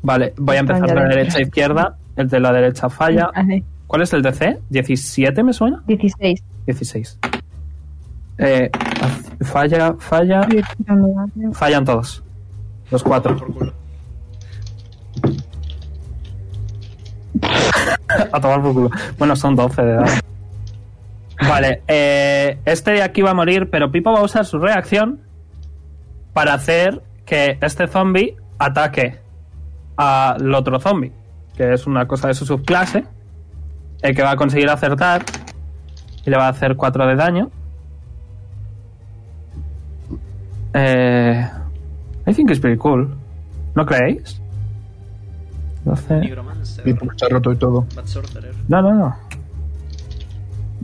Vale, voy a
Están
empezar de
ya
la
dentro.
derecha a izquierda. El de la derecha
Ah,
falla.
Vale,
¿Cuál es el DC? ¿17 me suena?
16.
16. Eh, falla, falla.
Voy tirando daño.
Fallan todos. Los cuatro. [laughs] a tomar por culo. Bueno, son 12 de edad. Vale, eh, este de aquí va a morir, pero Pipo va a usar su reacción para hacer que este zombie ataque al otro zombie, que es una cosa de su subclase, el que va a conseguir acertar y le va a hacer 4 de daño. Eh, I think it's pretty cool. ¿No creéis? 12.
Nigromancer.
Pipo está roto y todo.
Bad Sorcerer.
No, no, no.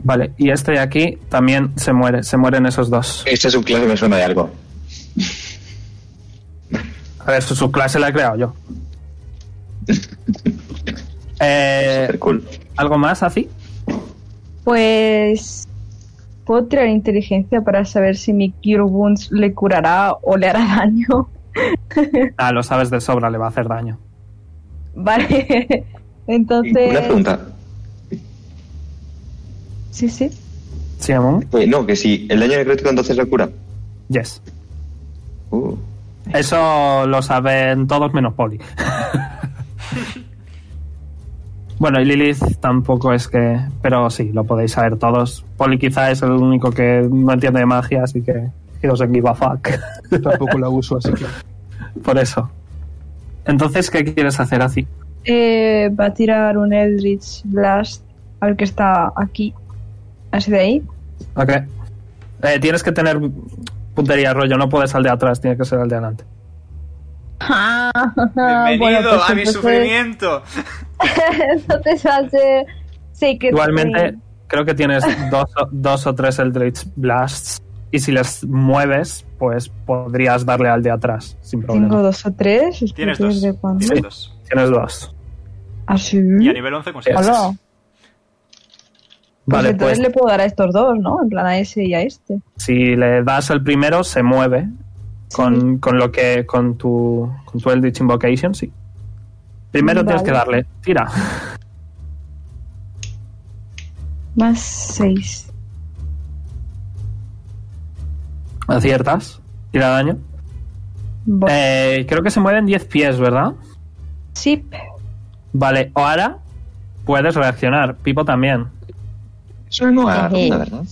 Vale, y este de aquí también se muere, se mueren esos dos.
Este es un clase me suena de algo.
A ver, su subclase la he creado yo. Eh,
Eh,
Super cool.
¿Algo más, Afi?
Pues. ¿Puedo tirar inteligencia para saber si mi Cure Wounds le curará o le hará daño? [laughs]
Ah, lo sabes de sobra, le va a hacer daño.
Vale.
Una
Entonces.
pregunta.
Sí, sí.
¿Sí, Amon?
Eh, no, que si el daño necrótico entonces la cura.
Yes.
Uh,
Eso lo saben todos menos Poli. bueno, y Lilith tampoco es que... Pero sí, lo podéis saber todos. Poli quizá es el único que no entiende de magia, así que... Y no se give a fuck. [laughs]
Tampoco la uso, así que.
Por eso. Entonces, ¿qué quieres hacer, así?
Eh, va a tirar un Eldritch Blast al que está aquí. Así de ahí.
Ok. Eh, tienes que tener puntería, rollo. No puedes al de atrás, tiene que ser al de adelante.
Ah, Bienvenido
[laughs] Bueno, pues
a mi
entonces-
sufrimiento.
[laughs] Entonces hace. Sí, que.
Igualmente, creo que
[laughs]
tienes dos, o- dos o tres Eldritch Blasts. Y si les mueves, pues podrías darle al de atrás, sin problema.
Tengo dos o tres. es que
Tienes dos.
tres de cuánto.
Tienes dos.
Tienes dos.
Pues Así.
Y a nivel 11 consigues.
¿Ah, Hola. Pues
Vale,
entonces
pues
le puedo dar a estos dos, ¿no? En plan a ese y a este.
si le das el primero, se mueve. Con, con lo que. con tu. con tu Eldritch Invocation, sí. Primero tienes
Vale.
que darle. Tira.
Más seis.
Aciertas. Tira daño.
Bo-
Eh, creo que se mueven 10 pies, ¿verdad?
Sí.
eh, Vale, ahora puedes reaccionar. Pipo también.
eso es nueva
Ajá.
ronda, ¿verdad?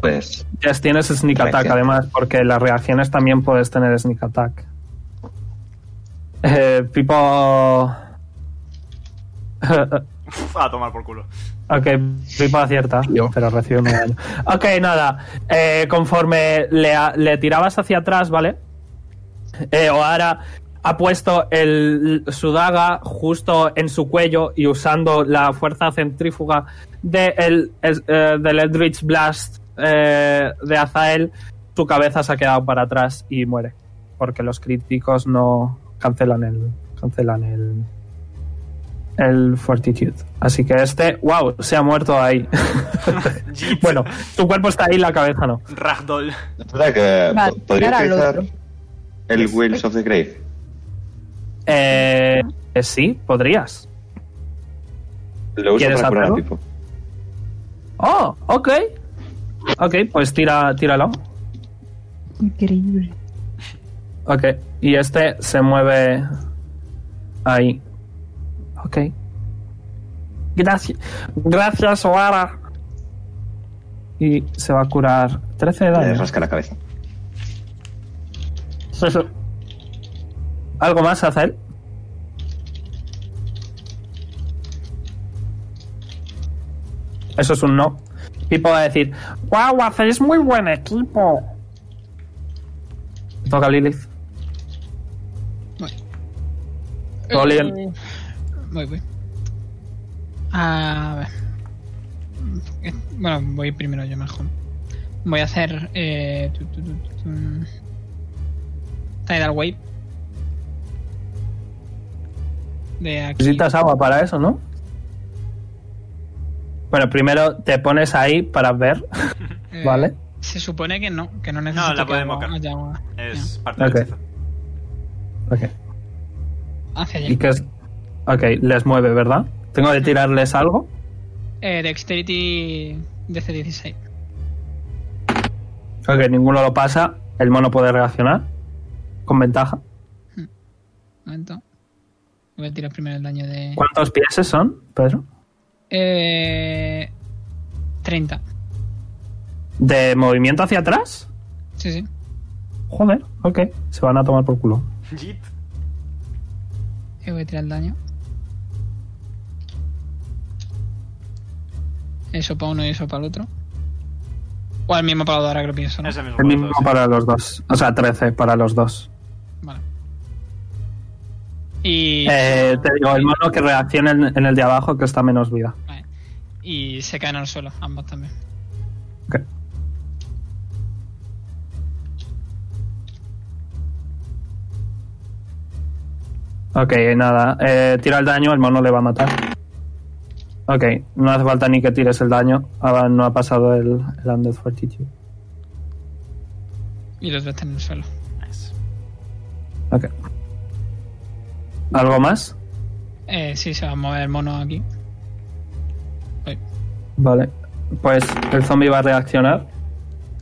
Pues.
Ya tienes sneak attack
Reacción.
además, porque las reacciones también puedes tener sneak attack. Eh, Pipo.
Uf, [laughs] a tomar por culo.
Ok, Pipo acierta,
Yo.
pero recibe medio daño. Ok, nada. eh, conforme le, a- le tirabas hacia atrás, ¿vale? Eh, O'Hara ha puesto el, su daga justo en su cuello y usando la fuerza centrífuga de el- es- eh, del Eldritch Blast eh, de Azael, su cabeza se ha quedado para atrás y muere. Porque los críticos no cancelan el. cancelan el. el Fortitude. Así que este, wow, se ha muerto ahí. [laughs] bueno, tu cuerpo está ahí, la cabeza no.
Ragdoll.
Es verdad que
Vale,
po- podría
ahora al
utilizar
otro.
el Wheels of the Grave.
Eh, eh, sí, podrías.
Lo uso
¿Quieres
para curar a
hacerlo?
Pipo.
Oh, ok. Ok, pues tira, tíralo.
Increíble.
Ok, y este se mueve ahí. Ok. Gracias. Gracias, Oara. Y se va a curar 13 de
Le
daño.
rasca la cabeza.
Sí, sí. [laughs] ¿Algo más, Azael? Eso es un no. Pipo va a decir, wow, hacéis muy buen equipo. Toca a Lilith. Golem.
Eh. Voy, voy. A ver. Eh, Bueno, voy primero yo mejor. Voy a hacer. Eh, tu, tu, tu, tu, tu. Tidal Wave. De aquí.
Necesitas agua para eso, ¿no? Bueno, primero te pones ahí para ver, [laughs]
Eh,
¿vale?
Se supone que no, que no necesito
la
que
puede
agua-
invocar.
haya agua.
Es parte
Ok.
del hechizo.
Ok.
Ya. Hacia allá.
¿Y qué es? Ok, les mueve, ¿verdad? ¿Tengo que tirarles algo?
Eh, Dexterity DC16.
Ok, ninguno lo pasa. El mono puede reaccionar. Con ventaja.
Un momento. Voy a tirar primero el daño de.
¿Cuántos pies son, Pedro?
Eh, 30.
¿De movimiento hacia atrás?
Sí, sí.
Joder, ok. Se van a tomar por culo.
Jeet.
Eh, voy a tirar el daño. Eso para uno y eso para el otro. O al mismo para los dos, ahora que lo pienso, ¿no?
Es el mismo.
El
para
mismo
todos, sí.
para los dos. O sea, 13 para los dos.
Vale. Y,
Eh, te digo, el mono que reacciona en, en el de abajo que está menos vida.
vale. y se caen al suelo, ambos también.
Ok. Ok, nada. Eh, tira el daño, el mono le va a matar. Ok, no hace falta ni que tires el daño. Ahora no ha pasado el, el Undead Fortitude.
Y los dos están en el suelo.
Nice.
Ok. ¿Algo más?
Eh, sí, se va a mover el mono aquí. Uy,
Vale. Pues el zombie va a reaccionar.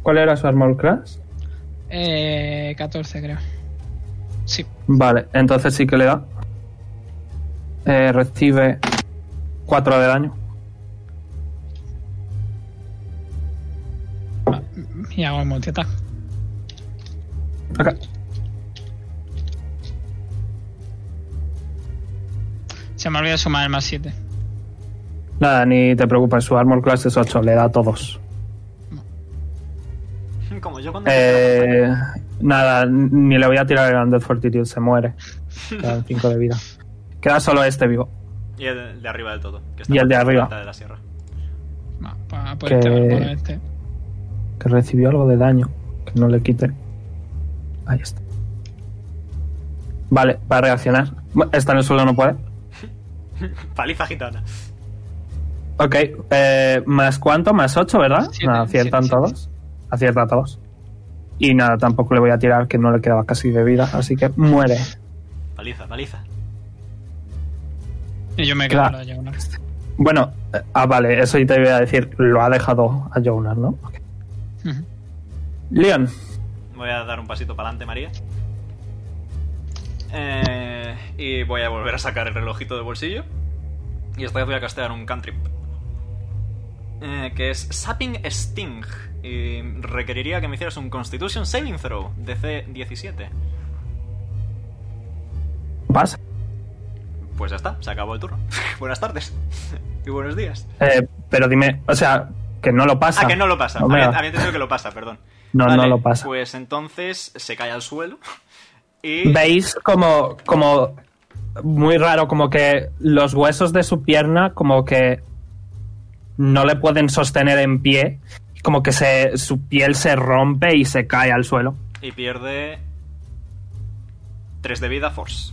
¿Cuál era su armor class?
Eh, 14 creo. Sí,
Vale, entonces sí que le da. Eh, recibe 4 de daño.
y hago el multiataque.
Ok.
Se me olvidó sumar el más 7.
Nada, ni te preocupes, su armor class es 8, le da a todos.
[laughs] Como yo cuando...
Eh, nada, ni le voy a tirar el Undead Fortitude, se
[laughs]
muere. Quedan 5 de vida. Queda solo este vivo.
Y el de arriba del todo. Que está
Y el de
más
arriba.
alta De la sierra. [laughs]
Va, pa- por
Que-
este, por este.
que recibió algo de daño, que no le quite. Ahí está. Vale, va a reaccionar. Bueno, Está en el suelo, no puede.
Paliza gitana.
Ok, eh, ¿más cuánto? ¿Más 8, verdad?
Siete,
Nada, aciertan
siete, siete.
todos. Acierta a todos. Y nada, tampoco le voy a tirar, que no le quedaba casi de vida, así que muere.
Paliza, paliza.
Y yo me quedo
Claro. Este.
en la diagonal.
Bueno, eh, ah, vale, eso ya te voy a decir, lo ha dejado a Jonar, ¿no? Ok.
Ujú.
Leon,
Voy a dar un pasito para adelante, María. Eh, y voy a volver a sacar el relojito del bolsillo. Y esta vez voy a castear un cantrip. Eh, que es Sapping Sting. Y requeriría que me hicieras un Constitution Saving Throw, DC 17.
pasa.
Pues ya está, se acabó el turno. [laughs] Buenas tardes. y buenos días.
Eh, pero dime, o sea, que no lo pasa.
Ah, que no lo pasa.
Omega.
Había, había entendido que lo pasa, perdón.
No,
Vale,
no lo pasa.
Pues entonces se cae al suelo. Y.
veis como, como muy raro, como que los huesos de su pierna como que no le pueden sostener en pie, como que se, su piel se rompe y se cae al suelo.
Y pierde 3 de vida Force.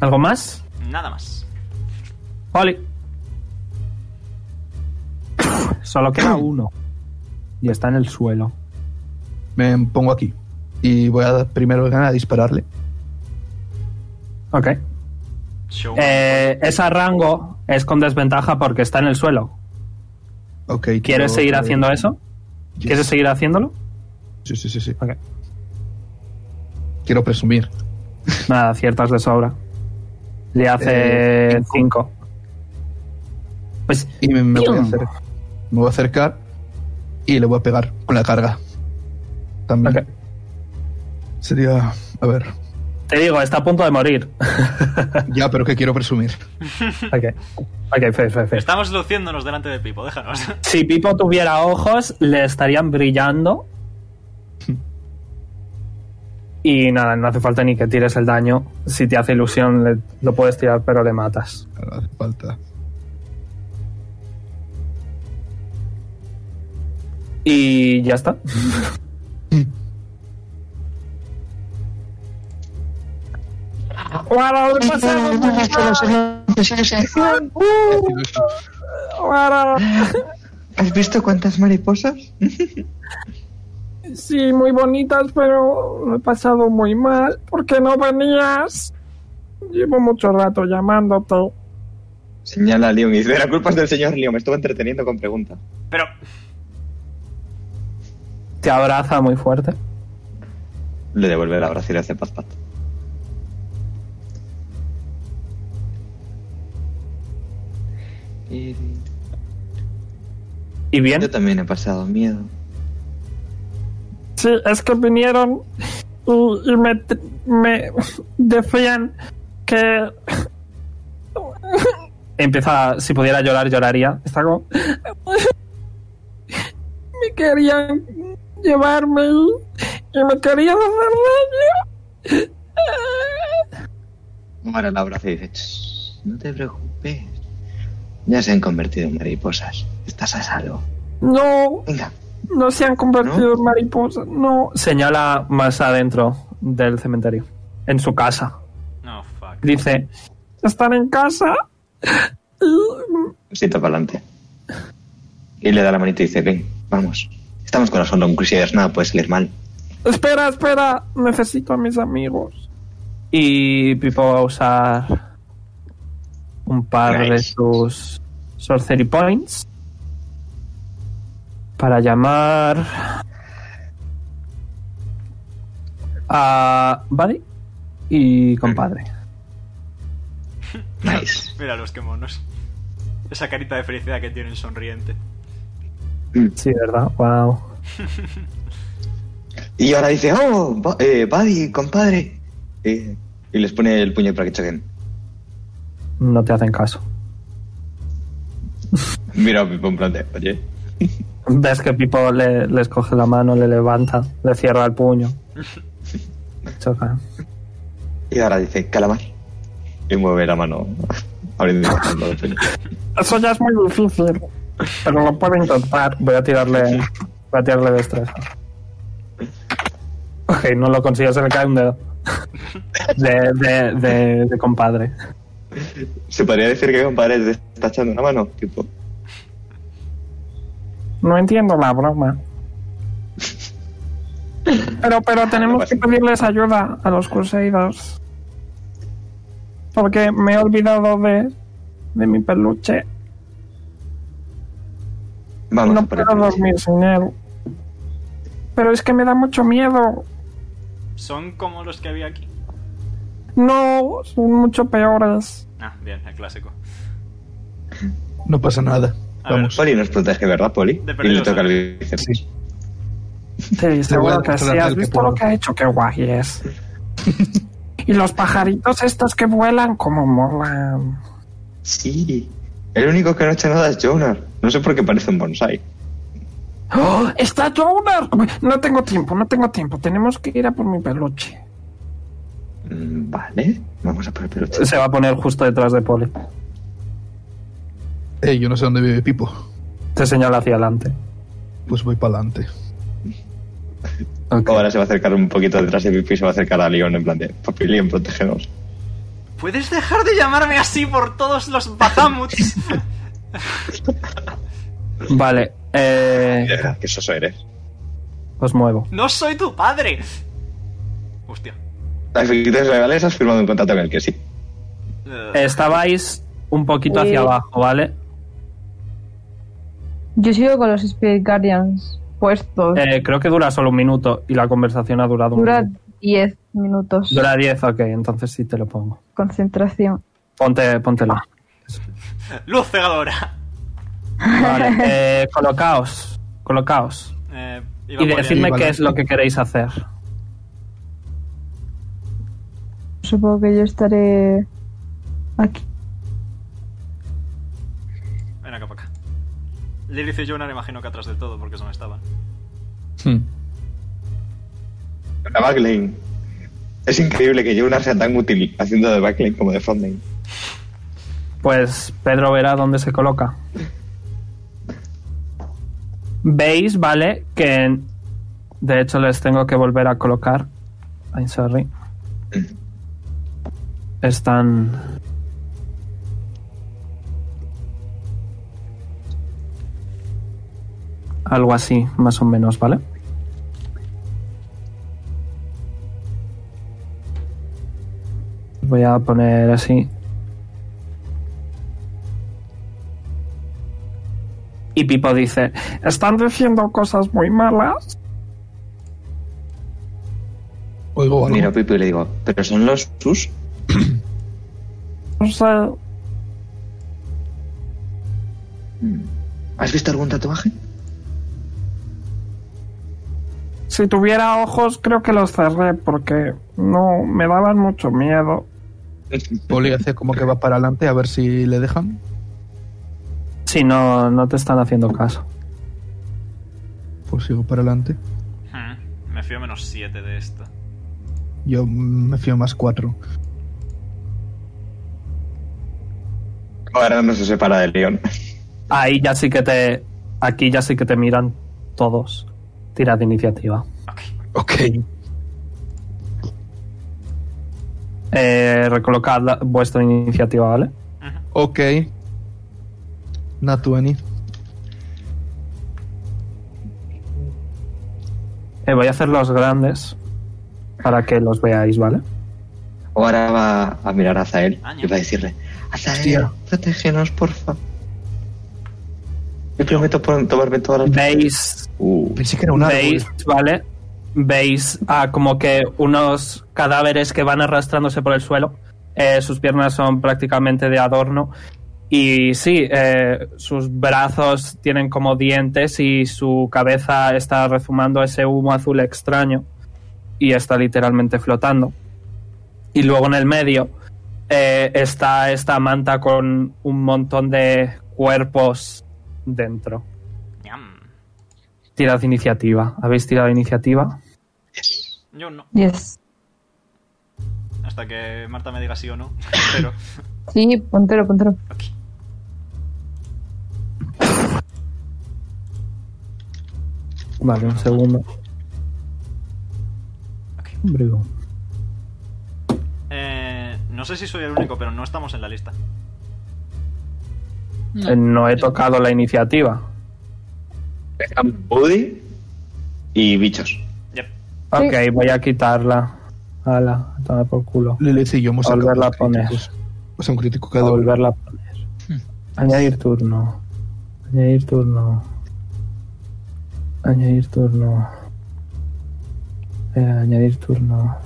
¿Algo más?
Nada más.
Oli. Solo queda uno. Y está en el suelo.
Me pongo aquí. Y voy a dar primero el gana a dispararle.
Ok.
Show.
Eh, esa rango es con desventaja porque está en el suelo.
Ok.
¿Quieres seguir haciendo eso? ¿Quieres seguir haciéndolo?
Sí, sí, sí, sí.
Ok.
Quiero presumir.
Nada, ciertas de sobra. Le
Eh,
hace 5. Pues
Y me, me voy a
¡pium!
acercar. Me voy a acercar y le voy a pegar con la carga. También.
Ok.
Sería. A ver.
te digo, está a punto de
[laughs]
morir.
Ya, pero que quiero presumir.
ok, ok, fe, fe, fe.
Estamos luciéndonos delante de Pipo, déjanos. [laughs]
Si Pipo tuviera ojos, le estarían brillando. Y nada, no hace falta ni que tires el daño. Si te hace ilusión, le- lo puedes tirar, pero le matas.
No hace falta.
Y ya está. ¡Guau, lo pasamos, guau!
¿Has visto cuántas mariposas?
Sí, muy bonitas, pero lo he pasado muy mal. ¿Por qué no venías? Llevo mucho rato llamándote.
Señala a Leon y dice, la culpa es del señor Leon, me estuvo entreteniendo con preguntas.
Pero.
Te abraza muy fuerte.
Le devuelve el abrazo y le hace pat pat. Y
¿Y bien?
yo también he pasado miedo.
Sí, es que vinieron y, y me, me decían que... Empieza, si pudiera llorar, lloraría. Está como... [laughs] Me querían llevarme y me querían hacer daño.
Ahora el abrazo y dice, "Shh, no te preocupes. Ya se han convertido en mariposas. Estás a salvo.
No,
Venga.
no se han
convertido
en mariposas, no. Señala más adentro del cementerio, en su casa.
No, fuck.
Dice, están en casa.
Siento para adelante. Y le da la manita y dice, ven, vamos. Estamos con los Random Crusaders, nada puede salir mal.
Espera, espera, necesito a mis amigos. Y Pipo va a usar un par de
Nice.
sus Sorcery Points para llamar a Buddy y compadre.
Nice.
Mira los que monos. Esa carita de felicidad que tienen sonriente.
Sí, ¿verdad? Wow.
Y ahora dice, oh, bu- eh, Buddy, compadre. Eh, y les pone el puño para que choquen.
No te hacen caso.
Mira, a Pipo en plan de, oye.
Ves que Pipo le- les coge la mano, le levanta, le cierra el puño. Choca.
Y ahora dice, calamar. Y mueve la mano, abriendo y bajando el puño.
Eso ya es muy difícil. Pero lo puedo intentar. Voy a tirarle. Voy a tirarle destreza. Ok, no lo consigo, se le cae un dedo. De, de, de, de compadre.
Se podría decir que compadre está echando una mano, tipo.
No entiendo la broma. Pero, pero tenemos que pedirles ayuda a los Crusaders. Porque me he olvidado de, de mi peluche.
Vamos
No
a por el
puedo
puño.
dormir sin él. Pero es que me da mucho miedo.
¿Son como los que había aquí?
No, son mucho peores.
Ah, bien, el clásico.
No pasa nada.
A ver,
Vamos.
Poli nos protege, ¿verdad, Poli?
De
Y
perdido,
le toca
¿no?
el bíceps.
Sí.
Sí, seguro que sí.
tratar
¿Has
el que
visto
puedo.
lo que ha hecho? Qué guay es. y los pajaritos estos que vuelan, como molan.
Sí. El único que no echa nada es Jonar. No sé por qué parece un bonsai.
¡Oh! ¡Está Jonar! No tengo tiempo, no tengo tiempo. Tenemos que ir a por mi peluche.
Mm, Vale, vamos a por el peluche.
Se va a poner justo detrás de Poli.
Eh, yo no sé dónde vive Pipo.
Te señala hacia adelante.
Pues voy para adelante.
Ahora se va a acercar un poquito detrás de Pipo y se va a acercar a Leon en plan de Papi Leon, protégenos.
¿Puedes dejar de llamarme así por todos los
[laughs]
Bahamuts?
Vale, eh,
Deja, que soso eres.
os muevo.
¡No soy tu padre! Hostia.
A efectos legales has firmado un contrato en el que sí.
Eh,
Estabais un poquito hacia
Eh.
abajo, ¿vale?
Yo sigo con los Spirit Guardians puestos.
Eh, creo que dura solo un minuto y la conversación ha durado un
Dura
minuto.
10 minutos.
Dura 10, ok, entonces sí te lo pongo.
Concentración.
Ponte, póntelo.
¡Luz cegadora!
Vale, eh, colocaos, colocaos.
Eh, iba
Y
por ahí.
decidme
vale.
qué es lo que queréis hacer.
Supongo que yo estaré aquí.
Ven acá, para acá. Lilith y Jonar imagino que atrás del todo, porque eso no estaban.
La backlane. Es increíble que Jonar sea tan útil haciendo de backlane como de frontlane.
Pues Pedro verá dónde se coloca. Veis, ¿vale? Que en- de hecho les tengo que volver a colocar. I'm sorry. Están. Algo así, más o menos, ¿vale? Voy a poner así Y Pipo dice, están diciendo cosas muy malas.
Oigo algo.
Mira a Pipo y le digo, ¿pero son los sus?
No sé,
¿Has visto algún tatuaje?
si tuviera ojos creo que los cerré porque no me daban mucho miedo.
Poli hace como que va para adelante a ver si le dejan.
Si no, no te están haciendo caso.
Pues sigo para adelante.
Hmm, Me fío menos 7 de esta.
Yo mm, me fío más cuatro.
[laughs] Ahora no se separa de Leon.
Ahí ya sí que te... Aquí ya sí que te miran todos. Tira de iniciativa.
Ok.
Ok.
Eh, recolocad la- vuestra iniciativa, ¿vale?
Ok. Not 20.
Eh, voy a hacer los grandes para que los veáis, ¿vale?
Ahora va a mirar a Azael y va a decirle: Azael,
Hostia.
protégenos, porfa. Yo prometo por- tomarme todas las.
Veis,
Uh,
Pensé que era un árbol.
veis, ¿vale? Veis ah, como que unos cadáveres que van arrastrándose por el suelo. Eh, sus piernas son prácticamente de adorno. Y sí, eh, sus brazos tienen como dientes y su cabeza está rezumando ese humo azul extraño. Y está literalmente flotando. Y luego en el medio eh, está esta manta con un montón de cuerpos dentro.
Ñam.
Tirad iniciativa. ¿Habéis tirado iniciativa?
Yo no.
Yes.
Hasta que Marta me diga sí o no. [laughs] Pero.
Sí, pontero, pontero.
ok.
Vale, un segundo.
Ok.
Hombre,
Eh, no sé si soy el único, pero no estamos en la lista.
No.
eh, No he tocado la iniciativa.
Buddy y bichos.
Yep.
Ok, voy a quitarla. Hala, a tomar por culo.
Lilith y yo hemos sacado
Volverla a
dos
poner.
críticos. O sea, un crítico
Voy a
cada uno.
volverla a poner. Añadir turno. Añadir turno. Añadir turno. Eh, añadir turno.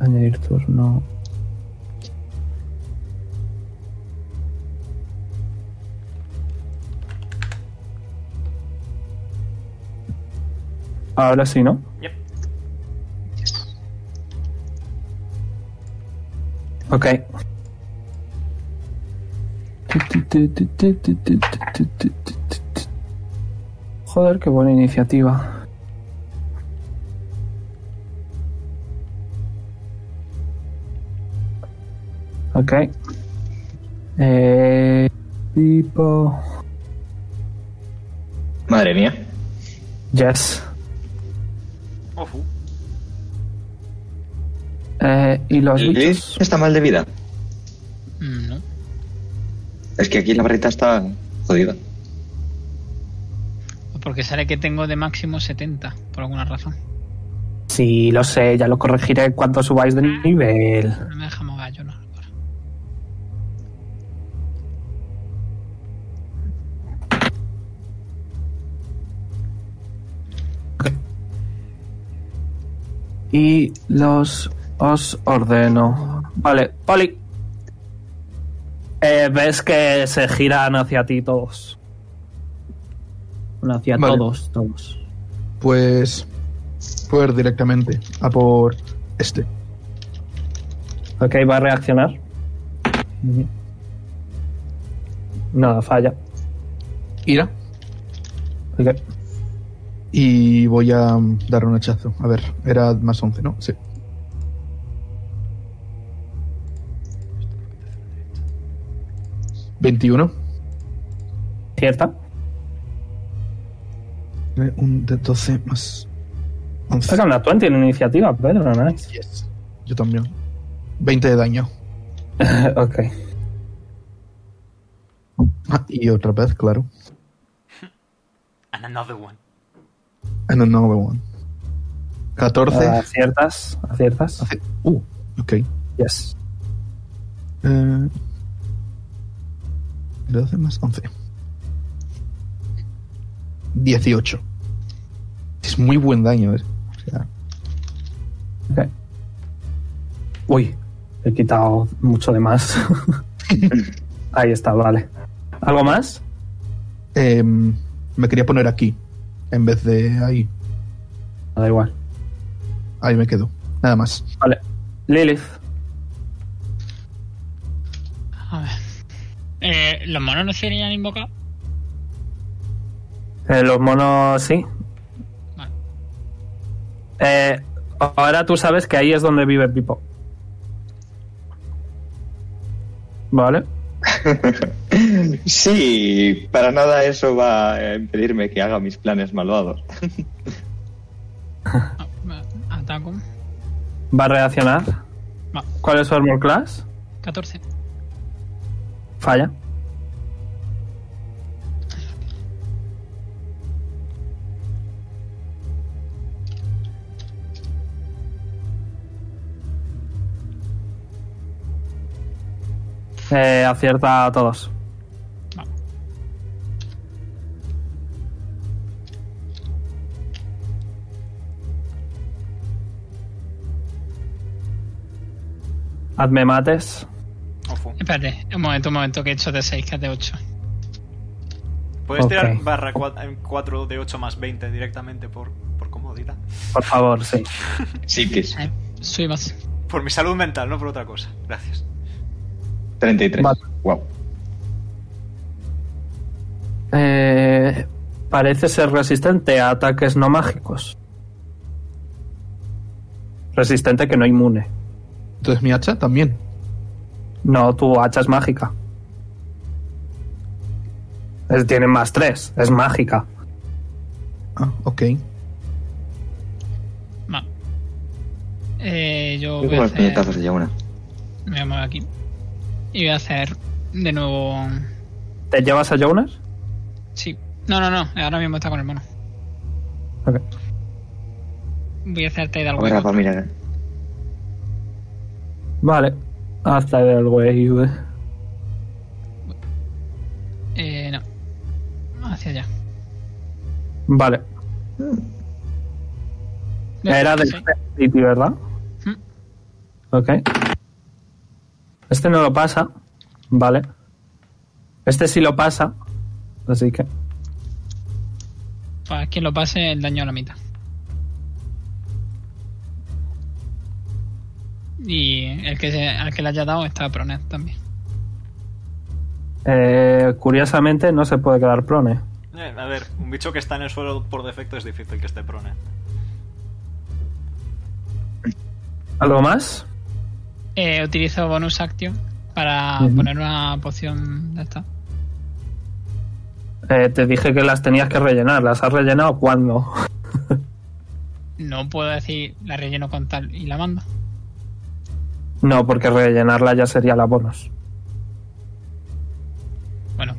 Añadir turno. Ahora sí, ¿no?
Yep.
Ok. Joder, qué buena iniciativa. Ok. Eh, people.
Madre mía.
Yes.
Ofu.
Eh, y los
Lilith
bichos.
está mal de vida.
Mm, no.
Es que aquí la barrita está jodida. [laughs]
Porque sale que tengo de máximo 70, por alguna razón.
Sí, lo sé, ya lo corregiré cuando subáis de nivel.
No me deja mover, yo no. recuerdo.
Y los os ordeno. Vale, Poli. Eh, ves que se giran hacia ti todos. Bueno, hacia
Vale.
todos, todos.
Pues. Puedo ir directamente a por este.
Ok, va a reaccionar. Nada, falla.
Ira.
Ok.
Y voy a mm, dar un hachazo. A ver, era más 11, ¿no? Sí. ¿21?
¿Cierta?
Eh, Un de 12 más 11.
Saca una 20 en iniciativa, Pedro, nice.
Yes. Yo también. 20 de daño.
Eh, ok.
Ah, y otra vez, claro.
And another one.
And another one. 14.
Ah. Aciertas, aciertas.
Hace- Uh, ok.
Yes.
Eh, 12 más 11. 18. Es muy buen daño, ¿eh? O sea,
Ok. Uy, he quitado mucho de más. [laughs] Ahí está, vale. ¿Algo más?
em, me quería poner aquí, en vez de ahí.
Ah, Da igual.
Ahí me quedo. Nada más.
Vale. Lilith.
A ver. Eh, ¿Los monos no serían invocados?
Eh, los monos, sí.
Vale.
Eh, ahora tú sabes que ahí es donde vive Pipo. Vale.
Sí, para nada eso va a impedirme que haga mis planes malvados. [laughs]
Ah, ah, Ataco.
Va a reaccionar.
Va.
¿Cuál es su armor class?
14.
Falla. Eh, acierta a todos. Hazme mates.
Ojo.
Espérate, un momento, un momento, que he hecho de 6, que es de 8.
Puedes tirar
Ok.
barra 4 de 8 más 20 directamente por, por comodidad.
Por favor, sí.
Sí, please.
Eh, soy más.
Por mi salud mental, no por otra cosa. Gracias.
33.
Vale.
Wow.
Eh, parece ser resistente a ataques no mágicos. Resistente que no inmune.
Entonces mi hacha también.
No, tu hacha es mágica. Es- tiene más 3, es mágica.
Ah, ok.
Va. Eh, yo
Yo
voy
con
a
los
hacer.
puñetazos ya una.
Me voy a mover aquí. Y voy a hacer de nuevo.
¿Te llevas a Jonas?
Sí. No, no, no. Ahora mismo está con el mono.
Ok.
Voy a hacerte de al
Ahora
hueco.
para mirar.
Vale. Hasta el güey. güey.
Eh, no. Hacia allá.
Vale. Era de
Sí.
City, ¿verdad?
Ujú.
Ok. Este no lo pasa. Vale. Este sí lo pasa. Así que.
Para que lo pase el daño a la mitad. Y el que se- al que le haya dado está Pronet también.
eh, curiosamente no se puede quedar prone.
Eh, a ver, un bicho que está en el suelo por defecto es difícil que esté prone.
¿Algo más?
Eh, utilizo bonus action para
Ujú.
poner una poción de esta.
Eh, te dije que las tenías que rellenar. ¿Las has rellenado cuándo? [laughs]
No puedo decir la relleno con tal y la mando.
no, porque rellenarla ya sería la bonus.
Bueno,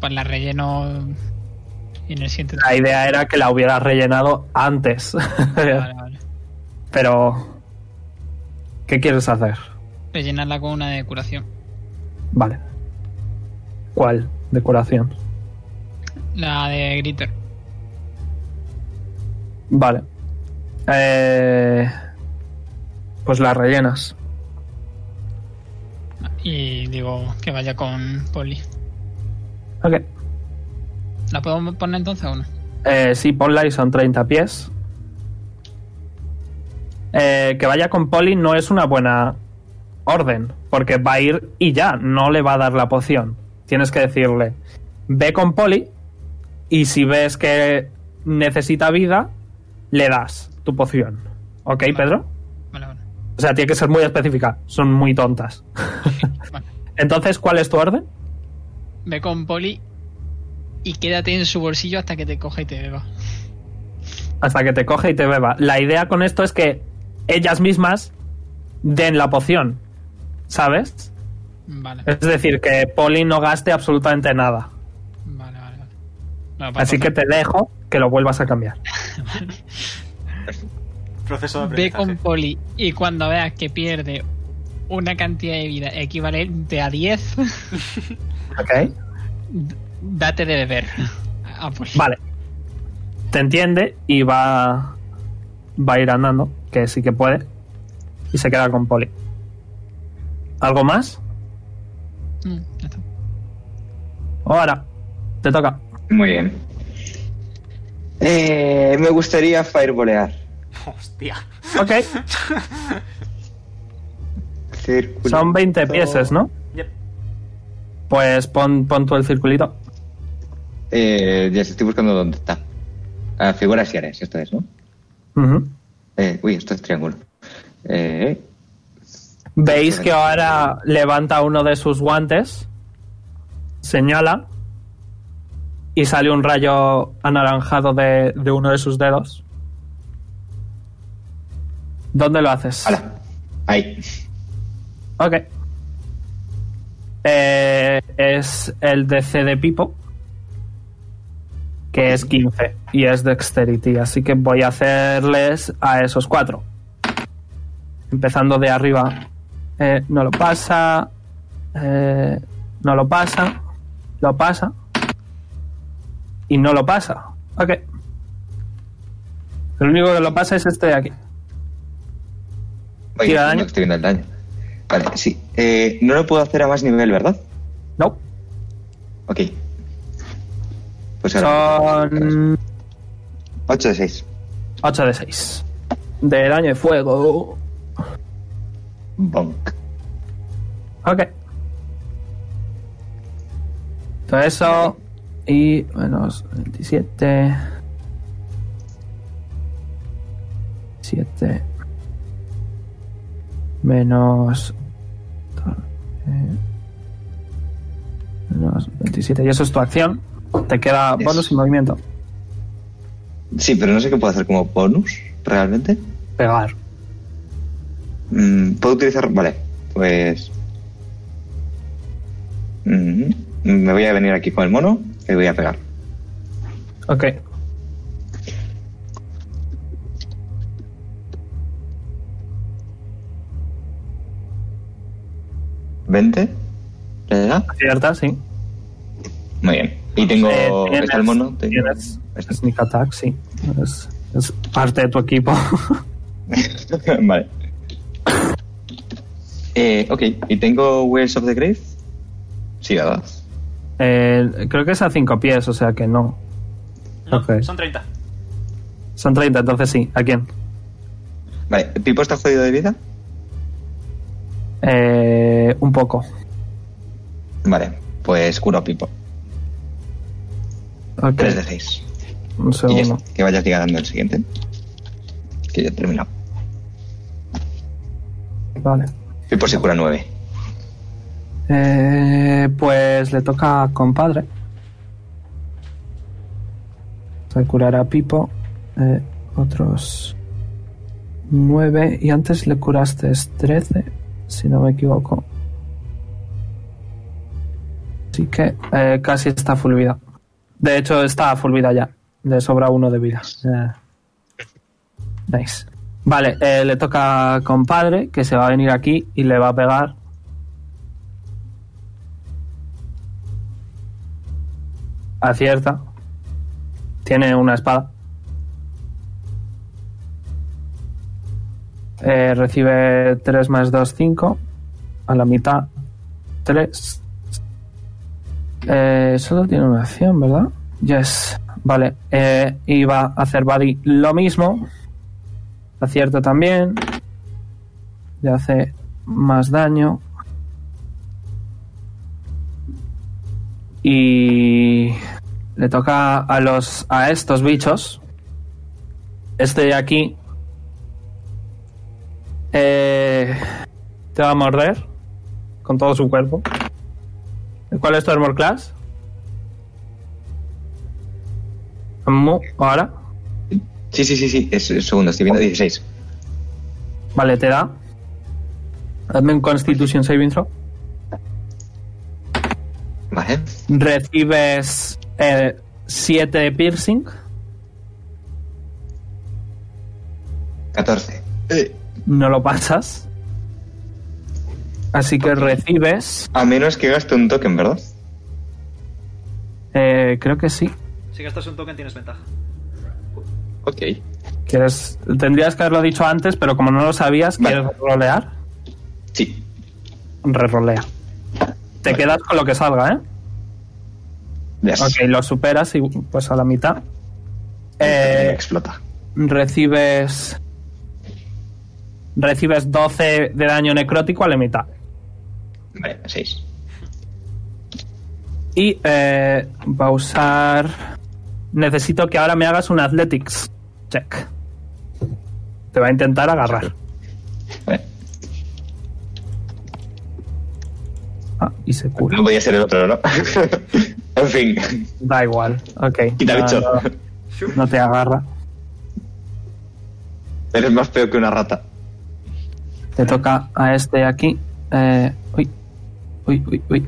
pues la relleno en el siguiente
La
turno.
idea era que la hubieras rellenado antes. [laughs]
Vale, vale.
Pero. ¿Qué quieres hacer?
Rellenarla con una de curación.
Vale. ¿Cuál? De curación.
La de Gritter.
Vale. Eh, pues las rellenas.
Y digo que vaya con Poli.
Ok.
¿La puedo poner entonces o no?
Eh, sí, ponla y son 30 pies. Eh, que vaya con Poli no es una buena orden, porque va a ir y ya, no le va a dar la poción. Tienes que decirle, ve con Poli y si ves que necesita vida, le das tu poción. ¿Ok, Pedro?
Vale, vale.
O sea, tiene que ser muy específica, son muy tontas. [laughs]
Vale.
Entonces, ¿cuál es tu orden?
Ve con Poli y quédate en su bolsillo hasta que te coja y te beba.
hasta que te coge y te beba. La idea con esto es que ellas mismas den la poción, ¿sabes?
Vale,
Es decir, que Polly no gaste absolutamente nada.
vale, vale. vale. No, para
Así que te dejo que lo vuelvas a cambiar.
Proceso de
Ve con
aprendizaje.
Poli y cuando veas que pierde una cantidad de vida equivalente a 10,
¿Ok?
[laughs] date de beber. A Poli.
Vale. Te entiende y va, va a ir andando, que sí que puede. Y se queda con Polly. ¿Algo más?
Mm, ya está.
Ahora, te toca.
Muy bien. Eh, me gustaría firebolear.
Hostia.
Ok,
Círculo.
son 20 pieses, ¿no?
Yep.
Pues pon, pon tú el circulito.
Eh, ya estoy buscando dónde está. Ah, figuras y áreas, esto es, ¿no?
Ujú.
Eh, uy, esto es triángulo. Eh,
Veis que ahora levanta uno de sus guantes, señala y sale un rayo anaranjado de, de uno de sus dedos. ¿Dónde lo haces?
ala. Ahí.
Ok. Eh, es el DC de Pipo, que es 15 y es Dexterity, así que voy a hacerles a esos cuatro. Empezando de arriba. Eh, no lo pasa. eh, no lo pasa, lo pasa y no lo pasa. Ok. Lo único que lo pasa es este de aquí.
Oye,
Tira
no
daño.
estoy viendo el daño. Vale, sí. Eh, no lo puedo hacer a más nivel, ¿verdad?
No.
Ok. Pues ahora.
Son
8 de 6.
8 de 6. De daño de fuego.
Bonk.
Ok. Todo eso. Y menos 27. 7. Menos. eh, Menos 27. Y eso es tu acción. Te queda
Yes.
bonus y movimiento.
Sí, pero no sé qué puedo hacer como bonus, realmente.
Pegar.
Mm, ¿Puedo utilizar...? Vale, pues... Mm, me voy a venir aquí con el mono y voy a pegar.
Ok.
¿20? ¿Le da?
Acierta, sí.
Muy bien. Y tengo...
Eh, tienes-
está el mono. Tengo-
tienes Sneak attack, sí. Es, es parte de tu equipo.
[laughs]
[laughs]
vale. Eh, ok, ¿y tengo Ways of the Grave? Sí, ¿verdad?
Eh, creo que es a 5 pies, o sea que no.
No,
Ok.
son 30.
Son 30, entonces sí. ¿A quién?
Vale, ¿Pipo está jodido de vida?
Eh, un poco.
Vale, pues curo a Pipo.
Ok.
3 de 6.
Un
Y ya
segundo.
está, que vayas ganando el siguiente. Que ya he terminado.
Vale.
Pipo se cura 9.
Eh, pues le toca a compadre. Se curará a Pipo. eh, otros 9. Y antes le curaste es 13, si no me equivoco. Así que eh, casi está full vida. De hecho, está full vida ya. Le sobra uno de vida. Eh, nice. Vale, eh, le toca a compadre que se va a venir aquí y le va a pegar Acierta. Tiene una espada. Eh, recibe 3 más 2, 5. A la mitad, 3. Eh, solo tiene una acción, ¿verdad? Yes. Vale. Eh, y va a hacer Buddy lo mismo. Acierta también. Le hace más daño. Y le toca a los a estos bichos. Este de aquí eh, te va a morder con todo su cuerpo. ¿Cuál es tu armor class? Mu- Ahora,
Sí, sí, sí, sí, es, es segundo, estoy viendo 16.
vale, te da. Hazme un Constitution Saving Throw.
Vale.
Recibes 7 de piercing.
14.
No lo pasas. Así que recibes.
A menos que gaste un token, ¿verdad?
eh, creo que sí.
Si gastas un token tienes ventaja.
Ok.
¿Quieres, tendrías que haberlo dicho antes, pero como no lo sabías,
Vale.
¿quieres rolear?
Sí.
Rerolea. Te
Vale.
quedas con lo que salga, ¿eh?
Yes.
Ok, lo superas y pues a la mitad.
Me
Eh,
Explota.
recibes. Recibes 12 de daño necrótico a la mitad.
Vale, 6.
Y eh, va a usar. Necesito que ahora me hagas un Athletics check. Te va a intentar agarrar.
Vale.
Ah, y se cura.
No podía ser el otro, ¿no? [laughs] en fin.
Da igual. Ok.
Quita
No,
bicho.
no, no te agarra.
Eres más feo que una rata.
Te toca a este aquí. Eh, uy. Uy, uy, uy.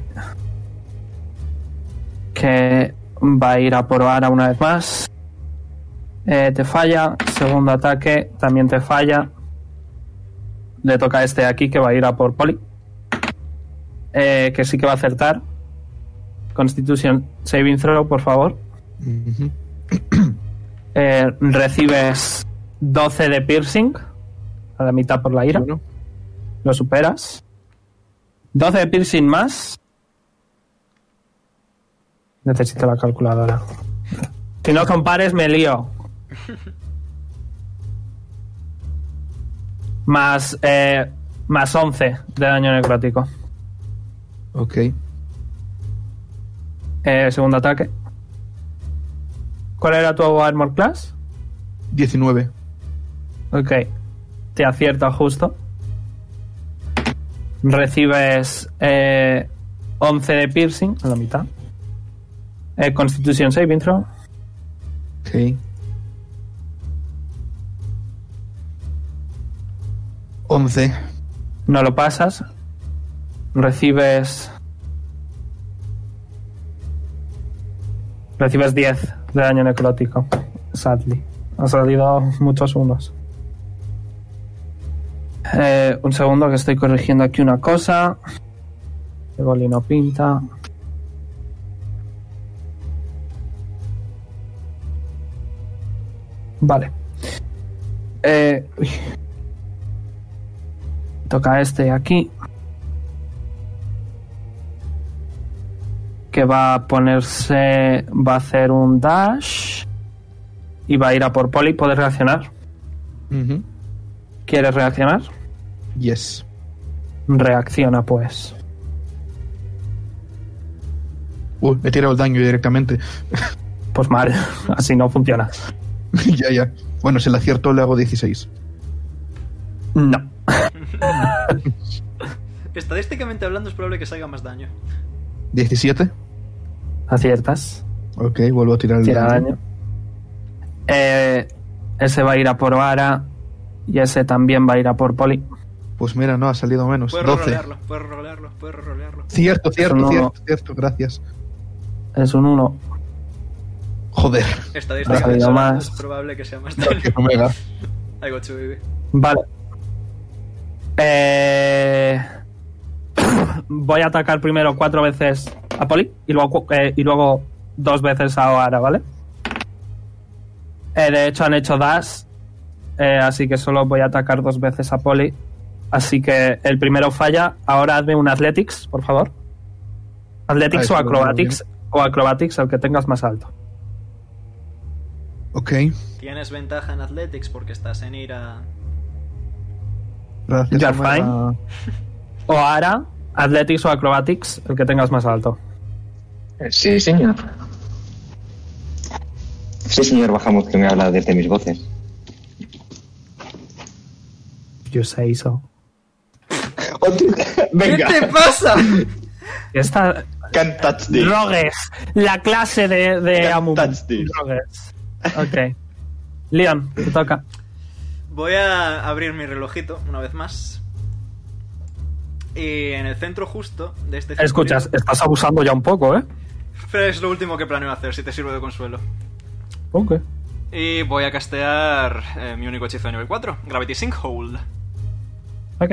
Que va a ir a por Ara una vez más. Eh, te falla. Segundo ataque. También te falla. Le toca a este aquí que va a ir a por Poli. eh, que sí que va a acertar. Constitution Saving Throw, por favor.
Ujú.
Eh, recibes 12 de piercing, a la mitad por la ira.
Bueno.
Lo superas. 12 de piercing más. Necesito la calculadora. Si no compares, me lío. [laughs] Más, eh, más 11 de daño necrótico.
Ok.
Eh, segundo ataque. ¿Cuál era tu armor class?
19.
Ok. Te acierta justo. Recibes eh, 11 de piercing, a la mitad. Eh, Constitution saving throw.
Ok. 11.
No lo pasas. Recibes... Recibes 10 de daño necrótico. Sadly. Han salido muchos unos. Eh, un segundo que estoy corrigiendo aquí una cosa. El boli no pinta. Vale. Eh, uy. Toca este aquí. Que va a ponerse. Va a hacer un dash. Y va a ir a por Poli. ¿Puedes reaccionar?
Ujú.
¿Quieres reaccionar?
Yes.
Reacciona pues.
Uh, he tirado el daño directamente.
Pues mal, [laughs] así no funciona.
[laughs] ya, ya. Bueno, si le acierto le hago 16.
No.
Estadísticamente hablando, es probable que salga más daño.
17.
Aciertas.
Ok, vuelvo a tirar el
Tira daño. Eh, ese va a ir a por Vara. Y ese también va a ir a por Poli.
Pues mira, no, ha salido menos.
Pues
Puedes
12.
rolearlo, puedes rolearlo, puedes rolearlo.
Cierto, cierto,
No.
cierto, cierto, gracias.
Es un 1. [laughs]
Joder.
Estadísticamente
Ha salido
hablando,
más.
es probable que sea más daño. [laughs]
Gracias, Omega.
I got you, baby.
Vale. Eh, [clears throat] Voy a atacar primero cuatro veces a Poli y luego, cu- eh, y luego dos veces a Oara, ¿vale? Eh, de hecho han hecho dash, eh, así que solo voy a atacar dos veces a Poli. Así que el primero falla. Ahora hazme un Athletics, por favor. Athletics o
Ah, eso lo tengo
Acrobatics. O Acrobatics, el que tengas más alto.
Ok,
Tienes ventaja en Athletics porque estás en ira.
gracias.
You're
Omega.
O Ara, Athletics o Acrobatics, el que tengas más alto.
Sí, señor. Sí, señor Bajamos, que me habla desde mis voces.
You say so.
[laughs] Venga,
¿Qué te pasa?
Esta,
can't touch this.
Rogues. La clase de, de
Can't
Amumu.
touch this.
Rogues. Ok. Leon, te toca.
Voy a abrir mi relojito una vez más. Y en el centro justo de este.
Escuchas,
circulito-
estás abusando ya un poco, ¿eh?
Pero es lo último que planeo hacer, si te sirve de consuelo.
Ok.
Y voy a castear eh, mi único hechizo de nivel 4, Gravity Sinkhole.
Ok.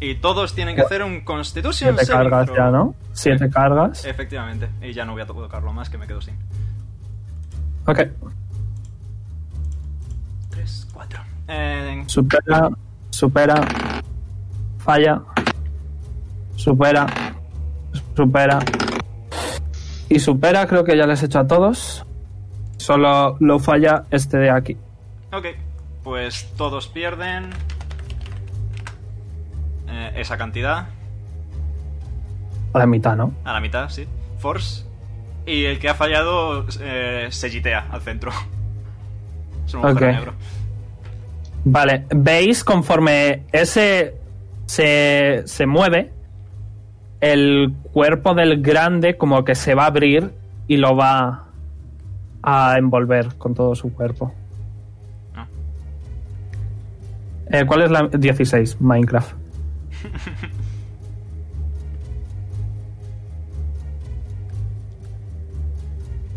Y todos tienen que hacer un Constitution
Siete
saving
cargas
throw.
ya, ¿no? Siete cargas.
Eh. Efectivamente. Y ya no voy a tocarlo más, que me quedo sin.
Ok.
3, 4. Eh,
Supera, supera. Falla. Supera. Supera. Y supera, creo que ya les he hecho a todos. Solo lo falla este de aquí.
ok. Pues todos pierden. eh, esa cantidad.
A la mitad, ¿no?
A la mitad, sí. Force. Y el que ha fallado eh, se jitea al centro. [laughs] Es un agujero
Ok.
negro.
Vale, veis conforme ese se, se mueve, el cuerpo del grande como que se va a abrir y lo va a envolver con todo su cuerpo.
Ah.
Eh, ¿Cuál es la 16? Minecraft.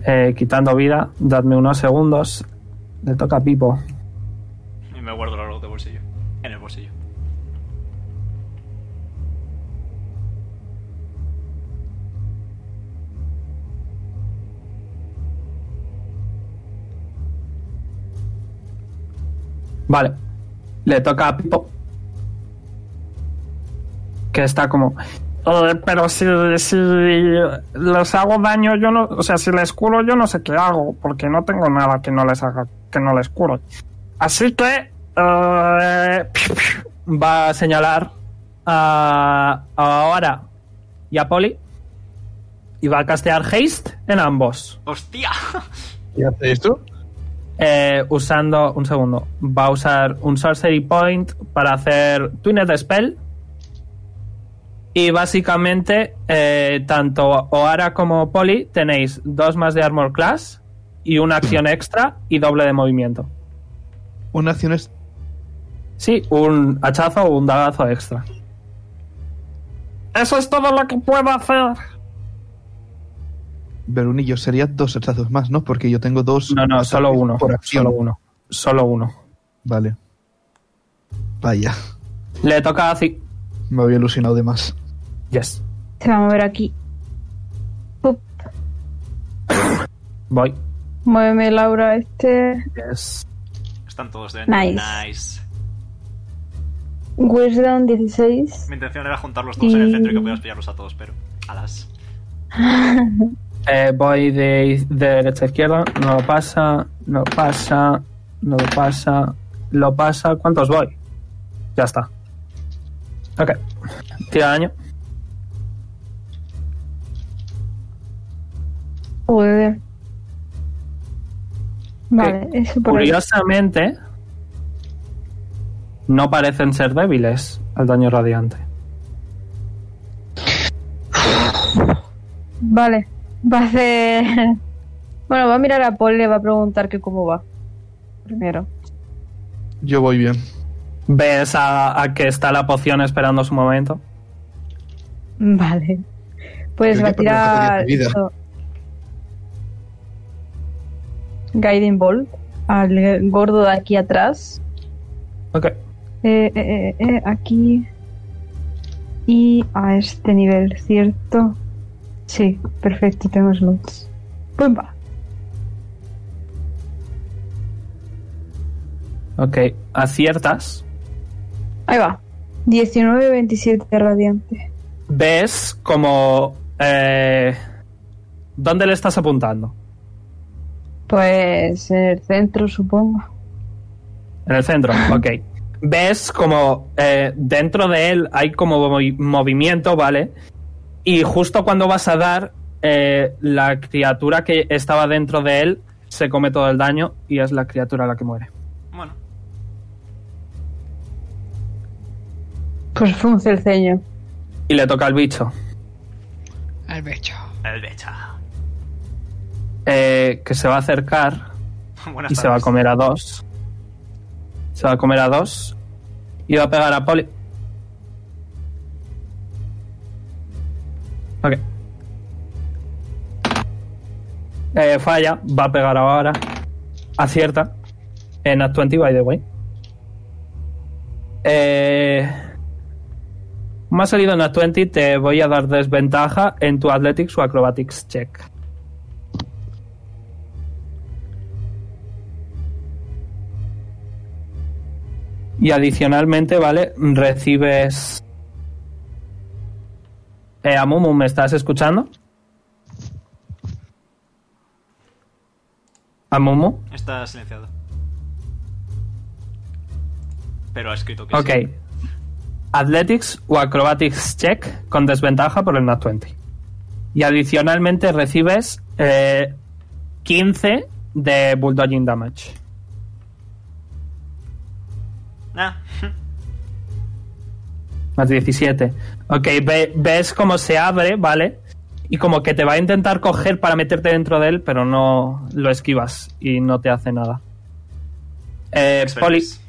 Eh, quitando vida, dadme unos segundos. Le toca a Pipo.
Y me guardo la reloj de bolsillo. En el bolsillo.
Vale. Le toca a Pipo. Que está como. "Eh, pero si, si les hago daño, yo no. O sea, si les curo, yo no sé qué hago. Porque no tengo nada que no les haga. Que no les cure. Así que. eh, va a señalar a, a Ahora y a Poli. Y va a castear Haste en ambos.
¡Hostia! [laughs]
¿Y hace esto?
Eh, usando. Un segundo. Va a usar un Sorcery Point para hacer Twinet Spell. Y básicamente, eh, tanto Oara como Poli tenéis dos más de Armor Class y una acción extra y doble de movimiento.
Una acción es.
Sí, un hachazo o un dagazo extra. Eso es todo lo que puedo hacer.
Verunillo, sería dos hechazos más, ¿no? Porque yo tengo dos.
No, no,
hechazos
solo uno.
Por acción.
Solo uno. Solo uno.
Vale. Vaya,
Le toca a. Ci-
me había ilusionado de más.
Yes.
Se va a mover aquí. Pup.
Voy.
Muéveme, Laura, este.
Yes.
Están todos dentro.
Nice.
Nice.
Wisdom 16.
Mi intención era juntarlos todos en el
Y-
centro y que pudieras pillarlos a todos, pero. Alas.
Eh, voy de, de derecha a izquierda. No lo pasa, no lo pasa, no lo pasa, lo pasa. ¿Cuántos voy? Ya está. Ok. Tira daño.
Joder. Vale, eso por ahí.
Curiosamente, no parecen ser débiles al daño radiante.
Vale. Va a hacer. [laughs] Bueno, va a mirar a Paul, le va a preguntar que cómo va. Primero.
Yo voy bien.
¿Ves a, a que está la poción esperando su momento?
Vale. Pues
Yo ya
va a
perdí la
tirar.
categoría de vida.
esto. Guiding Bolt al gordo de aquí atrás.
Ok.
Eh, eh, eh, eh, aquí. Y a este nivel, ¿cierto? Sí, perfecto, tengo slots. ¡Pumba!
Ok. Aciertas.
Ahí va. 19-27 radiante.
¿Ves como... eh, ¿Dónde le estás apuntando?
Pues en el centro, supongo.
En el centro, ok. Ves como eh, dentro de él hay como movi- movimiento, ¿vale? Y justo cuando vas a dar, eh, la criatura que estaba dentro de él se come todo el daño y es la criatura la que muere.
Bueno,
Pues funce el ceño.
Y le toca al bicho,
Al becho.
el becha. [laughs]
eh, que se va a acercar
Buenas
y se va a
tardes.
comer a dos. Se va a comer a dos y va a pegar a Poli. Ok. Eh, falla, va a pegar ahora. Acierta. En Act 20, by the way. Eh, me ha salido en Act 20, te voy a dar desventaja en tu Athletics o Acrobatics check. Y adicionalmente, ¿vale? Recibes... Eh, Amumu, ¿me estás escuchando? Amumu.
Está silenciado. Pero ha escrito que
Ok.
sí.
Athletics o Acrobatics check con desventaja por el Nat 20. Y adicionalmente recibes eh, 15 de Bulldogging Damage. [laughs]
Ah,
Más 17. Ok, ve- ves cómo se abre, ¿vale? Y como que te va a intentar coger para meterte dentro de él, pero no lo esquivas y no te hace nada. Eh, Poli,
expertise.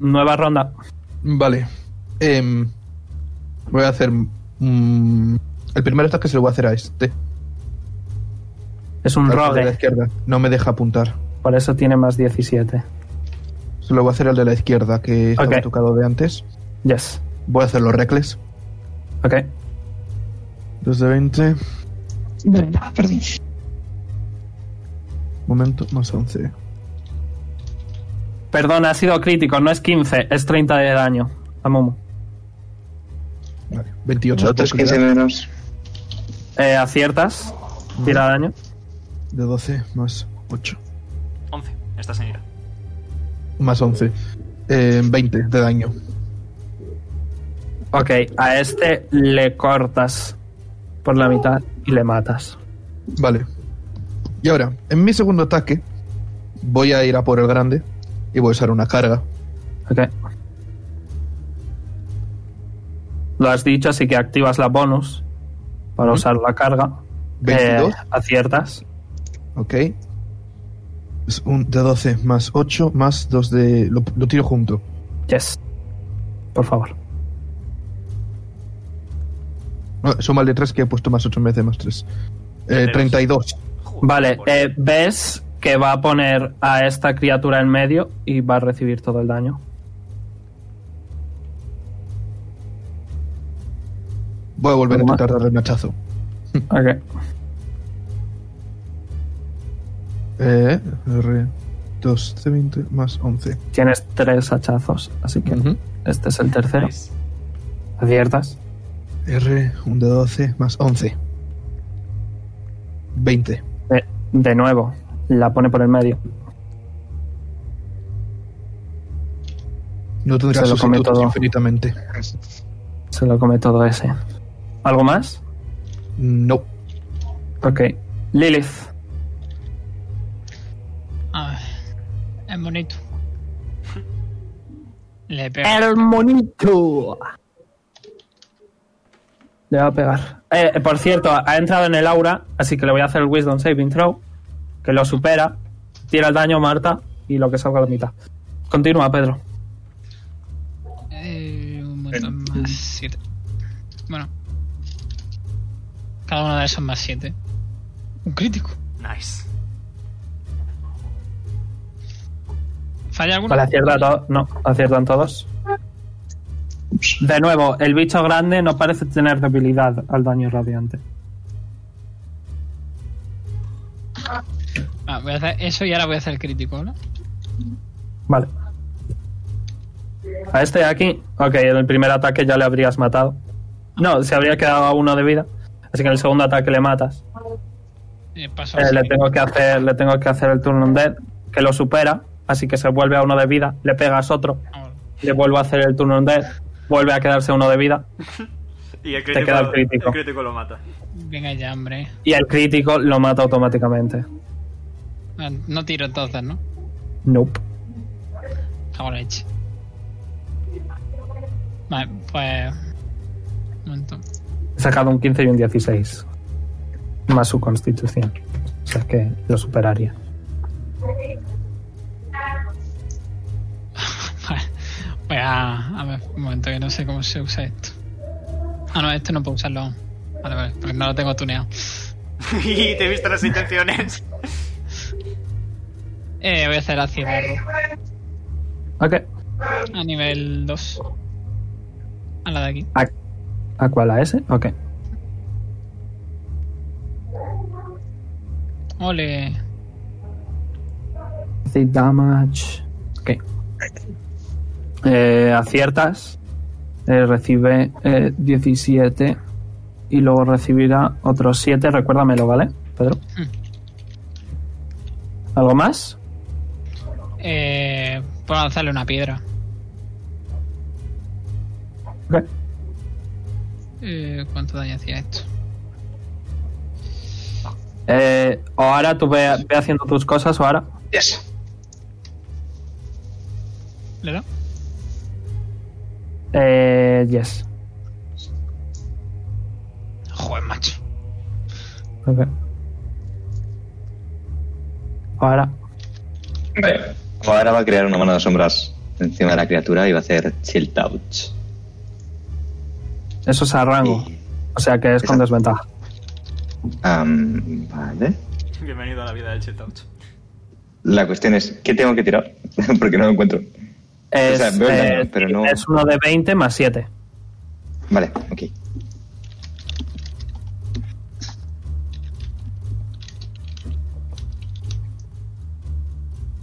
nueva ronda.
Vale. Em, voy a hacer. mm, el primer ataque se lo voy a hacer a este.
Es un
Al de la
rogue,
izquierda. No me deja apuntar.
por eso tiene más 17.
Se lo voy a hacer al de la izquierda, que estaba
Ok.
tocado de antes.
Yes.
Voy a hacer los recles.
Ok.
2 de 20.
Perdón.
Momento, más 11.
Perdón, ha sido crítico, no es 15, es 30 de daño a Momo.
Vale, 28 de
Nosotros 15
oportunidad.
menos.
Eh, aciertas, tira daño.
De 12 más 8.
11. Estás en ira.
Más 11. Eh, 20 de daño.
Ok, a este le cortas por la mitad y le matas.
Vale. Y ahora, en mi segundo ataque, voy a ir a por el grande y voy a usar una carga.
Ok. Lo has dicho, así que activas la bonus para usar la carga. Eh,
22.
aciertas.
Ok. Es un de 12 más 8 más 2 de... Lo, lo tiro junto.
Yes. Por favor.
No, Suma el de 3 que he puesto Ah, más 8 en vez de más 3. Eh,
Tres.
32.
Joder,
Vale,
por-
eh, ves que va a poner a esta criatura en medio y va a recibir todo el daño.
Voy a volver a
Toma.
intentar darle un hachazo.
Ok.
Eh, R. 2 de 20 más 11.
Tienes tres hachazos, así que
Ujú.
este es el tercero.
Nice.
Aciertas.
R. Un de 12 más 11. 20.
Eh, de nuevo, la pone por el medio.
No tendrá
Se lo come
sustitutos
todo.
infinitamente.
Se lo come todo ese. ¿Algo más?
No.
Ok. Lilith.
A ver. Es bonito. Le pego.
El monito. Le va a pegar. Eh, eh, por cierto, ha entrado en el aura, así que le voy a hacer el Wisdom Saving Throw, que lo supera. Tira el daño, Marta, y lo que salga a la mitad. Continúa, Pedro.
Eh, un montón más 7. Bueno. Cada uno de esos más 7. Un crítico.
Nice.
¿Falla alguno?
Vale, acierta to- No, aciertan todos. De nuevo, el bicho grande no parece tener debilidad al daño radiante.
Ah, voy a hacer eso y ahora voy a hacer el crítico, ¿no?
Vale. A este de aquí. Ok, en el primer ataque ya le habrías matado. No, se habría quedado a uno de vida. Así que en el segundo ataque le matas.
Eh, paso
Eh,
al
le,
siguiente.
tengo que hacer, le tengo que hacer el turno undead, que lo supera. Así que se vuelve a uno de vida. Le pegas otro.
Vamos.
Le vuelve a hacer el turno undead. Vuelve a quedarse uno de vida.
Y el
queda
crítico,
el crítico.
el crítico lo mata. [laughs]
Venga ya, hombre.
Y el crítico lo mata automáticamente.
Ah, No tiro entonces, ¿no?
Nope.
Cago en la leche. Vale, pues. Un montón.
He sacado un 15 y un 16. Más su constitución. O sea que lo superaría.
[laughs] Vale. Voy a. A ver, un momento que no sé cómo se usa esto. Ah, no, esto no puedo usarlo aún. Vale, vale, porque no lo tengo tuneado.
y te he visto las intenciones. [laughs]
Eh, voy a hacer ácido
Ok.
a nivel 2. A la de aquí.
¿A, a cuál? ¿A ese? Ok.
Ole.
The damage. Ok. Eh, aciertas. Eh, recibe eh, 17. Y luego recibirá otros 7. Recuérdamelo, ¿vale, Pedro?
Mm.
¿Algo más?
Eh, puedo lanzarle una piedra.
Ok.
Eh, ¿Cuánto daño hacía esto?
Eh, ahora tú ve, ve haciendo tus cosas, ahora.
¿Le da?
Eh, yes.
Joder, macho.
Ok. Ahora.
Ahora va a crear una mano de sombras encima de la criatura y va a hacer Chill Touch.
Eso es a rango. O sea que es con
Exacto.
desventaja.
Am, vale.
Bienvenido a la vida del Chitouch.
La cuestión es, ¿qué tengo que tirar? [laughs] Porque no lo encuentro.
Es,
sea, veo el daño,
eh,
pero no-
es uno de 20 más 7.
Vale, ok.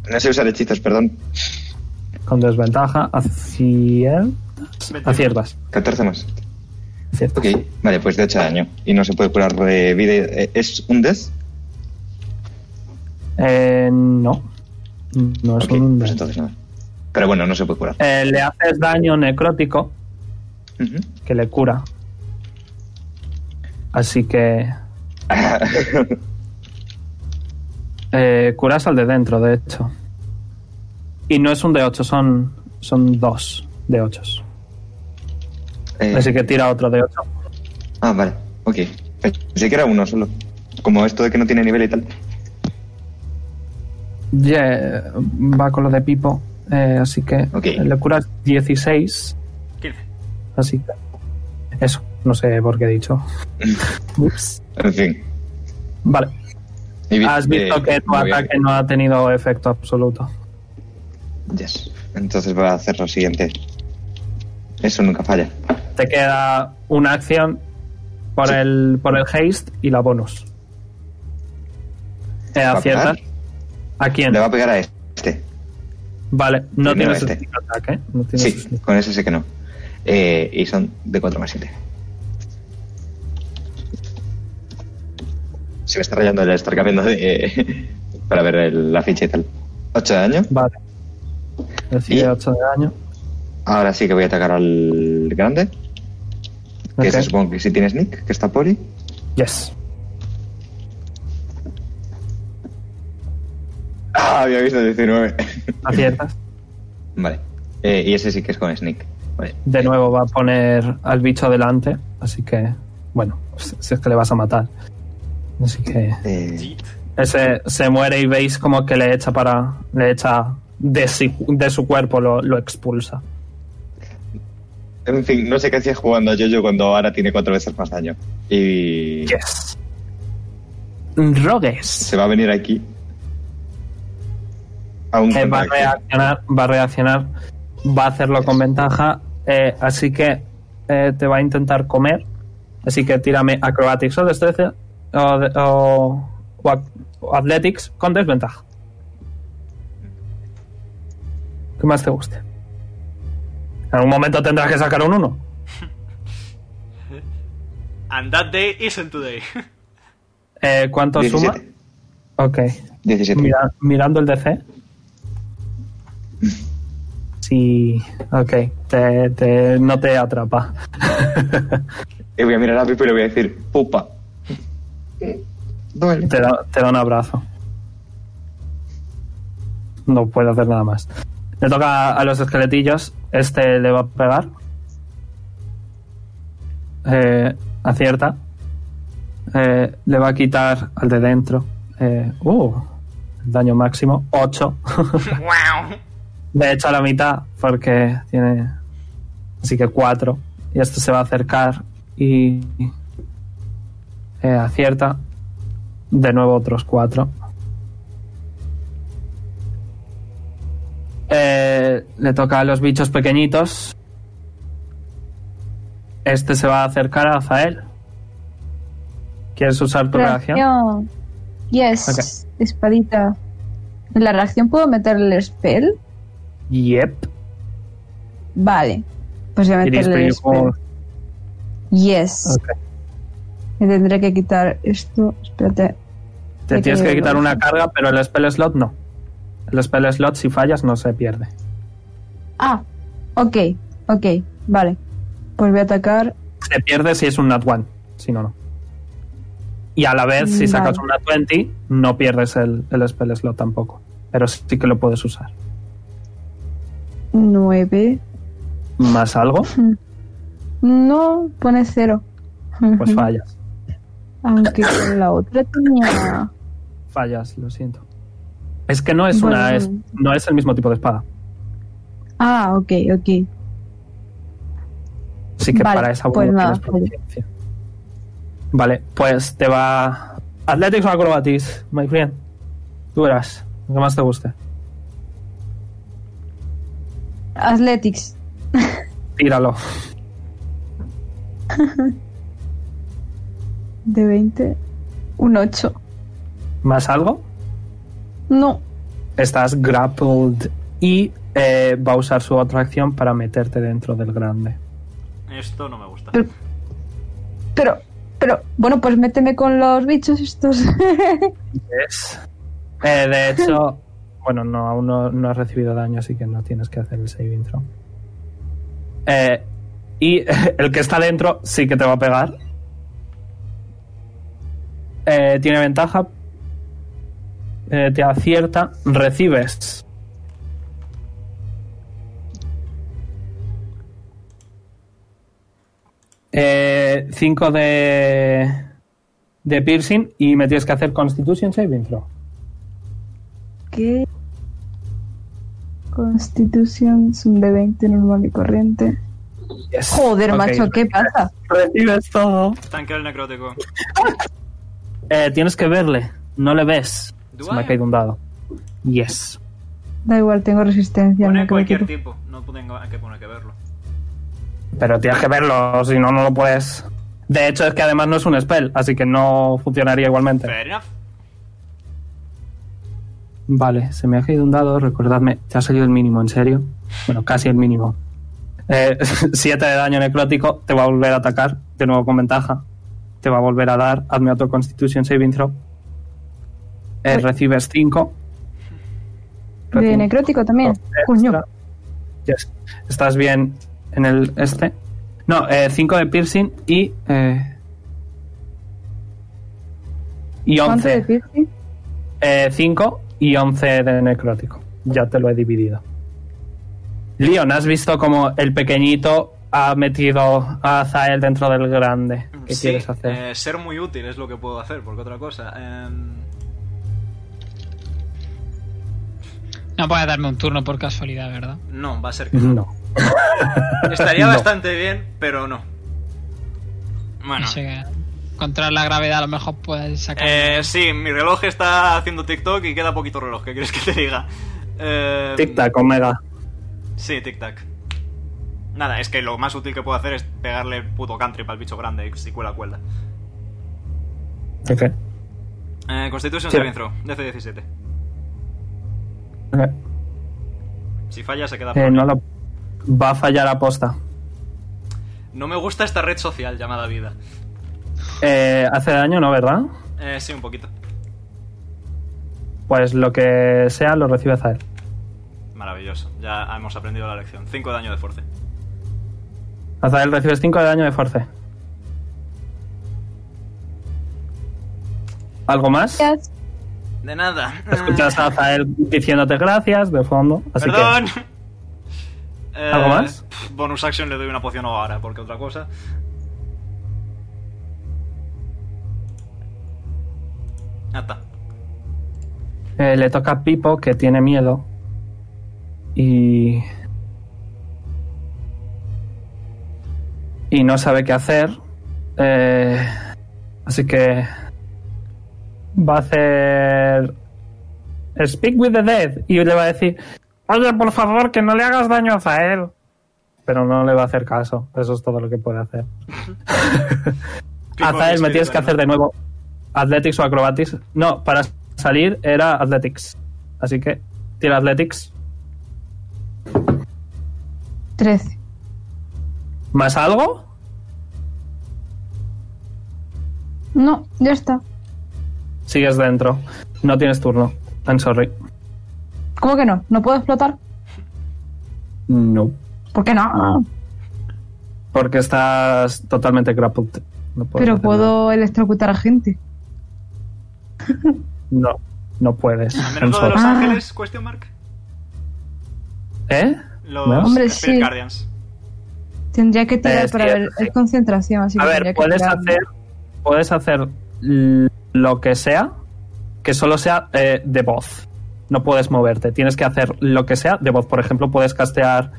No sé usar hechizos, perdón.
Con desventaja, aciertas. Aciertas.
14 más.
aciertas.
Ok, vale, pues de 8 daño. Y no se puede curar de vida. eh, ¿Es un death?
Eh, no. No es
Ok,
un.
pues entonces nada. Pero bueno, no se puede curar.
Eh, le haces daño necrótico Eh. [laughs]
Ujú.
que le cura. Así que. eh, curas al de dentro, de hecho. Y no es un de 8, son, son dos de 8.
Eh,
Así que tira otro de 8.
Ah, vale, ok. Pensé que era uno solo. Como esto de que no tiene nivel y tal.
eh, va con lo de Pipo. eh, así que
Ok.
eh, le curas 16.
15.
Así que. Eso, no sé por qué he dicho.
[laughs]
Ups.
En fin.
Vale.
Y vi-
Has
eh,
visto que tu
muy bien.
ataque no ha tenido efecto absoluto.
Yes. Entonces voy a hacer lo siguiente. Eso nunca falla.
Te queda una acción por
Sí.
el por el haste y la bonus. Eh,
a
aciertas.
pegar?
¿A quién?
Le va a pegar a este.
Vale, no
Primero
tienes
este.
sneak attack, ¿eh? No tienes
Sí,
sneak.
con ese sí que no. Eh, y son de 4 más 7. Se me está rayando el estar cambiando de. Eh, [laughs] para ver el- la ficha y tal. 8 de daño.
Vale.
Y-
Decide 8 de daño.
Ahora sí que voy a atacar al grande. Que
Ok.
se supongo que sí tiene sneak, que está poli.
Yes.
Ah, había visto 19.
Aciertas.
[laughs] vale. Eh, y ese sí que es con sneak. Vale.
De nuevo va a poner al bicho delante. Así que, bueno, si si es que le vas a matar. Así que.
Eh,
Yeet.
Ese se muere y veis como que le echa para. Le echa de, sí- de su cuerpo, lo, lo expulsa.
en fin, no sé qué hacía jugando a Jojo cuando ahora tiene cuatro veces más daño. Y
Yes. Rogues.
se va a venir aquí. A un
Eh, va, a
contacto.
reaccionar, va a reaccionar. Va a hacerlo con ventaja. eh, así que eh, te va a intentar comer. Así que tírame acrobatics o destreza. O, de- o- o ac- o athletics con desventaja. ¿Qué más te guste? En algún momento tendrás que sacar un 1.
And that day isn't today. [laughs]
Eh, ¿Cuánto suma?
17.
Ok.
17.
Mira- mirando el DC. Sí. Ok. Te, te- no te atrapa. [laughs]
Y voy a mirar a Pipo y le voy a decir, pupa. Duele.
Te da, te da un abrazo. No puedo hacer nada más. Le toca a los esqueletillos. Este le va a pegar. Eh, acierta. Eh, le va a quitar al de dentro. Eh, uh, daño máximo. [laughs] 8.
wow.
De hecho, a la mitad, porque tiene. Así que cuatro. Y este se va a acercar y. eh, acierta. De nuevo otros cuatro. Eh, le toca a los bichos pequeñitos. Este se va a acercar a Azael. ¿Quieres usar tu reacción?
Reacción. Yes. Espadita. ¿En la reacción puedo meterle el spell?
Yep.
Vale. Pues voy a
It is
meterle el
pretty
spell.
cool.
Yes.
Ok.
Me tendré que quitar esto. Espérate.
Te
Me
tienes que
quedo
quitar
loca.
una carga, pero el spell slot no. El spell slot, si fallas, no se pierde.
Ah, ok, ok, vale. Pues voy a atacar.
Se pierde si es un nat 1, si no, no. Y a la vez, si sacas
Mm, Vale.
un nat 20, no pierdes el, el spell slot tampoco. Pero sí que lo puedes usar.
9.
¿Más algo?
No, pone 0. [laughs]
Pues fallas.
Aunque con la otra tenía.
Fallas, lo siento. Es que no es una
Bueno.
es- no es el mismo tipo de espada.
Ah, ok, ok.
Así que
Vale,
para esa
pues
bueno,
nada,
tienes proficiencia. Vale, pues te va. Athletics o Acrobatics, my friend. Tú verás, lo que más te guste.
Athletics.
Tíralo.
De 20. Un 8.
¿Más algo?
No.
Estás grappled y eh, va a usar su otra acción para meterte dentro del grande.
Esto no me gusta.
Pero, pero, pero, bueno, pues méteme con los bichos estos. [laughs]
Yes. Eh, de hecho, bueno, no, aún no, no has recibido daño, así que no tienes que hacer el save intro. Eh, y [laughs] el que está dentro sí que te va a pegar. Eh, tiene ventaja. Eh, te acierta. Recibes. Eh, 5 de. de piercing y me tienes que hacer Constitution Saving Throw.
¿Qué? Constitución es un de 20 normal y corriente.
Yes.
Joder,
Ok.
macho, ¿qué pasa?
Recibes todo.
Tanquea el necrótico.
Eh, tienes que verle. No le ves.
Do
Se me
I?
ha caído un dado. Yes.
Da igual, tengo resistencia. no
Pone
creo
cualquier
que-
tipo. No tengo que poner que verlo.
Pero tienes que verlo, si no, no lo puedes. De hecho, es que además no es un spell, así que no funcionaría igualmente.
Fair enough.
Vale, se me ha caído un dado, recordadme, te ha salido el mínimo, ¿en serio? Bueno, casi el mínimo. [laughs] 7 de daño necrótico, te va a volver a atacar, de nuevo con ventaja. Te va a volver a dar, hazme otro Constitution Saving Throw. Eh, recibes 5.
De necrótico también. Coño.
Yes. Estás bien en el este. No, 5 de piercing y. eh, y
¿Cuánto de
11.
piercing?
5 Eh, y 11 de necrótico. Ya te lo he dividido. Leon, has visto como el pequeñito ha metido a Azael dentro del grande. ¿Qué
Sí,
quieres hacer?
eh, ser muy útil es lo que puedo hacer, porque otra cosa. em,
No puedes darme un turno por casualidad, ¿verdad?
no, va a
[laughs]
ser que no.
No.
Estaría
No.
bastante bien, pero no. Bueno.
No sé, que contra la gravedad a lo mejor puedes sacar.
Eh, sí, mi reloj está haciendo TikTok y queda poquito reloj, ¿qué quieres que te diga? Eh,
Tic-tac, Omega.
Sí, tic-tac. Nada, es que lo más útil que puedo hacer es pegarle el puto country al bicho grande y si cuela, cuela.
Ok.
Eh, Constitution
Sí.
Saving Throw, DC-17.
Eh,
Si falla, se queda.
eh,
fuera.
no lo- Va a fallar aposta.
No me gusta esta red social llamada vida.
Eh, hace daño, ¿no, verdad?
Eh, sí, un poquito.
Pues lo que sea lo recibe Azael.
Maravilloso, ya hemos aprendido la lección. 5 daño de fuerza.
Azael recibes 5 de daño de fuerza. ¿Algo más?
Gracias.
De nada.
Escuchas a Azael diciéndote gracias de fondo. Así
Perdón. Eh,
[laughs] ¿Algo más?
pf, Bonus action le doy una poción ahora, porque otra cosa. Ya está.
que eh, le toca a Pipo que tiene miedo. Y. Y no sabe qué hacer. Eh, así que. Va a hacer. Speak with the Dead. Y le va a decir: Oye, por favor, que no le hagas daño a Zael. Pero no le va a hacer caso. Eso es todo lo que puede hacer. [laughs] Azael, me tienes que hacer de nuevo Athletics o Acrobatics. No, para salir era Athletics. Así que tira Athletics.
13.
¿Más algo?
No, ya está.
Sigues dentro. No tienes turno. I'm sorry.
¿Cómo que no? ¿No puedo explotar?
No.
¿Por qué no?
Porque estás totalmente grappled. Pues No puedes
Pero
hacer
puedo electrocutar a gente.
nada. No, no puedes.
A
I'm
menudo de
sorry.
Los
Ah.
Ángeles, question mark.
¿Eh?
Los
No.
Hombre,
Spirit
sí.
Guardians.
Tendría que tirar
Es
para
cierto,
ver.
sí.
Es concentración, así
A
que
ver,
tendría que
puedes
tirar.
hacer, puedes hacer l- lo que sea, que solo sea eh, de voz. No puedes moverte. Tienes que hacer lo que sea de voz. Por ejemplo, puedes castear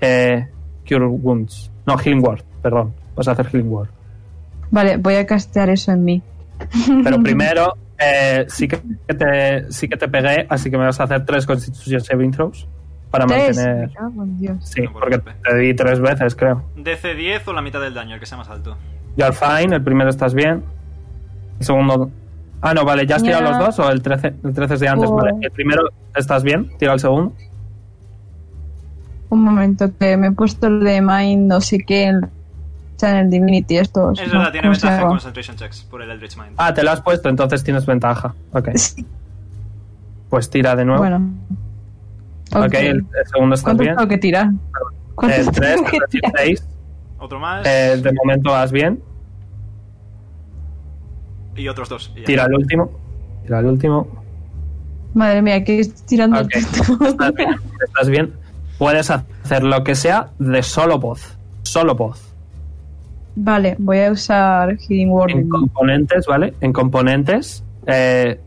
eh, Cure Wounds. No, Healing Word, perdón. Puedes hacer Healing Word.
Vale, voy a castear eso en mí. [laughs]
Pero primero, eh, sí, que te, sí que te pegué, así que me vas a hacer tres Constitution Saving Throws para
Tres.
mantener...
Me cago en Dios.
Sí,
No, por
porque
golpe.
te di tres veces, creo.
DC 10 o la mitad del daño, el que sea más alto.
You're fine, el primero estás bien. El segundo. Ah, no, vale, ¿ya has
Ya.
tirado los dos o el 13? El 13 es de antes,
Oh.
vale. El primero estás bien, tira el segundo.
Un momento, que me he puesto el de Mind, no sé qué, en, o sea, en el Divinity estos.
Es
Pues ¿no?
verdad, tiene
¿Cómo se
ventaja en
llama?
Concentration Checks por el Eldritch Mind.
Ah, te lo has puesto, entonces tienes ventaja. Ok.
Sí,
Pues tira de nuevo.
Bueno.
ok,
Ok.
el, el segundo está
¿Cuánto
bien.
tengo que tirar? ¿Cuánto
Eh, tres,
tengo que
es decir,
tirar?
seis.
Otro más
Eh, de momento vas bien.
y otros dos. y ya.
Tira el último. Tira el último.
Madre mía, que estoy tirando
Ok.
todo.
Estás bien. Estás bien. Puedes hacer lo que sea de solo voz. Solo voz.
[laughs] Vale, voy a usar Hidden
En
Warning.
componentes, ¿vale? En componentes. eh,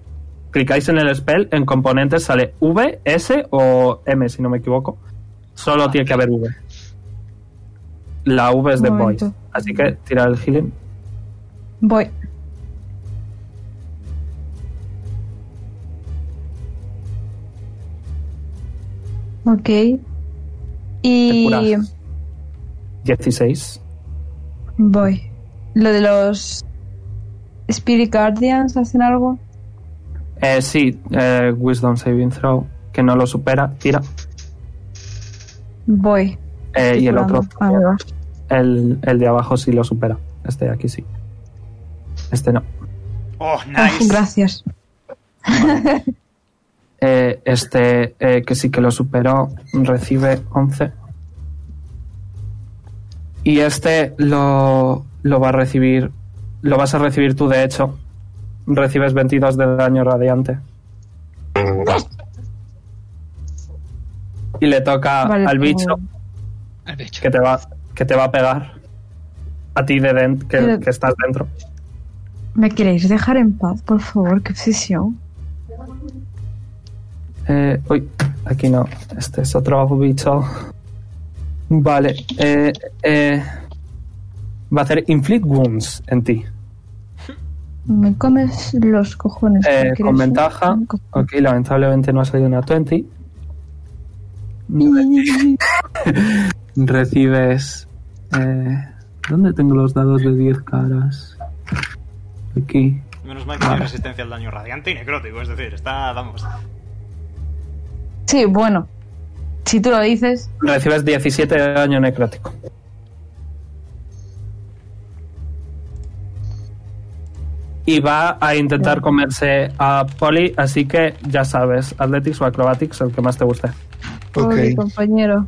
clicáis en el spell. En componentes sale V, S o M, si no me equivoco. Solo tiene que haber V. La V es de
Un
Voice.
momento.
Así que tira el healing.
Voy. Ok. Y
curas. 16.
voy. ¿Lo de los Spirit Guardians hacen algo?
Eh, sí, eh, Wisdom Saving Throw, que no lo supera, tira.
Voy.
Eh, y el otro,
Ah, me va.
el, el de abajo sí lo supera. Este de aquí sí. Este no.
Oh,
Ah,
nice.
[laughs] gracias.
Eh, este eh, que sí que lo superó recibe 11. Y este lo, lo va a recibir. Lo vas a recibir tú, de hecho. Recibes 22 de daño radiante. Y le toca
Vale,
Ah, al bicho
pues-
Al bicho.
que te va, que te va a pegar. A ti de dent- que,
Pero-
que estás dentro.
¿Me queréis dejar en paz, por favor? Qué obsesión.
Eh, uy, aquí no. Este es otro bicho. Vale. eh, eh, va a hacer inflict wounds en ti.
Me comes los cojones.
Eh,
porque
con
eres un-
ventaja.
un co-
Ok, lamentablemente no ha salido una 20. Recibes. eh, ¿Dónde tengo los dados de 10 caras? Aquí.
Menos mal que tiene resistencia al daño radiante y necrótico, es decir, está, vamos.
Sí, bueno. Si tú lo dices,
Recibes 17 de daño necrótico. Y va a intentar comerse a Polly, así que ya sabes, Athletics o Acrobatics, el que más te guste.
pobre compañero.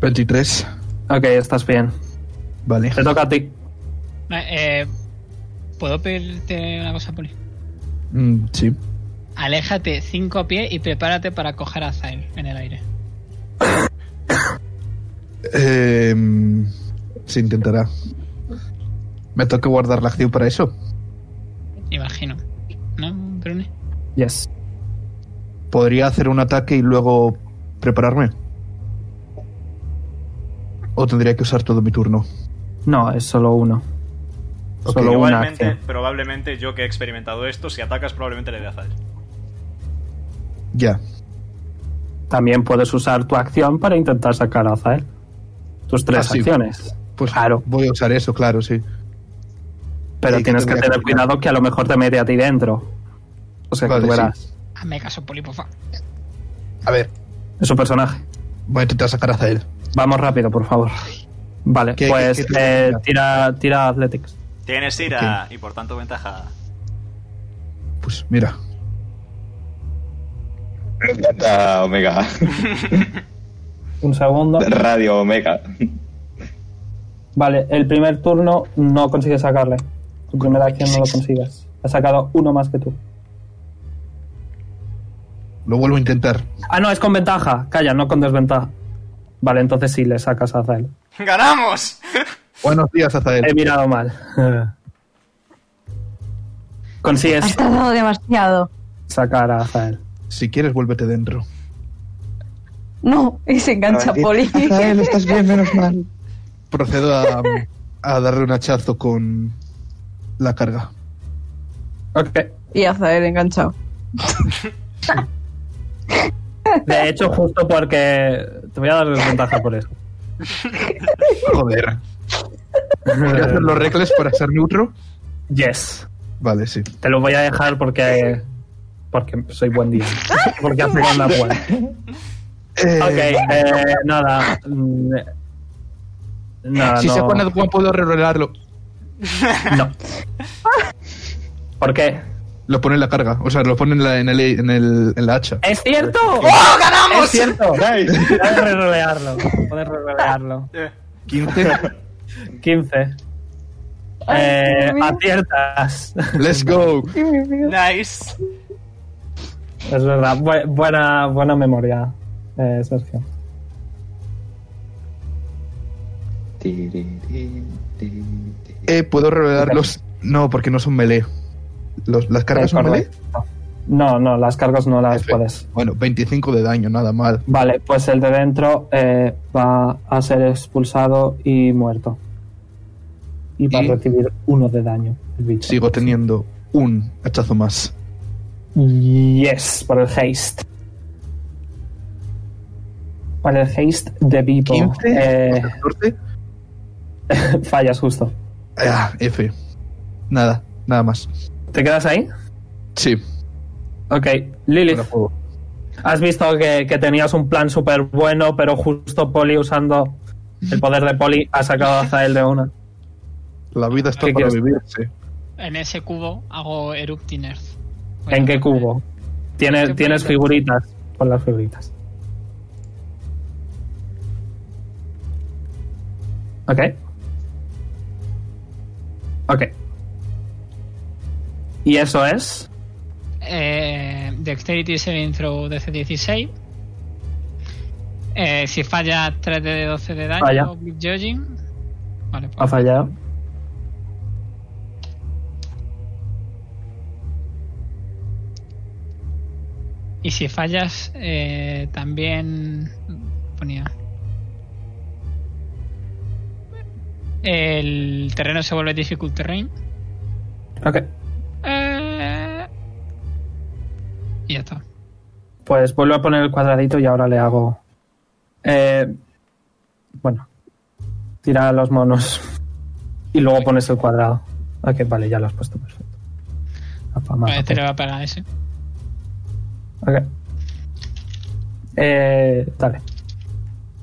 23.
Ok, estás bien.
Vale.
Te toca a ti.
Eh, ¿Puedo pedirte una cosa, Poli?
Mm, sí.
Aléjate cinco pies y prepárate para coger a Zael en el aire.
Eh, mm, se intentará. Me toca guardar la acción para eso.
Imagino. ¿No, Brune?
Yes.
¿Podría hacer un ataque y luego prepararme? ¿O tendría que usar todo mi turno?
No, es solo uno.
Ok,
Solo una
Igualmente,
acción.
probablemente yo que he experimentado esto, si atacas probablemente le dé a Zael.
Ya.
También puedes usar tu acción para intentar sacar a Zael. Tus tres
Ah, sí.
acciones.
Pues
Claro.
voy a usar eso, claro, sí.
Pero
Sí,
tienes que
tendría que
tener
aplicar.
cuidado que a lo mejor te mete a ti dentro. O sea,
Vale,
que tú
sí.
verás.
Hazme caso, Poli, por favor.
A ver,
Es su personaje.
voy a intentar sacar a Zael.
Vamos rápido, por favor. Vale,
¿Qué-
pues
qué- qué-
eh, tira, tira Athletics.
Tienes ira y por tanto ventaja. [laughs]
Pues mira,
Me encanta Omega. [laughs]
Un segundo.
Radio Omega.
Vale, el primer turno no consigues sacarle. Tu primera acción no lo consigues. Ha sacado uno más que tú.
lo vuelvo a intentar.
Ah, no, es con ventaja. Calla, no con desventaja. Vale, entonces sí le sacas a Zael.
¡Ganamos!
Buenos días,
He
Azael.
mirado mal. [laughs]
Has
consigues
tardado demasiado.
sacar a Zael.
Si quieres, vuélvete dentro.
No, y se engancha Poli.
Rafael, estás bien, menos mal.
Procedo a, a darle un hachazo con la carga.
Ok.
[laughs] y Azael enganchado.
De hecho, justo porque. Te voy a dar desventaja por eso.
Joder. ¿Voy a hacer los regles para ser neutro?
Yes.
Vale, sí.
Te lo voy a dejar porque eh, Porque soy buen
[laughs]
día. Porque hace con la buena.
Eh,
Ok, eh, nada. mm, Nada,
Ah, si
no.
se pone guapo, puedo rerolarlo.
No. ¿Por qué?
Lo pone en la carga, o sea, lo pone en, la, en, el, en, el, en
[laughs]
la hacha.
¡Es cierto! ¡Oh, ganamos! ¡Es cierto! Puedes rerolearlo. Puedes rerolearlo.
Eh,
15.
15.
Ay,
Eh,
Dios mío.
aciertas.
Let's go.
Ay, mi vida.
nice.
Es verdad. Bu- buena, buena memoria, eh, Sergio.
Eh, puedo revelar los. No, porque no son melee. Los- ¿Las cargas son melee?
Correcto. No, no, las cargas no las
F.
puedes.
Bueno, 25 de daño, nada mal.
Vale, pues el de dentro eh, va a ser expulsado y muerto. Y va
¿Y?
a recibir uno de daño. El bicho.
Sigo teniendo un hachazo más.
Yes, por el haste. Para el haste de vivo.
15,
Eh, [laughs]
14.
fallas justo.
Ah, F. Nada, nada más.
¿Te quedas ahí?
Sí,
Ok, Lilith.
fuera fuego.
Has visto que, que tenías un plan súper bueno, pero justo Poli usando el poder de Poli ha sacado a Zael de una.
La vida está
¿Qué
para
quieres?
vivirse.
En ese cubo hago Erupting Earth. Voy
¿En
a-
qué cubo? Tienes,
Qué
tienes
bonito.
figuritas. Pon las figuritas. Ok. Ok. Y eso es.
Eh, Dexterity Saving Throw DC-16. Eh, si falla 3 de 12 de daño,
Falla.
Oblique Judging. Vale,
Ha
pues.
fallado.
Y si fallas, eh, también ponía. El terreno se vuelve difficult terrain.
Ok.
Eh, y ya está.
Pues vuelvo a poner el cuadradito y ahora le hago. Eh, bueno. Tira los monos. Y luego pones el cuadrado. Ok, vale, ya lo has puesto perfecto. Afamado,
Vale, este
ok.
le va a pegar a ese.
Ok. Eh, dale.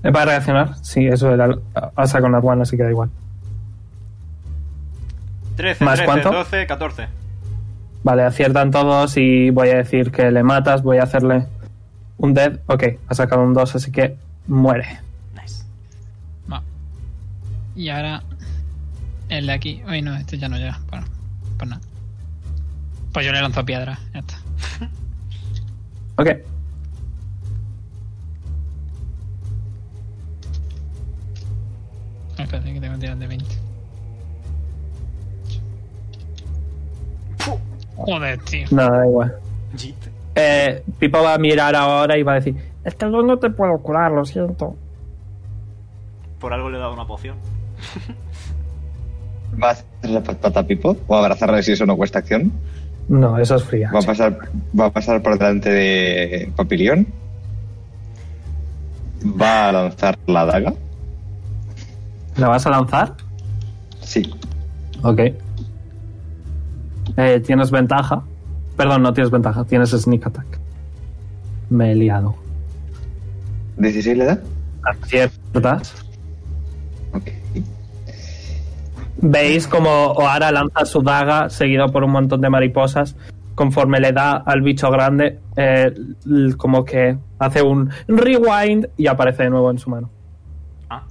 Eh, ¿Va a reaccionar? Sí, eso era. Pasa con la one, así que da igual.
13,
¿Más
13,
cuánto?
12, 14.
Vale, aciertan todos y voy a decir que le matas. Voy a hacerle un dead. Ok, ha sacado un 2, así que muere.
Nice.
Va. Y ahora el de aquí. Uy, no, este ya no llega. Bueno, pues nada. Pues yo le lanzo piedra. Ya está.
Ok.
Espérate que tengo que tirar de 20. Joder, tío.
Nada, da igual.
Jeet.
Eh, Pipo va a mirar ahora y va a decir: Es que yo no te puedo curar, lo siento.
Por algo le he dado una poción.
¿Va a hacer la patata pipo? ¿O abrazarla si eso no cuesta acción?
No, eso es fría.
¿Va a pasar, va a pasar por delante de Papilión? ¿Va a lanzar la daga?
¿La vas a lanzar?
Sí.
Ok. Eh, tienes ventaja. Perdón, no tienes ventaja, tienes sneak attack. Me he liado.
¿16 le da?
Aciertas.
Ok.
Veis como Oara lanza su daga seguido por un montón de mariposas. Conforme le da al bicho grande, eh, l- como que hace un rewind y aparece de nuevo en su mano.
Ah,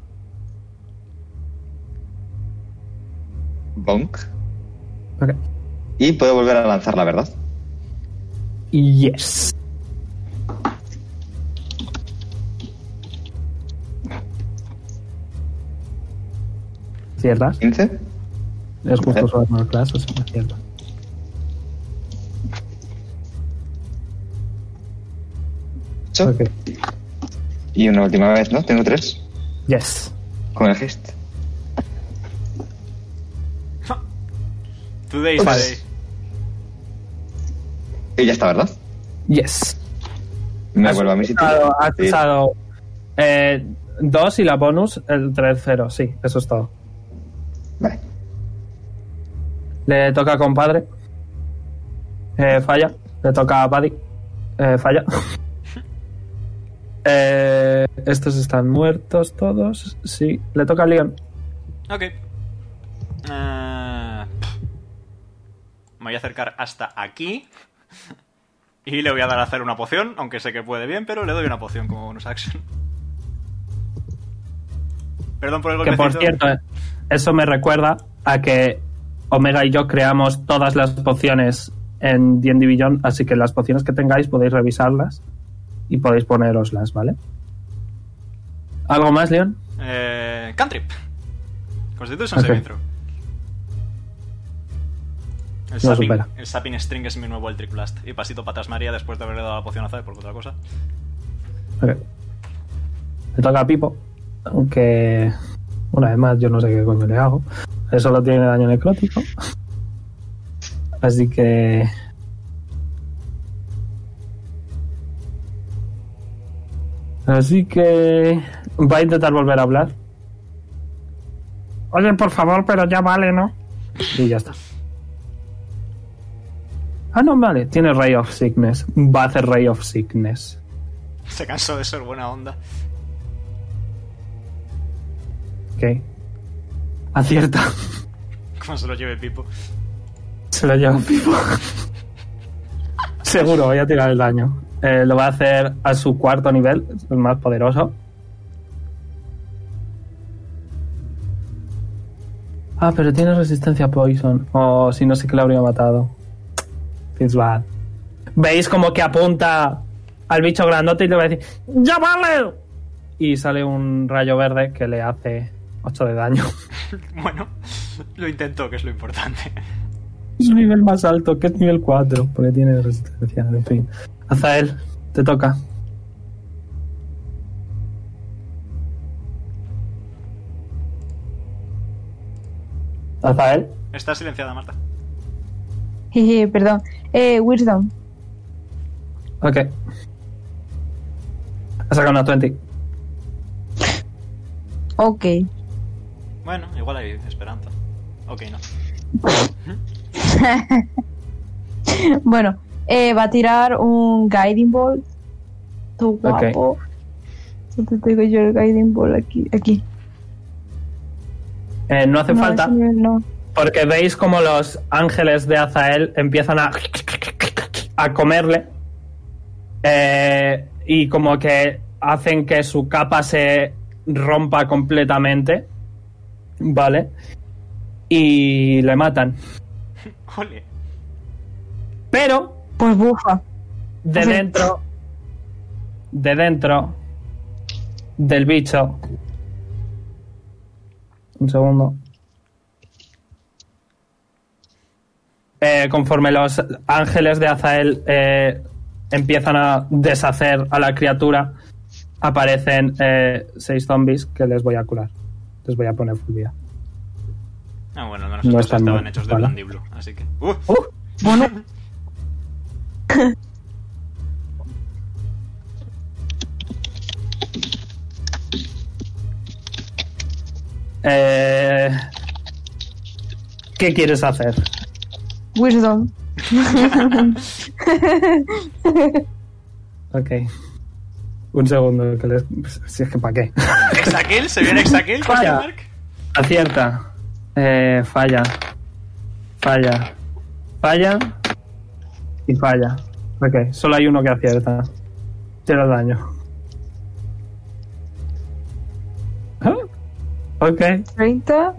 Bonk.
Ok.
Y puedo volver a lanzarla, ¿verdad?
Yes. ¿Ciertas?
15.
Es justo su armor class, o sea, no es cierto.
ocho.
Ok.
Y una última vez, ¿no? Tengo tres.
Yes.
Con el gest.
today's the
Vale.
day.
Y ya está, ¿verdad?
Yes.
Me
Has
vuelvo a mi sitio.
usado- has
Sí.
usado, eh, dos y la bonus, el 3-0. Sí, eso es todo.
Vale.
Le toca a compadre. Eh, falla. Le toca a Paddy. Eh, falla. Eh, estos están muertos todos. Sí, le toca a Leon.
Ok. Ah, me voy a acercar hasta aquí. [laughs] Y le voy a dar a hacer una poción, aunque sé que puede bien, pero le doy una poción como bonus action. Perdón por el
Que
golpecito.
por cierto, eh, eso me recuerda a que Omega y yo creamos todas las pociones en D&D Beyond, así que las pociones que tengáis podéis revisarlas y podéis poneroslas, ¿vale? ¿Algo más, Leon?
Eh, cantrip. Constitution
Ok.
saving throw. El
No
sapping,
supera.
el sapping String es mi nuevo Electric Blast. Y pasito patas María después de haberle dado la poción a Zed por otra cosa. [laughs]
Ok. Le toca a Pipo, aunque una vez más yo no sé qué coño le hago. Él Solo tiene daño necrótico. Así que... Así que... Va a intentar volver a hablar. Oye, por favor, pero ya vale, ¿no? Y ya está. Ah, no, vale. Tiene Ray of Sickness. Va a hacer Ray of Sickness.
Se cansó de ser buena onda.
Ok. Acierta. [laughs]
Como se lo lleve Pipo.
Se lo lleva un pipo. Seguro, voy a tirar el daño. Eh, lo va a hacer a su cuarto nivel, es el más poderoso. Ah, pero tiene resistencia a poison. Oh, si no sé que lo habría matado. Feels bad. ¿Veis como que apunta al bicho grandote y le va a decir ¡Ya vale! Y sale un rayo verde que le hace 8 de daño.
Bueno, [laughs] lo intentó, que es lo importante. [laughs]
Es un nivel más alto, que es nivel 4, porque tiene resistencia, en fin. Azael, te toca. Azael,
Está silenciada, Marta.
Jeje, Perdón. Eh, Wisdom.
ok. Ha sacado una 20.
Ok. [laughs]
Bueno, igual hay esperanza. Ok, no.
Bueno, eh, va a tirar un Guiding Ball. Tu guapo. ¿Dónde tengo yo el Guiding Ball? Aquí. aquí.
Eh, no hace
No,
falta,
ese nivel no.
porque veis como los ángeles de Azael empiezan a, a comerle. Eh, y como que hacen que su capa se rompa completamente. ¿Vale? Y le matan.
Ole.
Pero
Pues bufa.
de
Ujú.
dentro de dentro del bicho un segundo Eh, conforme los ángeles de Azael eh, empiezan a deshacer a la criatura aparecen eh, seis zombies que les voy a curar les voy a poner full vida
Ah, bueno, al menos
No
estos
están
estaban
mal,
hechos de
vale.
blandiblu, así que. ¡Uh!
¡Uh!
[laughs] Bueno.
Eh, ¿qué quieres hacer?
Wisdom.
Ok. Un segundo, que les... si es que para qué.
¿Exakill? ¿Se viene Exakill?
Vaya.
question mark?
Acierta. Eh, falla. Falla. Falla. Y falla. Ok, solo hay uno que acierta. Tira daño. Ah, Ok.
30.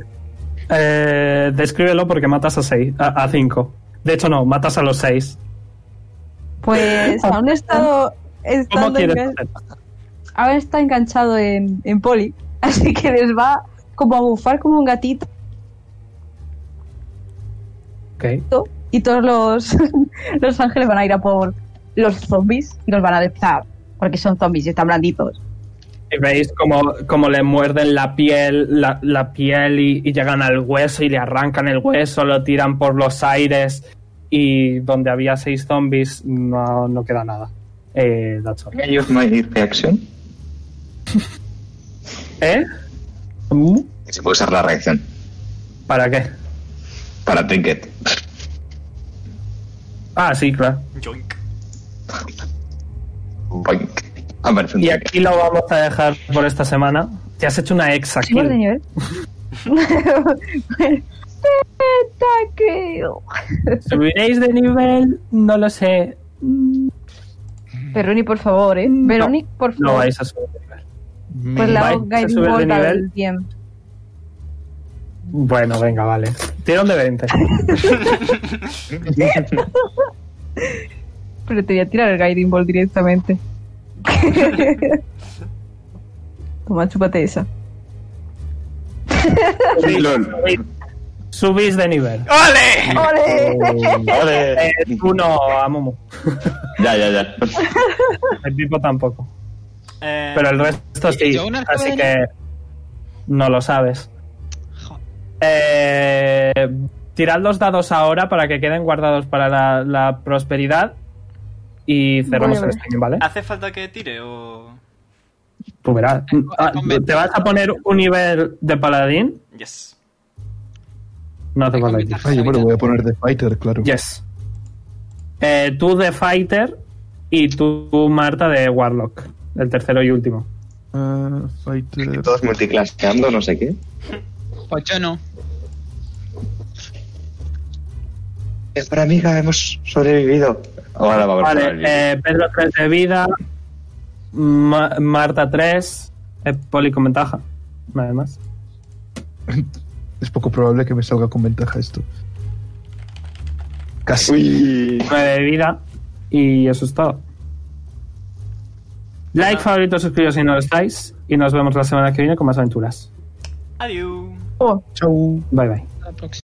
Eh, descríbelo porque matas a seis, a, a cinco. De hecho, no, matas a los seis. [laughs]
Pues aún he estado.
¿Cómo
Estando
quieres
engan-
hacer?
ahora está enganchado en, en poli, [laughs] así que les va como a bufar como un gatito
Ok.
y todos los, [laughs] los ángeles van a ir a por los zombies y los van a deptar, porque son zombies y están blanditos.
Y veis como, como le muerden la piel, la, la piel y, y llegan al hueso y le arrancan el hueso, lo tiran por los aires y donde había seis zombies no, no queda nada. Eh, that's all.
Can I use my reaction?
¿Eh? ¿Mm?
Se puede usar la reacción
¿Para qué?
para Trinket.
Ah, sí, claro.
Yoink.
Boink. Aparece un
Y
tigre.
aquí lo vamos a dejar por esta semana. Te has hecho una ex aquí.
Subimos
[laughs]
de nivel. [laughs] Ataque.
¿Subiréis de nivel? No lo sé.
Veroni, por favor, ¿eh? Veroni, por favor.
No vais a subir de nivel.
pues la hago
vais a
Guiding
subir de
Bolt al
nivel.
tiempo.
Bueno, venga, vale. Tirón de 20.
Pero te voy a tirar el Guiding
[laughs]
Ball directamente. [laughs] Toma, chúpate esa.
[laughs]
Lol.
Subís de nivel.
¡Ole!
¡Ole!
Vale. [laughs]
Eh, Tú no, a Momo.
Ya, ya, ya.
El Pipo tampoco.
Eh,
Pero el resto sí.
Yo una arcada
Así
de
que no lo sabes. Eh, tirad los dados ahora para que queden guardados para la, la prosperidad. Y cerramos
Voy a
el
ver.
stream, ¿vale?
Ah,
¿Hace falta que tire o...?
Tú verás. Ah, ¿Te vas a poner un nivel de paladín?
Yes.
No hace
Con
falta que
ventaja.
Ay, yo me lo voy a poner de fighter, claro.
Yes. Eh, tú de Fighter y tú, Marta, de Warlock. El tercero y último.
Ah, fighter.
Todos multiclaseando, no sé qué.
Pues yo no.
Es para amiga, hemos sobrevivido. Ahora va a haber
Vale,
sobrevivido.
eh, Pedro 3 de vida, Ma- Marta 3, Poli con ventaja. Nada más.
Es poco probable que me salga con ventaja esto. Casi.
Uy.
9 de vida y eso es todo. Like, favorito, suscribiros si no lo estáis. Y nos vemos la semana que viene con más aventuras.
Adiós.
Oh.
Chau.
Bye bye.
A la próxima.